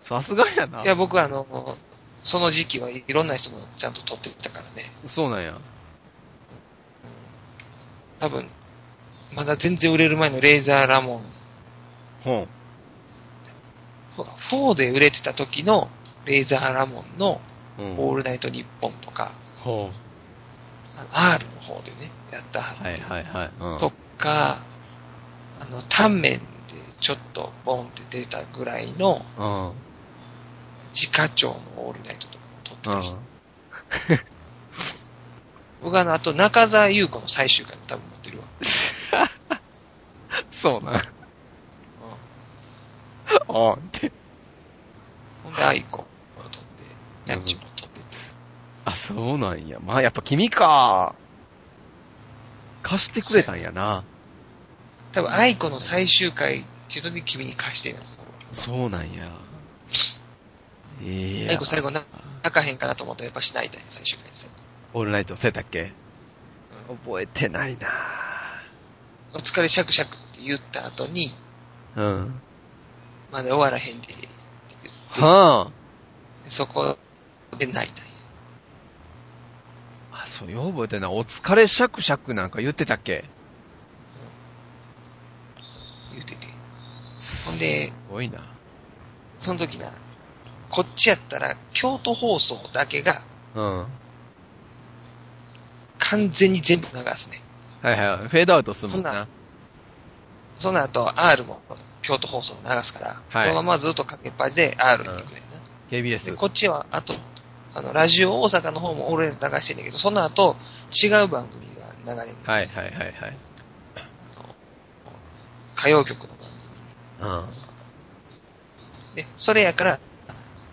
Speaker 1: さすがやな。
Speaker 2: いや、僕はあの、その時期はいろんな人のちゃんと撮ってたからね。
Speaker 1: そうなんや。
Speaker 2: 多分、まだ全然売れる前のレーザーラモン、
Speaker 1: ほん。
Speaker 2: フォ4で売れてた時のレーザーラモンの
Speaker 1: うん。
Speaker 2: オールナイトニッポンとか、
Speaker 1: ほ
Speaker 2: あの R の方でね、やった
Speaker 1: う。はいはいはい。うん。
Speaker 2: とか、あの、タンメンでちょっとボンって出たぐらいの
Speaker 1: うん。
Speaker 2: 自家長のオールナイトとかも撮って
Speaker 1: う
Speaker 2: た
Speaker 1: ん
Speaker 2: し、僕はあの、あと中澤優子の最終回も多分持ってるわ。
Speaker 1: そう なん。
Speaker 2: うん
Speaker 1: あって。
Speaker 2: ほんで、アイコンを取って、ヤッチも取って。
Speaker 1: あ、そうなんや。まあ、やっぱ君か。貸してくれたんやな。
Speaker 2: 多分、アイコンの最終回っていうのに君に貸してるの。
Speaker 1: そうなんや。いや。
Speaker 2: アイコン最後な、泣かへんかなと思ったらやっぱしないだよ、最終回ですよ。
Speaker 1: オールナイト、そうやったっけ覚えてないな
Speaker 2: お疲れシャクシャクって言った後に、
Speaker 1: うん。
Speaker 2: まだ終わらへんで、って言って
Speaker 1: は
Speaker 2: そこで泣いたんや
Speaker 1: あ。あ、そうよ、覚えてない。お疲れシャクシャクなんか言ってたっけ
Speaker 2: 言ってて。
Speaker 1: ほ
Speaker 2: んで、
Speaker 1: すごいな。
Speaker 2: その時な、こっちやったら、京都放送だけが
Speaker 1: うん。は
Speaker 2: 完全に全部流すね。
Speaker 1: いはい。フェードアウトするもん
Speaker 2: そん
Speaker 1: な。
Speaker 2: その後、R も京都放送で流すから、
Speaker 1: はい
Speaker 2: このままずっとかけっぱりで R に行くねんな。で
Speaker 1: KBS。
Speaker 2: こっちは、あと、あの、ラジオ大阪の方もオールナイト流してんだけど、その後、違う番組が流れる、
Speaker 1: はいはいはいはい。
Speaker 2: 歌謡曲の番
Speaker 1: うん。
Speaker 2: 組。で、それやから、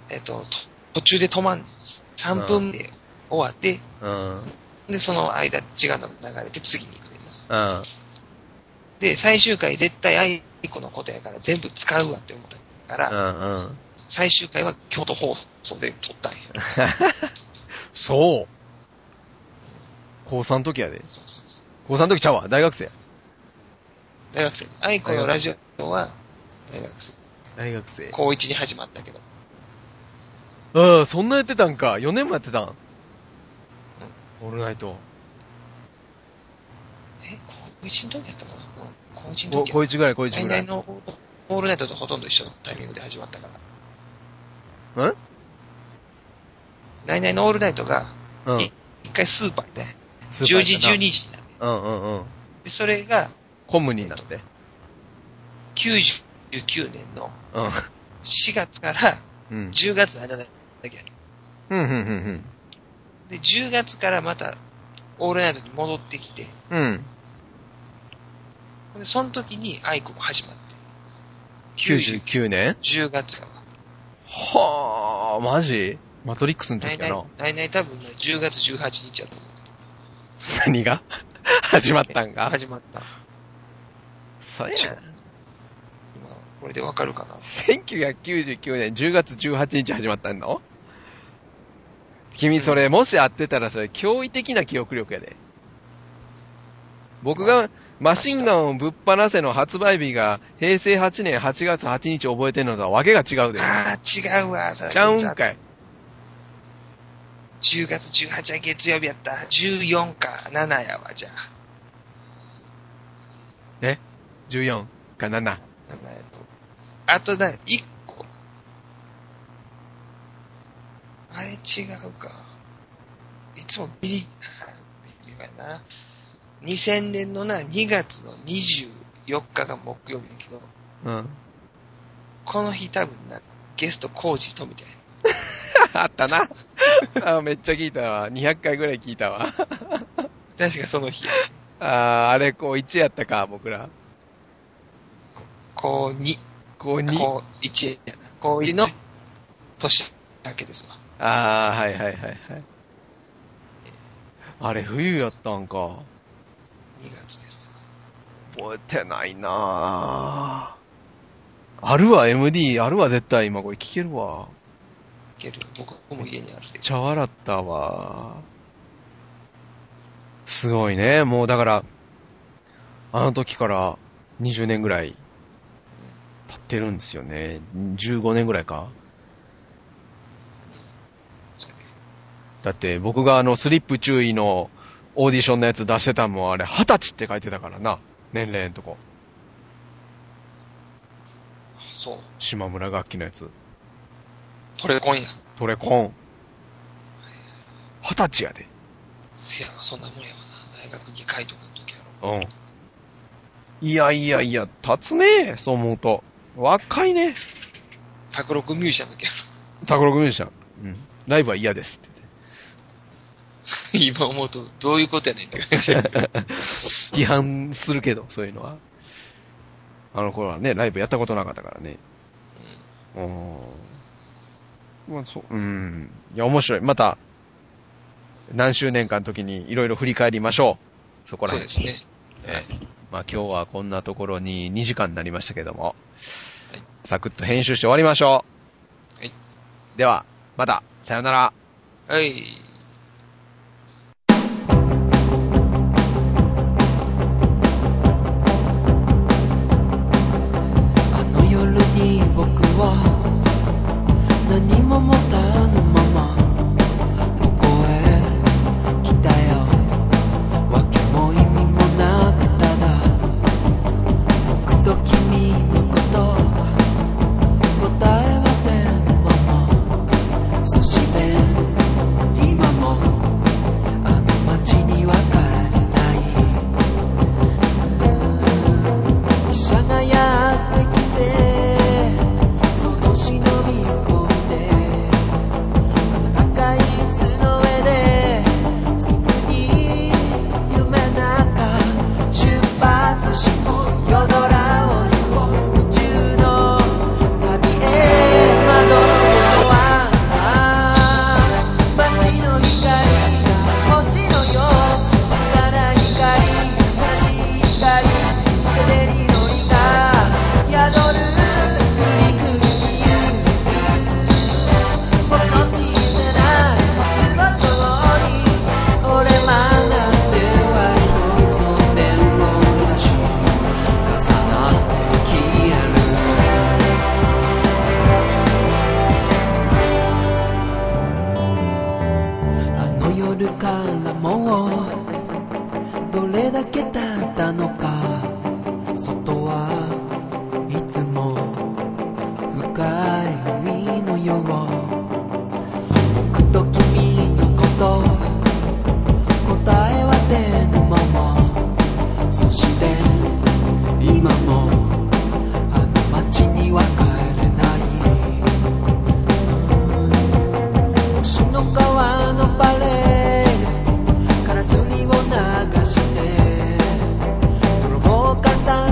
Speaker 2: えっ、と、と途中で止まんねん、3分で終わって、
Speaker 1: うん。
Speaker 2: で、その間、違うのが流れて、次に行くねんな。
Speaker 1: うん。
Speaker 2: で、最終回、絶対アイコのことやから、全部使うわって思ったか
Speaker 1: う
Speaker 2: ら、
Speaker 1: んうん。
Speaker 2: 最終回は京都放送で撮ったんや。
Speaker 1: そう。高3の時やで。
Speaker 2: そうそうそう
Speaker 1: 高3の時ちゃうわ。大学生や。
Speaker 2: 大学生。アイコのラジオは、大学生。
Speaker 1: 大学生。
Speaker 2: 高1に始まったけど。
Speaker 1: ああ、そんなやってたんか。4年もやってたん。オールナイト。
Speaker 2: え、高一の時やったかな高一の
Speaker 1: こ
Speaker 2: 時
Speaker 1: 小
Speaker 2: や。
Speaker 1: 一ぐらい、小一
Speaker 2: 来
Speaker 1: ぐらい。
Speaker 2: 年
Speaker 1: ん
Speaker 2: のオールナイトとほとんど一緒のタイミングで始まったから。来年のオールナイトが、
Speaker 1: うん。
Speaker 2: い一回スーパーで、
Speaker 1: スーパー
Speaker 2: 10時、
Speaker 1: 行ったな
Speaker 2: 12時。になって。
Speaker 1: うんうんうん。
Speaker 2: で、それが、
Speaker 1: コムになって。
Speaker 2: 99年の
Speaker 1: うん。
Speaker 2: 4月から
Speaker 1: うん。
Speaker 2: 10月の間だけやね
Speaker 1: うんうん
Speaker 2: で、10月からまた、オールナイトに戻ってきて、
Speaker 1: うんうん。うん。
Speaker 2: でその時にアイクも始まって。
Speaker 1: 99年
Speaker 2: 10月かな。
Speaker 1: はぁ、マジマトリックスの
Speaker 2: 来
Speaker 1: 時やな
Speaker 2: 々。、来々多分ね、10月18日やと思う。
Speaker 1: 何が 始まったんが
Speaker 2: 始まった。
Speaker 1: そう
Speaker 2: や
Speaker 1: や
Speaker 2: ん今、これでわかるかな。
Speaker 1: 1999年10月18日始まったんの君それ、もし会ってたらそれ、驚異的な記憶力やで。僕がマシンガンをぶっ放せの発売日が平成8年8月8日覚えてんのとはわけが違うで。
Speaker 2: ああ、違うわ。
Speaker 1: ちゃうんかい。
Speaker 2: 10月18日は月曜日やった。14か7やわ、じゃあ。
Speaker 1: 14か7。
Speaker 2: 7やと。あとだ、1個。あれ違うか。いつもビリ、ビリやな。2000年のな、2月の24日が木曜日だけど、
Speaker 1: うん。
Speaker 2: この日多分な、ゲスト工事とみたいな。
Speaker 1: あったな。あめっちゃ聞いたわ。200回ぐらい聞いたわ。
Speaker 2: 確かその日や。
Speaker 1: あーあれ、こう1やったか、僕ら。
Speaker 2: 高2。
Speaker 1: こう2。
Speaker 2: 高1やな。高1の年だけですわ。
Speaker 1: ああ、はいはいはいはい。あれ、冬やったんか。
Speaker 2: 2月ですわ。
Speaker 1: 覚えてないなぁ。あるわ、MD。あるわ、絶対。今これ聞けるわ。
Speaker 2: いける。僕も家にあるで。
Speaker 1: 茶笑ったわ。すごいね。もうだから、あの時から20年ぐらい経ってるんですよね。15年ぐらいか。
Speaker 2: それで
Speaker 1: だって僕があのスリップ注意のオーディションのやつ出してたんもあれ二十歳って書いてたからな。年齢のとこ。
Speaker 2: そう。
Speaker 1: 島村楽器のやつ。
Speaker 2: トレコンや。
Speaker 1: トレコン。二十歳やで。
Speaker 2: せやわ、そんなもんやわな。大学2回とかの時やろ。
Speaker 1: うん。いやいやいや、立つねそう思うと。若いね。
Speaker 2: 卓六ミュージシャンの時やろ。
Speaker 1: タクログミュージシャン。うん。ライブは嫌ですって
Speaker 2: 今思うと、どういう ことやねんって感じやけど。
Speaker 1: 言って。批判するけど、そういうのは。あの頃はね、ライブやったことなかったからね。うん。まあ、そう、うん。いや、面白い。また、何周年かの時にいろいろ振り返りましょう。そこら
Speaker 2: そう
Speaker 1: 辺。
Speaker 2: ですね。
Speaker 1: ええまあ今日はこんなところに2時間になりましたけども、
Speaker 2: はい
Speaker 1: サクッと編集して終わりましょう。
Speaker 2: はい
Speaker 1: では、また、さようなら。
Speaker 2: はい。
Speaker 4: あの夜に僕は何も持たぬままここへ来たよわけも意味もなくただ僕と君のこと答えは出ぬままそして今もあの街には帰れない汽車がやってきてその忍び込んで暖かい椅子の上ですぐに夢なんか出発し夜空を行こう宇宙の旅へ窓外は街の光が星のよう下から光同じ光捨ててに乗りた宿る陸にこの小さな翼に俺はなっては一つの点を目指し重なって消えるあの夜からもうどれだけ経ったのか外はいつも深い海のよう僕と君のこと答えは出ぬままそして今もあの街には帰れない星の川のバレーカラスリを流して泥棒がさ